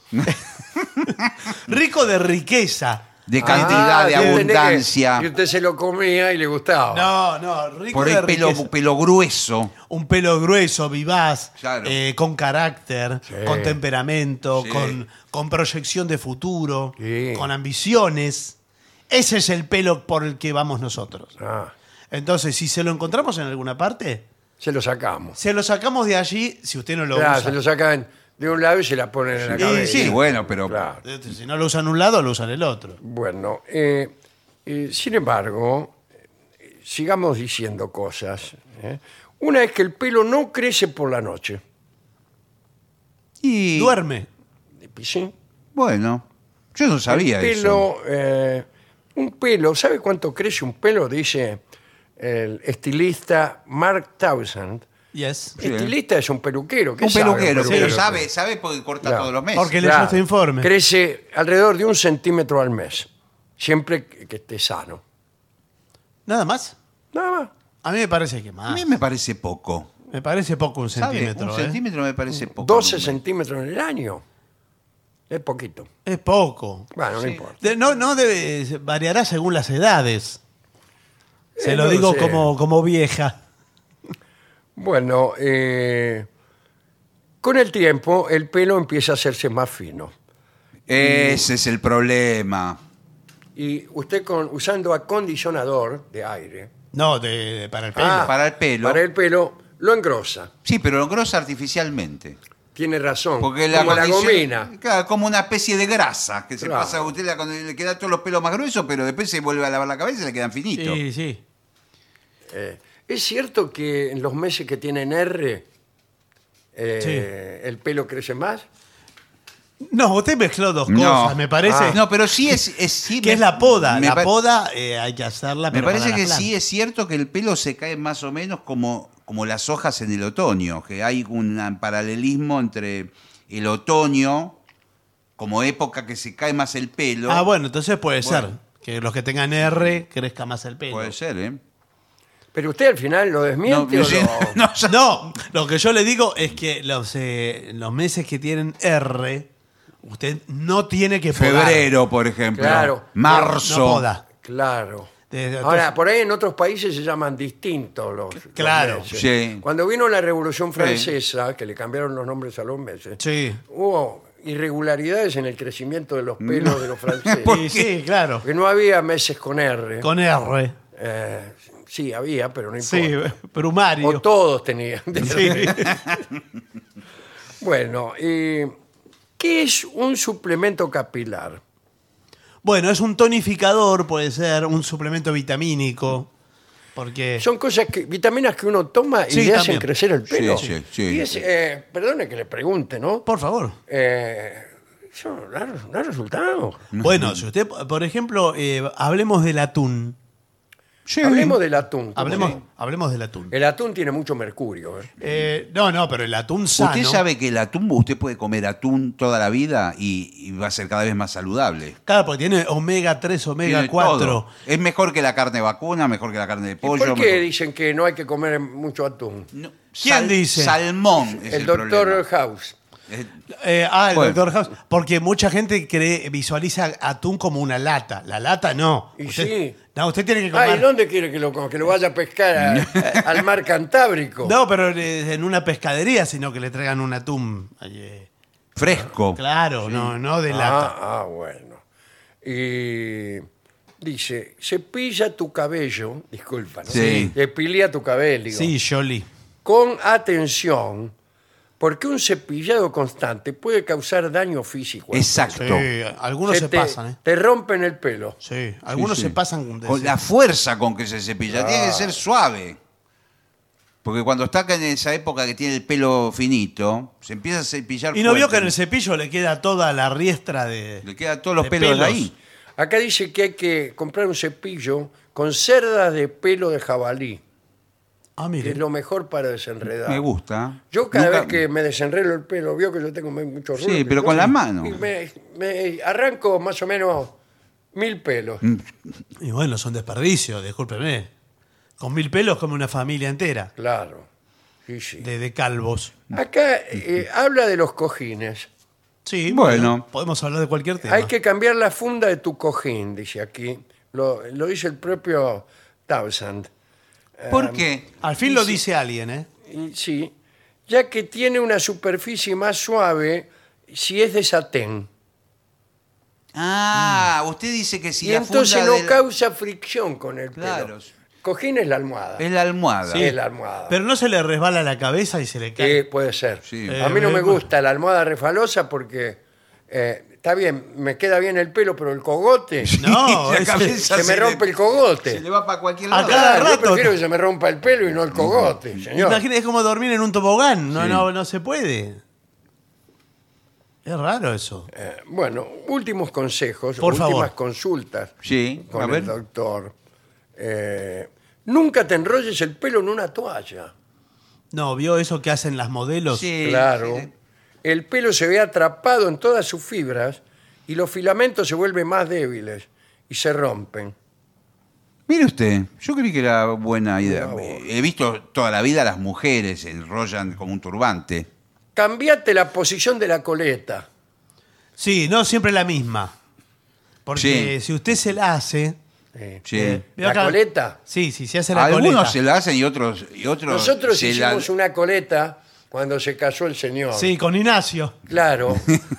Speaker 3: rico de riqueza.
Speaker 2: De cantidad,
Speaker 1: Ah,
Speaker 2: de
Speaker 1: yo entendí que-
Speaker 2: abundancia.
Speaker 1: Y usted se lo comía y le gustaba.
Speaker 3: No, no, rico
Speaker 2: Por ahí
Speaker 3: de riqueza.
Speaker 2: pelo, pelo grueso.
Speaker 3: Un pelo grueso, vivaz,
Speaker 2: Claro.
Speaker 3: eh, con carácter,
Speaker 1: Sí.
Speaker 3: con temperamento,
Speaker 2: Sí.
Speaker 3: con, con proyección de futuro,
Speaker 1: Sí.
Speaker 3: con ambiciones. Ese es el pelo por el que vamos nosotros.
Speaker 1: Ah,
Speaker 3: Entonces, si se lo encontramos en alguna parte,
Speaker 1: se lo sacamos.
Speaker 3: se lo sacamos de allí si usted no lo
Speaker 1: Claro,
Speaker 3: usa.
Speaker 1: se lo sacan de un lado y se la ponen en la
Speaker 3: Y
Speaker 1: cabeza.
Speaker 3: sí.
Speaker 2: Sí, bueno, pero
Speaker 1: Claro.
Speaker 3: Entonces, Este, Si no lo usan un lado, lo usan el otro.
Speaker 1: Bueno, eh, eh, sin embargo, eh, sigamos diciendo cosas. ¿eh? Una es que el pelo no crece por la noche.
Speaker 2: Y
Speaker 3: Duerme.
Speaker 1: ¿Sí?
Speaker 2: bueno, yo no sabía
Speaker 1: El
Speaker 2: eso.
Speaker 1: pelo, eh, un pelo, ¿sabe cuánto crece un pelo? Dice el estilista Mark Townsend.
Speaker 3: Yes.
Speaker 2: Sí.
Speaker 1: Estilista es un peluquero. ¿qué
Speaker 2: Un
Speaker 1: sabe
Speaker 2: peluquero,
Speaker 3: peluquero.
Speaker 2: pero sabe, sabe porque corta
Speaker 1: Claro.
Speaker 2: todos los meses.
Speaker 3: Porque leyó este informe.
Speaker 1: Crece alrededor de un centímetro al mes, siempre que que esté sano.
Speaker 3: Nada más.
Speaker 1: Nada más.
Speaker 3: A mí me parece que más.
Speaker 2: A mí me parece poco.
Speaker 3: Me parece poco un
Speaker 2: ¿sabe?
Speaker 3: centímetro.
Speaker 2: Un
Speaker 3: ¿eh?
Speaker 2: centímetro me parece poco.
Speaker 1: 12
Speaker 2: Número.
Speaker 1: centímetros en el año. Es poquito.
Speaker 3: Es poco.
Speaker 1: Bueno, no importa.
Speaker 3: De- no, no debe, variará según las edades. Se
Speaker 1: Eh,
Speaker 3: lo
Speaker 1: no
Speaker 3: digo
Speaker 1: sé.
Speaker 3: como, como vieja.
Speaker 1: Bueno, eh, con el tiempo el pelo empieza a hacerse más fino.
Speaker 2: Ese es el problema.
Speaker 1: Y usted con, usando acondicionador de aire
Speaker 3: No, de, de- para el pelo.
Speaker 1: Ah.
Speaker 2: Para el pelo.
Speaker 1: para el pelo, lo engrosa.
Speaker 2: Sí, pero lo engrosa artificialmente.
Speaker 1: Tiene razón.
Speaker 2: Porque la
Speaker 1: como la
Speaker 2: condición-
Speaker 1: gomina.
Speaker 2: Claro, como una especie de grasa que se
Speaker 1: Claro.
Speaker 2: pasa a usted la- cuando le queda todos los pelos más gruesos, pero después se vuelve a lavar la cabeza y le quedan finitos.
Speaker 3: sí, sí.
Speaker 1: Eh, ¿Es cierto que en los meses que tienen R eh, el pelo crece más?
Speaker 3: No, usted mezcló dos
Speaker 2: No.
Speaker 3: cosas, me parece.
Speaker 1: Ah.
Speaker 2: No, pero sí es. es- sí
Speaker 3: que
Speaker 2: me-
Speaker 3: es la poda.
Speaker 2: me
Speaker 3: La
Speaker 2: pa-
Speaker 3: poda eh, hay que hacerla.
Speaker 2: Me
Speaker 3: pero para
Speaker 2: parece
Speaker 3: la
Speaker 2: que
Speaker 3: planta.
Speaker 2: sí es cierto que el pelo se cae más o menos como, como las hojas en el otoño, que hay un paralelismo entre el otoño como época que se cae más el pelo.
Speaker 3: Ah, bueno, entonces puede
Speaker 2: Bueno.
Speaker 3: ser. Que los que tengan R crezca más el pelo.
Speaker 2: Puede ser, ¿eh?
Speaker 1: Pero usted al final lo desmiente
Speaker 2: no,
Speaker 1: o <laughs> lo-
Speaker 2: <laughs> no, yo-
Speaker 3: <laughs> No, lo que yo le digo es que los, eh, los meses que tienen R, usted no tiene que podar.
Speaker 2: febrero, por ejemplo.
Speaker 1: Claro.
Speaker 2: Marzo.
Speaker 3: No poda.
Speaker 1: Claro.
Speaker 3: De- de-
Speaker 1: Ahora,
Speaker 3: entonces-
Speaker 1: por ahí en otros países se llaman distintos los. los
Speaker 3: Claro.
Speaker 1: meses.
Speaker 2: Sí.
Speaker 1: Cuando vino la Revolución Francesa, que le cambiaron los nombres a los meses,
Speaker 3: Sí.
Speaker 1: hubo irregularidades en el crecimiento de los pelos de
Speaker 3: <laughs>
Speaker 1: los franceses.
Speaker 3: Y sí, claro.
Speaker 1: Porque no había meses con R.
Speaker 3: Con R.
Speaker 1: Eh, sí, había, pero no
Speaker 3: Sí,
Speaker 1: importa.
Speaker 3: Brumario.
Speaker 1: o todos tenían.
Speaker 3: Sí.
Speaker 1: <laughs> Bueno, y ¿qué es un suplemento capilar?
Speaker 3: Bueno, es un tonificador, puede ser, un suplemento vitamínico. Porque.
Speaker 1: Son cosas que, vitaminas que uno toma y
Speaker 3: Sí,
Speaker 1: le hacen
Speaker 3: también.
Speaker 1: crecer el pelo.
Speaker 2: Sí, sí, sí.
Speaker 1: Y es, eh, perdone que le pregunte, ¿no?
Speaker 3: Por favor.
Speaker 1: Eh, eso no ha, no ha resultado.
Speaker 3: Bueno, si usted, por ejemplo, eh, hablemos del atún.
Speaker 2: Sí.
Speaker 1: Hablemos del atún.
Speaker 3: Hablemos,
Speaker 1: Sí.
Speaker 3: hablemos del atún.
Speaker 1: El atún tiene mucho mercurio. ¿eh?
Speaker 3: Eh, no, no, pero el atún sano.
Speaker 2: Usted sabe que el atún, usted puede comer atún toda la vida y, y va a ser cada vez más saludable.
Speaker 3: Claro, porque tiene omega 3, omega
Speaker 2: Tiene
Speaker 3: 4.
Speaker 2: todo. Es mejor que la carne vacuna, mejor que la carne de
Speaker 1: ¿Y
Speaker 2: pollo.
Speaker 1: ¿Por qué
Speaker 2: mejor-
Speaker 1: dicen que no hay que comer mucho atún?
Speaker 2: No,
Speaker 3: ¿Quién dice?
Speaker 2: Salmón es el,
Speaker 1: el doctor
Speaker 2: problema.
Speaker 1: House.
Speaker 2: Eh,
Speaker 3: Eh, ah, el
Speaker 2: Bueno.
Speaker 3: doctor House. Porque mucha gente cree, visualiza atún como una lata. La lata no.
Speaker 1: Y
Speaker 3: Usted-
Speaker 1: sí.
Speaker 3: No, usted tiene que
Speaker 1: Ah, ¿y
Speaker 3: comer.
Speaker 1: dónde quiere que lo coma? Que lo vaya a pescar
Speaker 2: <laughs>
Speaker 1: a- al mar Cantábrico.
Speaker 3: no, pero eh, en una pescadería, sino que le traigan un atún. Eh,
Speaker 2: Fresco.
Speaker 3: Claro, no, no de lata.
Speaker 1: Ah, ah, bueno. Y dice, cepilla tu cabello, disculpa, ¿no?
Speaker 2: Sí.
Speaker 1: Cepilla tu cabello.
Speaker 3: Sí, Jolly.
Speaker 1: Con atención, porque un cepillado constante puede causar daño físico.
Speaker 3: Sí,
Speaker 2: Exacto.
Speaker 3: algunos se,
Speaker 1: te,
Speaker 3: pasan, ¿eh?
Speaker 1: Te rompen el pelo.
Speaker 3: Sí, algunos
Speaker 2: Sí, sí.
Speaker 3: se pasan con,
Speaker 2: Con la fuerza con que se
Speaker 1: Ah.
Speaker 2: cepilla. Tiene que ser suave. Porque cuando está acá en esa época que tiene el pelo finito, se empieza a cepillar.
Speaker 3: Y no vio que en
Speaker 2: fuerte.
Speaker 3: el cepillo le queda toda la riestra de.
Speaker 2: Le quedan todos los
Speaker 3: de
Speaker 2: pelos,
Speaker 3: pelos.
Speaker 2: ahí.
Speaker 1: Acá dice que hay que comprar un cepillo con cerdas de pelo de jabalí,
Speaker 3: Ah,
Speaker 1: que es
Speaker 3: mire.
Speaker 1: lo mejor para desenredar.
Speaker 2: Me gusta.
Speaker 1: Yo cada
Speaker 2: Nunca-
Speaker 1: vez que me desenredo el pelo, veo que yo tengo mucho
Speaker 2: Sí,
Speaker 1: ruido.
Speaker 2: pero con la mano.
Speaker 1: y Me, me arranco más o menos mil pelos.
Speaker 2: Mm.
Speaker 3: Y bueno, son desperdicios, discúlpeme. Con mil pelos come una familia entera
Speaker 1: Claro. Sí, sí.
Speaker 3: de, de calvos.
Speaker 1: Acá eh, habla de los cojines.
Speaker 3: Sí,
Speaker 2: Bueno.
Speaker 3: Podemos hablar de cualquier tema.
Speaker 1: Hay que cambiar la funda de tu cojín, dice aquí. Lo, lo dice el propio Townsend. eh,
Speaker 2: ¿Por qué?
Speaker 3: Al fin lo dice alguien, ¿eh?
Speaker 1: Y sí, ya que tiene una superficie más suave si es de satén.
Speaker 2: Ah, usted dice que si
Speaker 1: Y
Speaker 2: la
Speaker 1: entonces
Speaker 2: funda
Speaker 1: no
Speaker 2: de la-
Speaker 1: causa fricción con el
Speaker 2: Claro.
Speaker 1: pelo. Cojín es la almohada.
Speaker 2: es la almohada.
Speaker 1: Es la almohada.
Speaker 3: Pero no se le resbala la cabeza y se le cae.
Speaker 2: Eh,
Speaker 1: Sí, puede ser.
Speaker 2: Sí.
Speaker 1: a mí no
Speaker 3: Eh,
Speaker 1: me
Speaker 3: bueno.
Speaker 1: gusta la almohada refalosa porque eh, está bien, me queda bien el pelo, pero el cogote,
Speaker 3: <laughs> No,
Speaker 2: <laughs> La
Speaker 3: es-
Speaker 2: cabeza
Speaker 1: se me
Speaker 2: le-
Speaker 1: rompe el cogote.
Speaker 2: Se le va para cualquier
Speaker 3: A
Speaker 2: lado.
Speaker 3: cada
Speaker 1: Claro, yo
Speaker 3: rato.
Speaker 1: prefiero que se me rompa el pelo y no
Speaker 2: Mm.
Speaker 1: el cogote, señor.
Speaker 3: Imagínate, es como dormir en un tobogán. No,
Speaker 2: Sí.
Speaker 3: no, no se puede. Es raro eso.
Speaker 1: Eh, bueno, últimos consejos,
Speaker 3: Por
Speaker 1: últimas
Speaker 3: favor.
Speaker 1: consultas
Speaker 2: Sí, a
Speaker 1: con
Speaker 2: ver.
Speaker 1: el doctor. Eh, nunca te enrolles el pelo en una toalla.
Speaker 3: No, vio eso que hacen las modelos.
Speaker 2: Sí,
Speaker 1: Claro.
Speaker 2: sí.
Speaker 1: El pelo se ve atrapado en todas sus fibras y los filamentos se vuelven más débiles y se rompen.
Speaker 2: Mire usted, yo creí que era buena idea.
Speaker 1: Mirá vos.
Speaker 2: He visto toda la vida a las mujeres se enrollan como un turbante.
Speaker 1: cambiate la posición de la coleta.
Speaker 3: Sí, no siempre la misma. Porque
Speaker 2: Sí.
Speaker 3: si usted se la hace.
Speaker 1: Eh,
Speaker 2: Sí.
Speaker 3: veo
Speaker 1: ¿La coleta?
Speaker 3: Sí, sí, se hace la
Speaker 2: Algunos
Speaker 3: coleta.
Speaker 2: se la hacen y otros y otros
Speaker 1: Nosotros
Speaker 2: se la-
Speaker 1: hicimos una coleta cuando se casó el señor.
Speaker 3: Sí, con Ignacio.
Speaker 2: <laughs>
Speaker 1: Claro,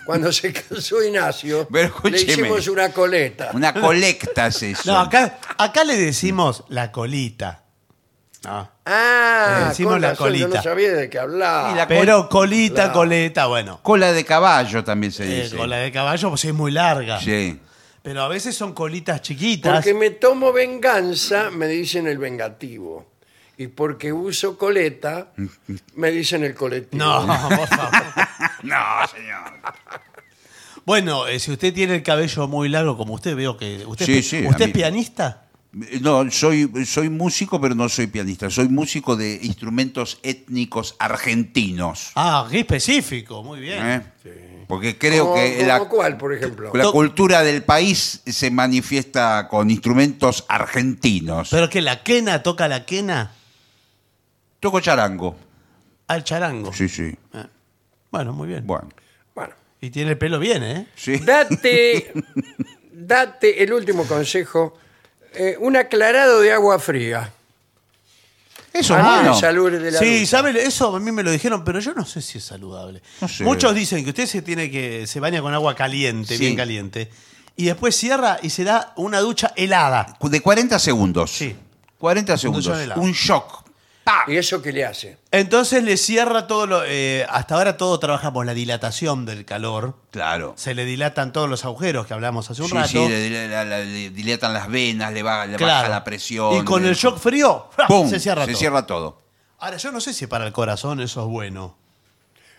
Speaker 1: cuando se casó Ignacio,
Speaker 2: Pero
Speaker 1: le
Speaker 2: escúcheme.
Speaker 1: hicimos una coleta.
Speaker 2: una colecta es eso.
Speaker 3: No, acá, acá le decimos la colita. No.
Speaker 1: Ah,
Speaker 3: Le hicimos
Speaker 1: con
Speaker 3: la
Speaker 1: razón, Yo no
Speaker 3: colita.
Speaker 1: sabía de qué hablaba.
Speaker 2: Y la-
Speaker 3: Pero colita,
Speaker 1: Claro.
Speaker 3: coleta, bueno.
Speaker 2: Cola de caballo también se
Speaker 3: Eh,
Speaker 2: dice.
Speaker 3: Con la de caballo, pues es muy larga.
Speaker 2: Sí.
Speaker 3: Pero a veces son colitas chiquitas.
Speaker 1: Porque me tomo venganza, me dicen el vengativo. Y porque uso coleta, me dicen el colectivo.
Speaker 3: No, <laughs> por favor.
Speaker 2: No, señor.
Speaker 3: Bueno, eh, si usted tiene el cabello muy largo, como usted veo que. ¿Usted,
Speaker 2: Sí,
Speaker 3: es pi-
Speaker 2: sí, a
Speaker 3: ¿usted
Speaker 2: mí-
Speaker 3: es pianista?
Speaker 2: No, soy, soy músico, pero no soy pianista. Soy músico de instrumentos étnicos argentinos.
Speaker 3: Ah, qué específico, muy bien.
Speaker 2: ¿eh? Porque creo
Speaker 1: ¿Cómo-
Speaker 2: que
Speaker 1: cómo
Speaker 2: la,
Speaker 1: cuál, por ejemplo?
Speaker 2: la
Speaker 3: To-
Speaker 2: cultura del país se manifiesta con instrumentos argentinos.
Speaker 3: Pero que la quena toca la quena
Speaker 2: Toco charango.
Speaker 3: al charango.
Speaker 2: Sí, sí.
Speaker 3: Ah, Bueno, muy bien.
Speaker 2: Bueno,
Speaker 1: Bueno,
Speaker 3: Y tiene el pelo bien, ¿eh?
Speaker 2: sí.
Speaker 1: date, date el último consejo, eh, un aclarado de agua fría.
Speaker 2: Eso
Speaker 1: Ah,
Speaker 2: es bueno.
Speaker 1: salud de la
Speaker 3: Sí,
Speaker 1: ducha.
Speaker 3: ¿sabe? Eso a mí me lo dijeron, pero yo no sé si es saludable.
Speaker 2: No sé.
Speaker 3: Muchos dicen que usted se tiene que se baña con agua caliente,
Speaker 2: Sí.
Speaker 3: bien caliente, y después cierra y se da una ducha helada.
Speaker 2: De 40 segundos.
Speaker 3: Sí.
Speaker 2: 40
Speaker 3: ducha
Speaker 2: segundos.
Speaker 3: de helado.
Speaker 2: Un shock. ¡Pa!
Speaker 1: ¿Y eso qué le hace?
Speaker 3: Entonces le cierra todo lo eh, hasta ahora todo trabaja por la dilatación del calor.
Speaker 2: Claro.
Speaker 3: Se le dilatan todos los agujeros que hablamos hace un
Speaker 2: Sí,
Speaker 3: rato.
Speaker 2: sí, le, le- le- le- le dilatan las venas, le, baja, le baja
Speaker 3: Claro.
Speaker 2: la presión.
Speaker 3: Y con
Speaker 2: le-
Speaker 3: el shock frío, ¡fra!
Speaker 2: ¡Pum!
Speaker 3: se cierra todo.
Speaker 2: todo.
Speaker 3: Ahora, yo no sé si para el corazón eso es bueno.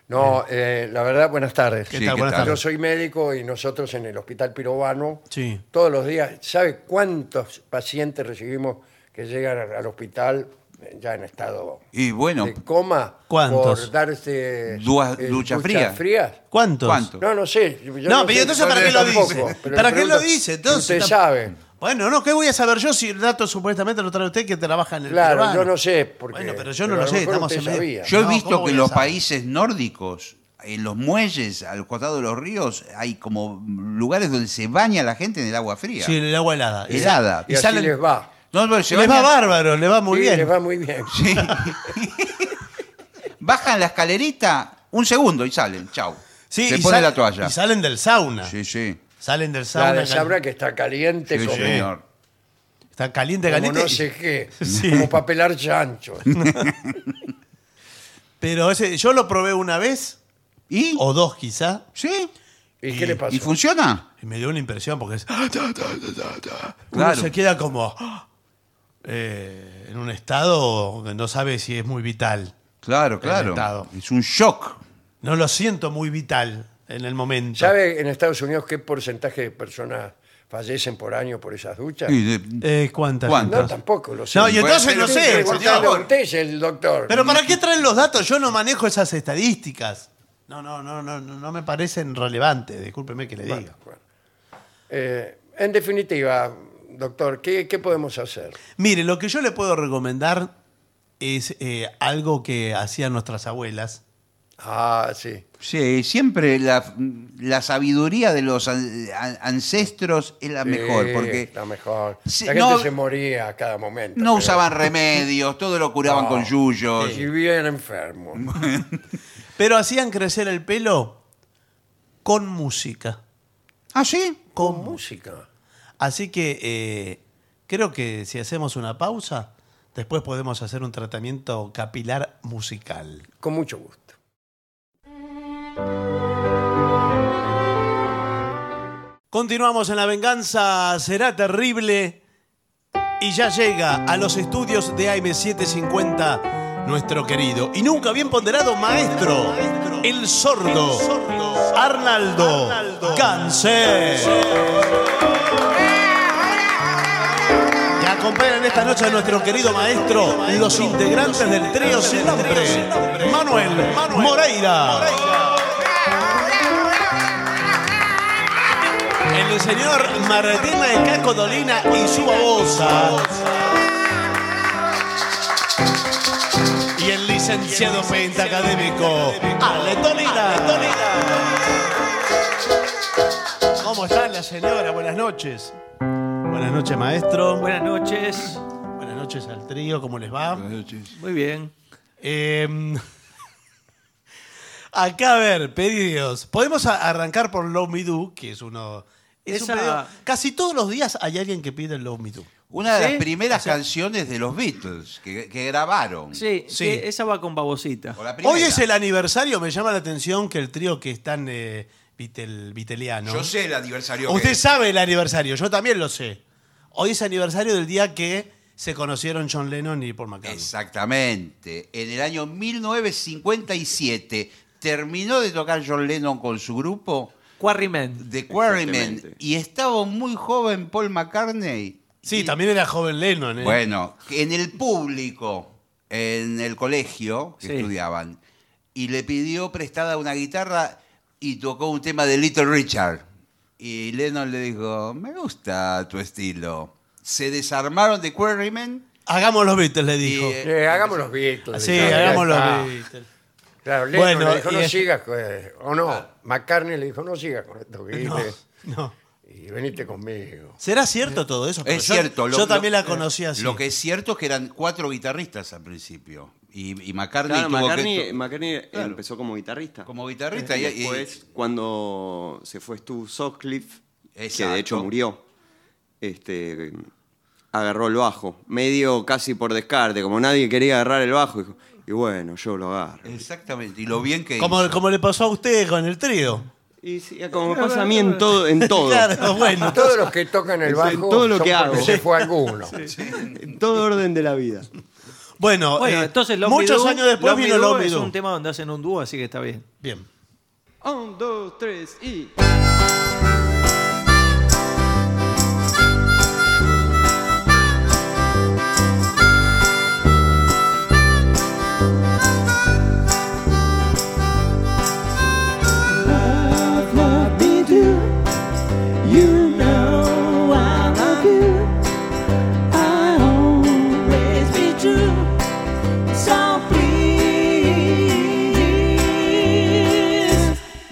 Speaker 1: No, eh, la verdad, buenas tardes.
Speaker 3: ¿Qué
Speaker 2: Sí,
Speaker 3: tal?
Speaker 2: ¿qué
Speaker 3: Buenas
Speaker 2: tal?
Speaker 1: Yo
Speaker 3: tardes.
Speaker 1: soy médico y nosotros en el Hospital Pirobano,
Speaker 3: Sí.
Speaker 1: todos los días, ¿sabe cuántos pacientes recibimos que llegan al- al hospital eh, ya en estado
Speaker 2: Y bueno,
Speaker 1: de coma
Speaker 3: ¿Cuántos?
Speaker 1: por darse eh,
Speaker 2: Dua- duchas frías.
Speaker 1: frías?
Speaker 3: ¿Cuántos?
Speaker 2: ¿Cuánto?
Speaker 1: No, no sé. yo
Speaker 3: No,
Speaker 1: sé,
Speaker 3: pero entonces, ¿para
Speaker 1: yo
Speaker 3: qué lo
Speaker 1: tampoco,
Speaker 3: dice?
Speaker 1: pero
Speaker 3: ¿Para
Speaker 1: le
Speaker 3: qué lo
Speaker 1: pregunto
Speaker 3: dice,
Speaker 1: si
Speaker 3: entonces?
Speaker 1: Usted
Speaker 3: Tam-
Speaker 1: sabe.
Speaker 3: Bueno, no, ¿qué voy a saber yo si el dato supuestamente lo trae usted que trabaja en el
Speaker 1: Claro,
Speaker 3: peruano?
Speaker 1: yo no sé. Porque,
Speaker 3: Bueno, pero yo no
Speaker 1: a
Speaker 3: lo sé,
Speaker 1: mejor
Speaker 3: estamos
Speaker 1: usted
Speaker 3: en medio-
Speaker 1: sabía.
Speaker 2: yo he
Speaker 3: No, ¿cómo
Speaker 2: visto que
Speaker 3: voy a
Speaker 2: los
Speaker 3: saber?
Speaker 2: países nórdicos, en los muelles, al costado de los ríos, hay como lugares donde se baña la gente en el agua fría.
Speaker 3: Sí, en el agua helada.
Speaker 2: Helada.
Speaker 1: Y,
Speaker 3: Y
Speaker 1: así
Speaker 3: salen-
Speaker 1: les va.
Speaker 2: No, no, se
Speaker 3: Les va
Speaker 2: bañan-
Speaker 3: bárbaro, le va muy
Speaker 1: Sí,
Speaker 3: bien.
Speaker 1: les va muy bien.
Speaker 2: Sí. Bajan la escalerita un segundo y salen. Chau.
Speaker 3: Sí,
Speaker 2: se
Speaker 3: y
Speaker 2: pone
Speaker 3: sal-
Speaker 2: la toalla.
Speaker 3: Y salen del sauna.
Speaker 2: Sí, sí.
Speaker 3: Salen del sauna.
Speaker 1: La de
Speaker 3: cal-
Speaker 1: Sabra que está caliente
Speaker 2: Sí,
Speaker 1: como,
Speaker 2: señor.
Speaker 3: Está caliente,
Speaker 1: como
Speaker 3: caliente.
Speaker 1: no sé qué.
Speaker 3: Sí.
Speaker 1: Como
Speaker 3: <laughs>
Speaker 1: papelar chancho.
Speaker 3: Pero ese, yo lo probé una vez,
Speaker 2: ¿Y?
Speaker 3: o dos quizá,
Speaker 2: ¿Sí?
Speaker 1: ¿Y qué le pasó?
Speaker 2: ¿Y funciona?
Speaker 3: y me dio una impresión porque es- ¡ah!
Speaker 2: Claro.
Speaker 3: uno se queda como ¡ah! eh, en un estado que no sabe si es muy vital.
Speaker 2: Claro,
Speaker 3: estado.
Speaker 2: claro. Es un shock.
Speaker 3: No lo siento muy vital en el momento.
Speaker 1: ¿Sabe en Estados Unidos qué porcentaje de personas fallecen por año por esas duchas?
Speaker 2: Y de-
Speaker 3: Eh, ¿Cuántas?
Speaker 2: ¿Cuántas?
Speaker 1: No, tampoco lo sé.
Speaker 3: No, y entonces
Speaker 2: Bueno,
Speaker 3: no
Speaker 2: pero-
Speaker 3: sé,
Speaker 2: pero-
Speaker 1: Usted
Speaker 3: señor.
Speaker 1: le pregunté, el doctor.
Speaker 3: Pero ¿para qué traen los datos? Yo no manejo esas estadísticas. No, no, no, no, no no me parecen relevantes. Discúlpeme que le
Speaker 1: Bueno,
Speaker 3: diga.
Speaker 1: bueno. Eh, en definitiva, doctor, ¿qué, qué podemos hacer?
Speaker 3: Mire, lo que yo le puedo recomendar es eh, algo que hacían nuestras abuelas.
Speaker 1: Ah, sí.
Speaker 2: Sí, siempre la, la sabiduría de los an- an- ancestros es la mejor,
Speaker 1: Sí,
Speaker 2: porque
Speaker 1: La mejor.
Speaker 2: Sí,
Speaker 1: la gente
Speaker 2: no-
Speaker 1: se moría a cada momento.
Speaker 2: no
Speaker 1: pero-
Speaker 2: usaban remedios, todo lo curaban
Speaker 1: No.
Speaker 2: con yuyos.
Speaker 1: Y
Speaker 3: <laughs>
Speaker 1: vivían enfermos.
Speaker 3: Pero hacían crecer el pelo con música.
Speaker 2: ¿Ah, sí?
Speaker 1: Con música.
Speaker 3: Así que eh, creo que si hacemos una pausa, después podemos hacer un tratamiento capilar musical.
Speaker 1: Con mucho gusto.
Speaker 3: Continuamos en La Venganza Será Terrible y ya llega a los estudios de AM750 nuestro querido y nunca bien ponderado maestro, el sordo, Arnaldo, Cáncer. Que acompañan esta noche a nuestro querido maestro, los integrantes del trío sin nombre, Manuel Moreira. El señor Martina de Caco Dolina y su babosa. Y el licenciado pentacadémico Ale Dolina. ¿Cómo está la señora? Buenas noches. Buenas noches, maestro.
Speaker 4: Buenas noches.
Speaker 3: Buenas noches al trío, ¿cómo les va?
Speaker 4: Muy bien.
Speaker 3: Eh, <laughs> acá, a ver, pedidos. Podemos a- arrancar por Love Me Do, que es uno. Es un
Speaker 4: Esa-
Speaker 3: pedido- Casi todos los días hay alguien que pide el Love Me Do.
Speaker 2: Una de
Speaker 4: Sí,
Speaker 2: las primeras canciones de los Beatles que, que grabaron.
Speaker 4: Sí,
Speaker 3: Sí.
Speaker 4: que esa va con babosita.
Speaker 2: O la primera.
Speaker 3: Hoy es el aniversario, me llama la atención que el trío que están eh, vitel- viteliano.
Speaker 2: Yo sé el aniversario. que-
Speaker 3: Usted sabe el aniversario, yo también lo sé. Hoy es aniversario del día que se conocieron John Lennon y Paul McCartney.
Speaker 2: Exactamente. En el año 1957 terminó de tocar John Lennon con su grupo
Speaker 4: Quarrymen.
Speaker 2: The Quarrymen
Speaker 5: Exactamente.
Speaker 2: y estaba muy joven Paul McCartney
Speaker 3: Sí, también era joven Lennon. ¿eh?
Speaker 2: Bueno, que en el público, en el colegio que
Speaker 4: Sí.
Speaker 2: estudiaban, y le pidió prestada una guitarra y tocó un tema de Little Richard. Y Lennon le dijo, me gusta tu estilo. Se desarmaron de Quarrymen
Speaker 3: Hagamos los Beatles, le dijo.
Speaker 2: Y, eh,
Speaker 1: Eh, hagamos los Beatles.
Speaker 3: sí,
Speaker 1: ya, ya
Speaker 3: hagamos los
Speaker 1: está.
Speaker 3: Beatles.
Speaker 1: Claro, Lennon
Speaker 3: Bueno,
Speaker 1: le dijo,
Speaker 3: y
Speaker 1: no
Speaker 3: es-
Speaker 1: sigas, con- o no, McCartney le dijo, no sigas con esto que
Speaker 3: No,
Speaker 1: dices,
Speaker 3: no.
Speaker 1: y venite conmigo.
Speaker 3: ¿Será cierto todo eso? Porque
Speaker 2: Es
Speaker 3: yo-
Speaker 2: cierto.
Speaker 3: Yo,
Speaker 2: lo-
Speaker 3: también
Speaker 2: lo-
Speaker 3: la conocí así.
Speaker 2: Lo que es cierto es que eran cuatro guitarristas al principio. Y, y McCartney
Speaker 5: Claro,
Speaker 2: tuvo que-
Speaker 5: McCartney,
Speaker 2: tu-
Speaker 5: McCartney
Speaker 2: Claro.
Speaker 5: empezó como guitarrista.
Speaker 2: como guitarrista.
Speaker 5: y
Speaker 2: Y, y-
Speaker 5: después, cuando se fue Stu Sutcliffe, que
Speaker 2: Exacto.
Speaker 5: de hecho murió, este, agarró el bajo, medio casi por descarte, como nadie quería agarrar el bajo, dijo, y bueno, yo lo agarro.
Speaker 2: exactamente. Y lo bien que
Speaker 3: como,
Speaker 2: hizo.
Speaker 3: como le pasó a usted con el trío.
Speaker 5: Y sí, como me pasa a mí en todo, en <laughs>
Speaker 3: <laughs>
Speaker 5: todo,
Speaker 3: Claro, bueno.
Speaker 2: <laughs>
Speaker 1: Todos los que tocan el
Speaker 5: En
Speaker 1: bajo
Speaker 5: todo lo
Speaker 1: son
Speaker 5: que hago.
Speaker 1: porque se fue alguno.
Speaker 5: en todo orden de la vida.
Speaker 3: Bueno,
Speaker 4: Bueno,
Speaker 3: eh,
Speaker 4: entonces Love Me
Speaker 3: muchos
Speaker 4: Do,
Speaker 3: años después
Speaker 4: Love Me
Speaker 3: vino
Speaker 4: Do
Speaker 3: Love Me
Speaker 4: Es
Speaker 3: Do.
Speaker 4: un tema donde hacen un dúo, así que está bien.
Speaker 3: Bien.
Speaker 5: Un, dos, tres y...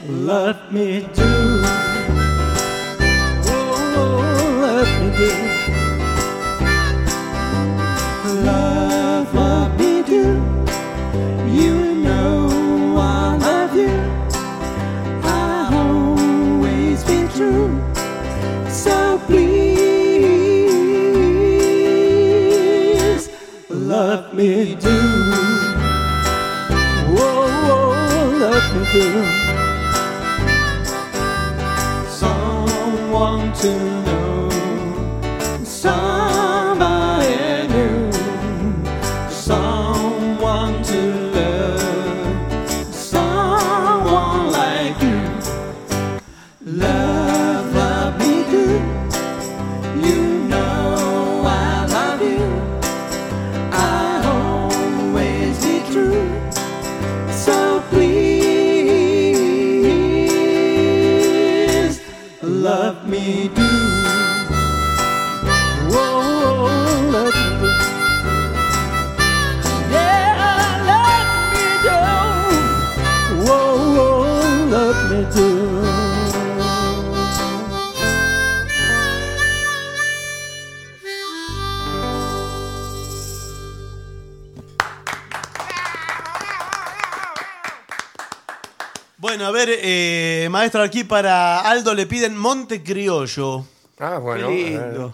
Speaker 6: Love me do, oh, love me do, love, love me do. You know I love you. I'll always be true. So please love me do. Whoa, whoa love me do. Someone to know, somebody new someone to love, someone like you. Love, love me do. You know I love you. I'll always be true. So please, love me do. Whoa, love me do. Yeah, let me do. Whoa, whoa, let me do.
Speaker 3: Bueno, a ver, eh, maestro, aquí para Aldo le piden Monte Criollo.
Speaker 1: Ah, bueno.
Speaker 4: Qué
Speaker 1: eh,
Speaker 4: lindo.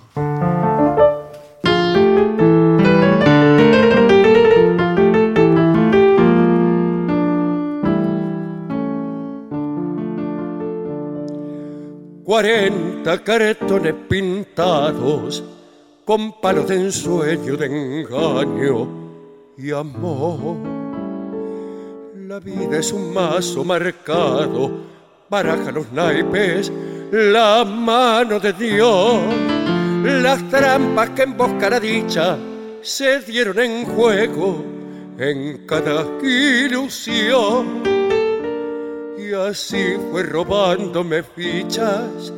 Speaker 6: Cuarenta cartones pintados con palos de ensueño, de engaño y amor. La vida es un mazo marcado, baraja los naipes, la mano de Dios. Las trampas que embosca la dicha se dieron en juego en cada ilusión. Y así fue robándome fichas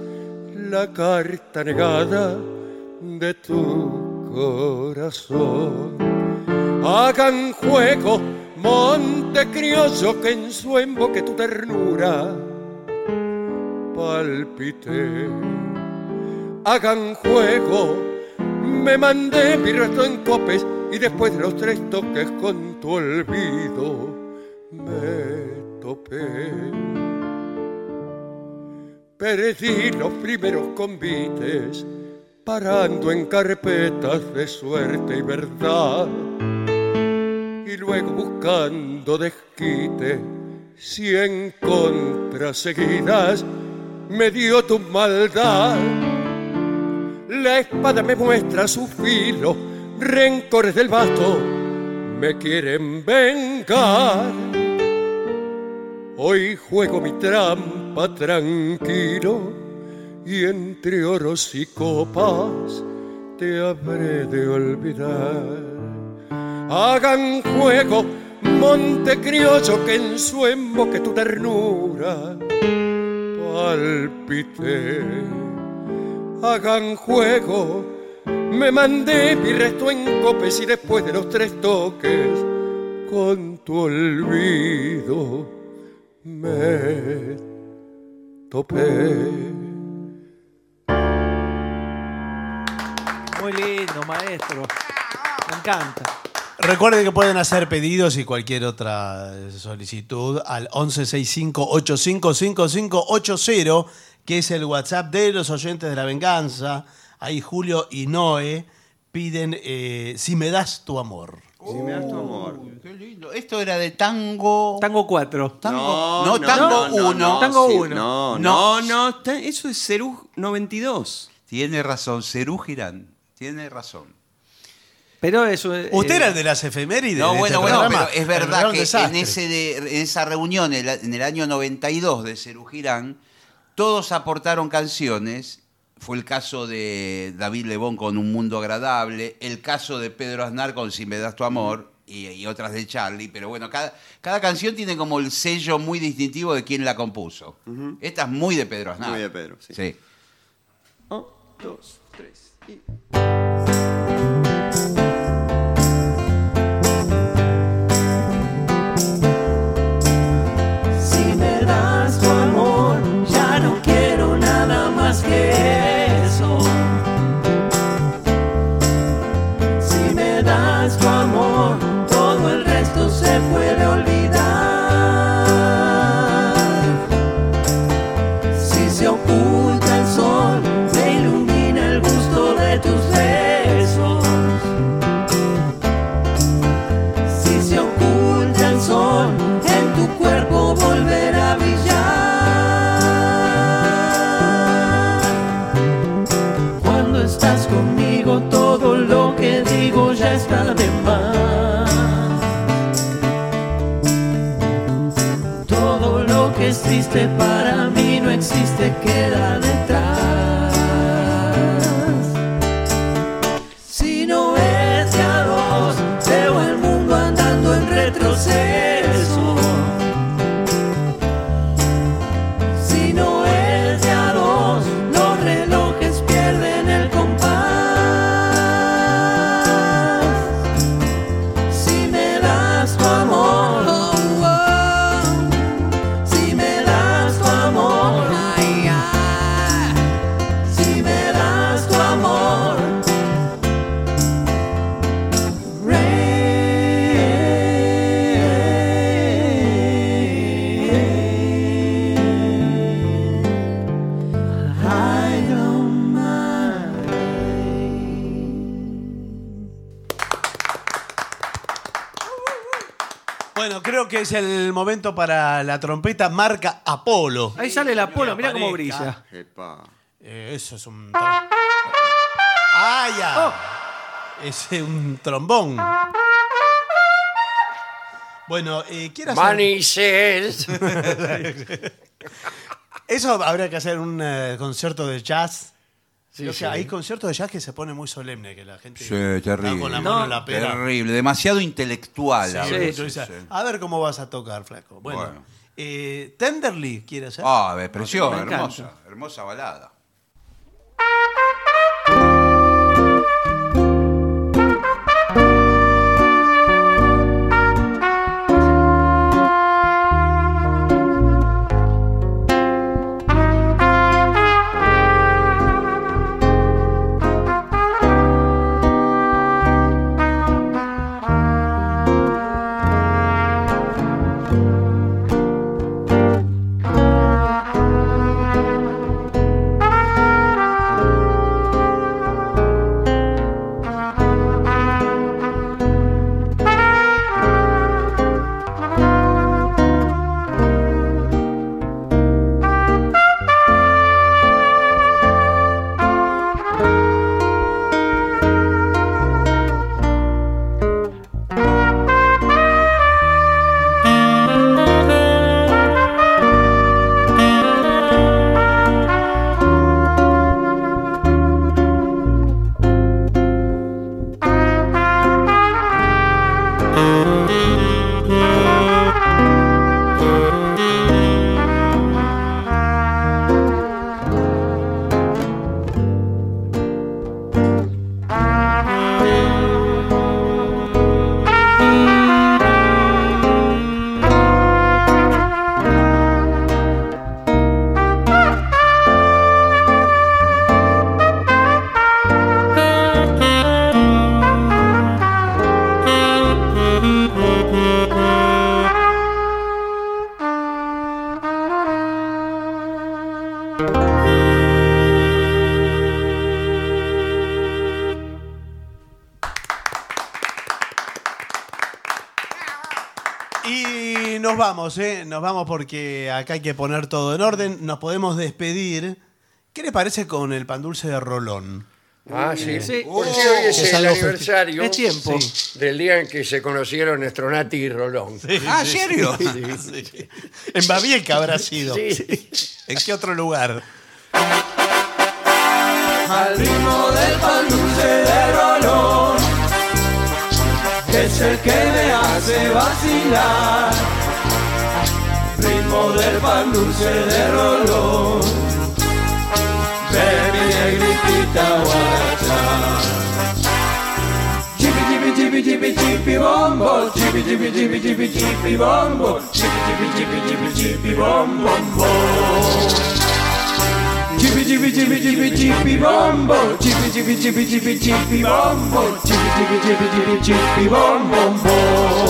Speaker 6: la carta negada de tu corazón. Hagan juego, monte crioso, que en su emboque tu ternura palpité. Hagan juego, me mandé mi resto en copes y después de los tres toques con tu olvido me topé. Perdí los primeros convites, parando en carpetas de suerte y verdad, y luego buscando desquite, cien contras seguidas me dio tu maldad. La espada me muestra su filo, rencores del vasto me quieren vengar. Hoy juego mi trampa tranquilo y entre oros y copas te habré de olvidar. Hagan juego, monte criollo, que en su emboque tu ternura palpite. Hagan juego, me mandé mi resto en copes y después de los tres toques, con tu olvido me topé.
Speaker 4: Muy lindo, maestro. Me encanta.
Speaker 3: Recuerden que pueden hacer pedidos y cualquier otra eh, solicitud al 1165-855580, que es el WhatsApp de los oyentes de la venganza. Ahí Julio y Noé piden eh, Si me das tu amor.
Speaker 5: Si me das tu amor.
Speaker 2: Uy, qué lindo. Esto era de tango.
Speaker 4: Tango 4.
Speaker 2: Tango- no, tango
Speaker 5: no,
Speaker 2: uno.
Speaker 5: no,
Speaker 4: Tango
Speaker 5: sí,
Speaker 4: uno.
Speaker 5: No,
Speaker 2: No.
Speaker 5: no, no. ta- Eso es Cerú 92.
Speaker 2: Tiene razón, Cerú Girán. Tiene razón.
Speaker 4: Pero eso es.
Speaker 3: Usted
Speaker 4: eh,
Speaker 3: era el de las efemérides.
Speaker 2: No,
Speaker 3: de este
Speaker 2: bueno, bueno,
Speaker 3: programa.
Speaker 2: pero es
Speaker 3: El verdadero
Speaker 2: verdad que en,
Speaker 3: desastre.
Speaker 2: ese de- en esa reunión el- en el año 92 de Cerú Girán, todos aportaron canciones. Fue el caso de David Lebón con Un Mundo Agradable, el caso de Pedro Aznar con Si me das tu amor y, y otras de Charlie. Pero bueno, cada, cada canción tiene como el sello muy distintivo de quién la compuso. Esta es muy de Pedro Aznar.
Speaker 5: Muy de Pedro, sí.
Speaker 2: sí.
Speaker 5: Un, dos, tres. y-
Speaker 7: Si me das tu amor, ya no quiero nada más que eso. Si me das tu amor, todo el resto se puede olvidar. Si se oculta el sol, me ilumina el gusto de tus besos. Si se oculta el sol, en tu cuerpo volverá a brillar. Cuando estás conmigo, todo lo que digo ya está de más. Todo lo que existe para mí no existe, queda detrás. Si no es de a dos, veo el mundo andando en retroceso. Si no es de a dos, los relojes pierden el compás. Si me das tu amor, oh, oh. si me das tu amor, ay, ay. si me das tu amor.
Speaker 3: Bueno, creo que es el momento para la trompeta marca Apolo.
Speaker 4: Ahí sale el Apolo, mirá cómo
Speaker 3: Aparezca.
Speaker 4: brilla.
Speaker 5: Epa.
Speaker 3: Eh, eso es un. trom- ¡Ah, ya! Es eh, un trombón. Bueno, eh, quiero hacer-
Speaker 1: Money says.
Speaker 3: Eso habría que hacer un eh, concierto de jazz. o sea,
Speaker 1: sí.
Speaker 3: hay conciertos de jazz que se pone muy solemne, que la gente
Speaker 2: Sí, terrible.
Speaker 3: va con la mano
Speaker 4: No,
Speaker 3: en la pera.
Speaker 2: Terrible, demasiado intelectual.
Speaker 3: Sí,
Speaker 2: a
Speaker 3: entonces,
Speaker 2: veces, sí.
Speaker 3: dice, A ver cómo vas a tocar, flaco. Bueno,
Speaker 2: Bueno.
Speaker 3: eh, Tenderly quiere hacer.
Speaker 2: Ah, es preciosa,
Speaker 4: Me encanta.
Speaker 2: hermosa, hermosa balada.
Speaker 8: Thank
Speaker 3: y nos vamos, ¿eh? Nos vamos porque acá hay que poner todo en orden. Nos podemos despedir. ¿Qué le parece con el pan dulce de Rolón?
Speaker 1: Ah, sí.
Speaker 4: Sí.
Speaker 1: Porque hoy es,
Speaker 3: Es
Speaker 1: el
Speaker 3: algo festivo.
Speaker 1: aniversario
Speaker 4: Es tiempo.
Speaker 1: del día en que se conocieron Estronati y Rolón.
Speaker 2: Ah, ¿serio?
Speaker 3: Sí. <laughs> En Babieca habrá sido.
Speaker 1: Sí.
Speaker 3: ¿En qué otro lugar?
Speaker 7: al ritmo del pan dulce de Rolón, que es el que me hace vacilar. Ritmo del pan dulce de Rolón, de mi negritita guaracha. Chipi, chipi, chipi, chipi, chipi, bombo, chipi, chipi, chipi, chipi, chipi, bombo, chipi, chipi, chipi, chipi, chipi, bom, bom, bom. Chippy chippy chippy chippy chippy bombo. Chippy chippy chippy chippy chippy bombo. Chippy chippy chippy chippy chippy bom bom bom.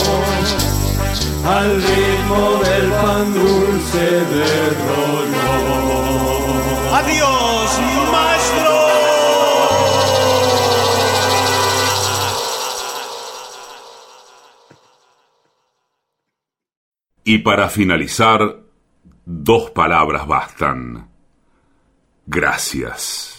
Speaker 7: Al ritmo del pan dulce de Rolón.
Speaker 3: ¡Adiós, maestro!
Speaker 8: Y para finalizar, dos palabras bastan. Gracias.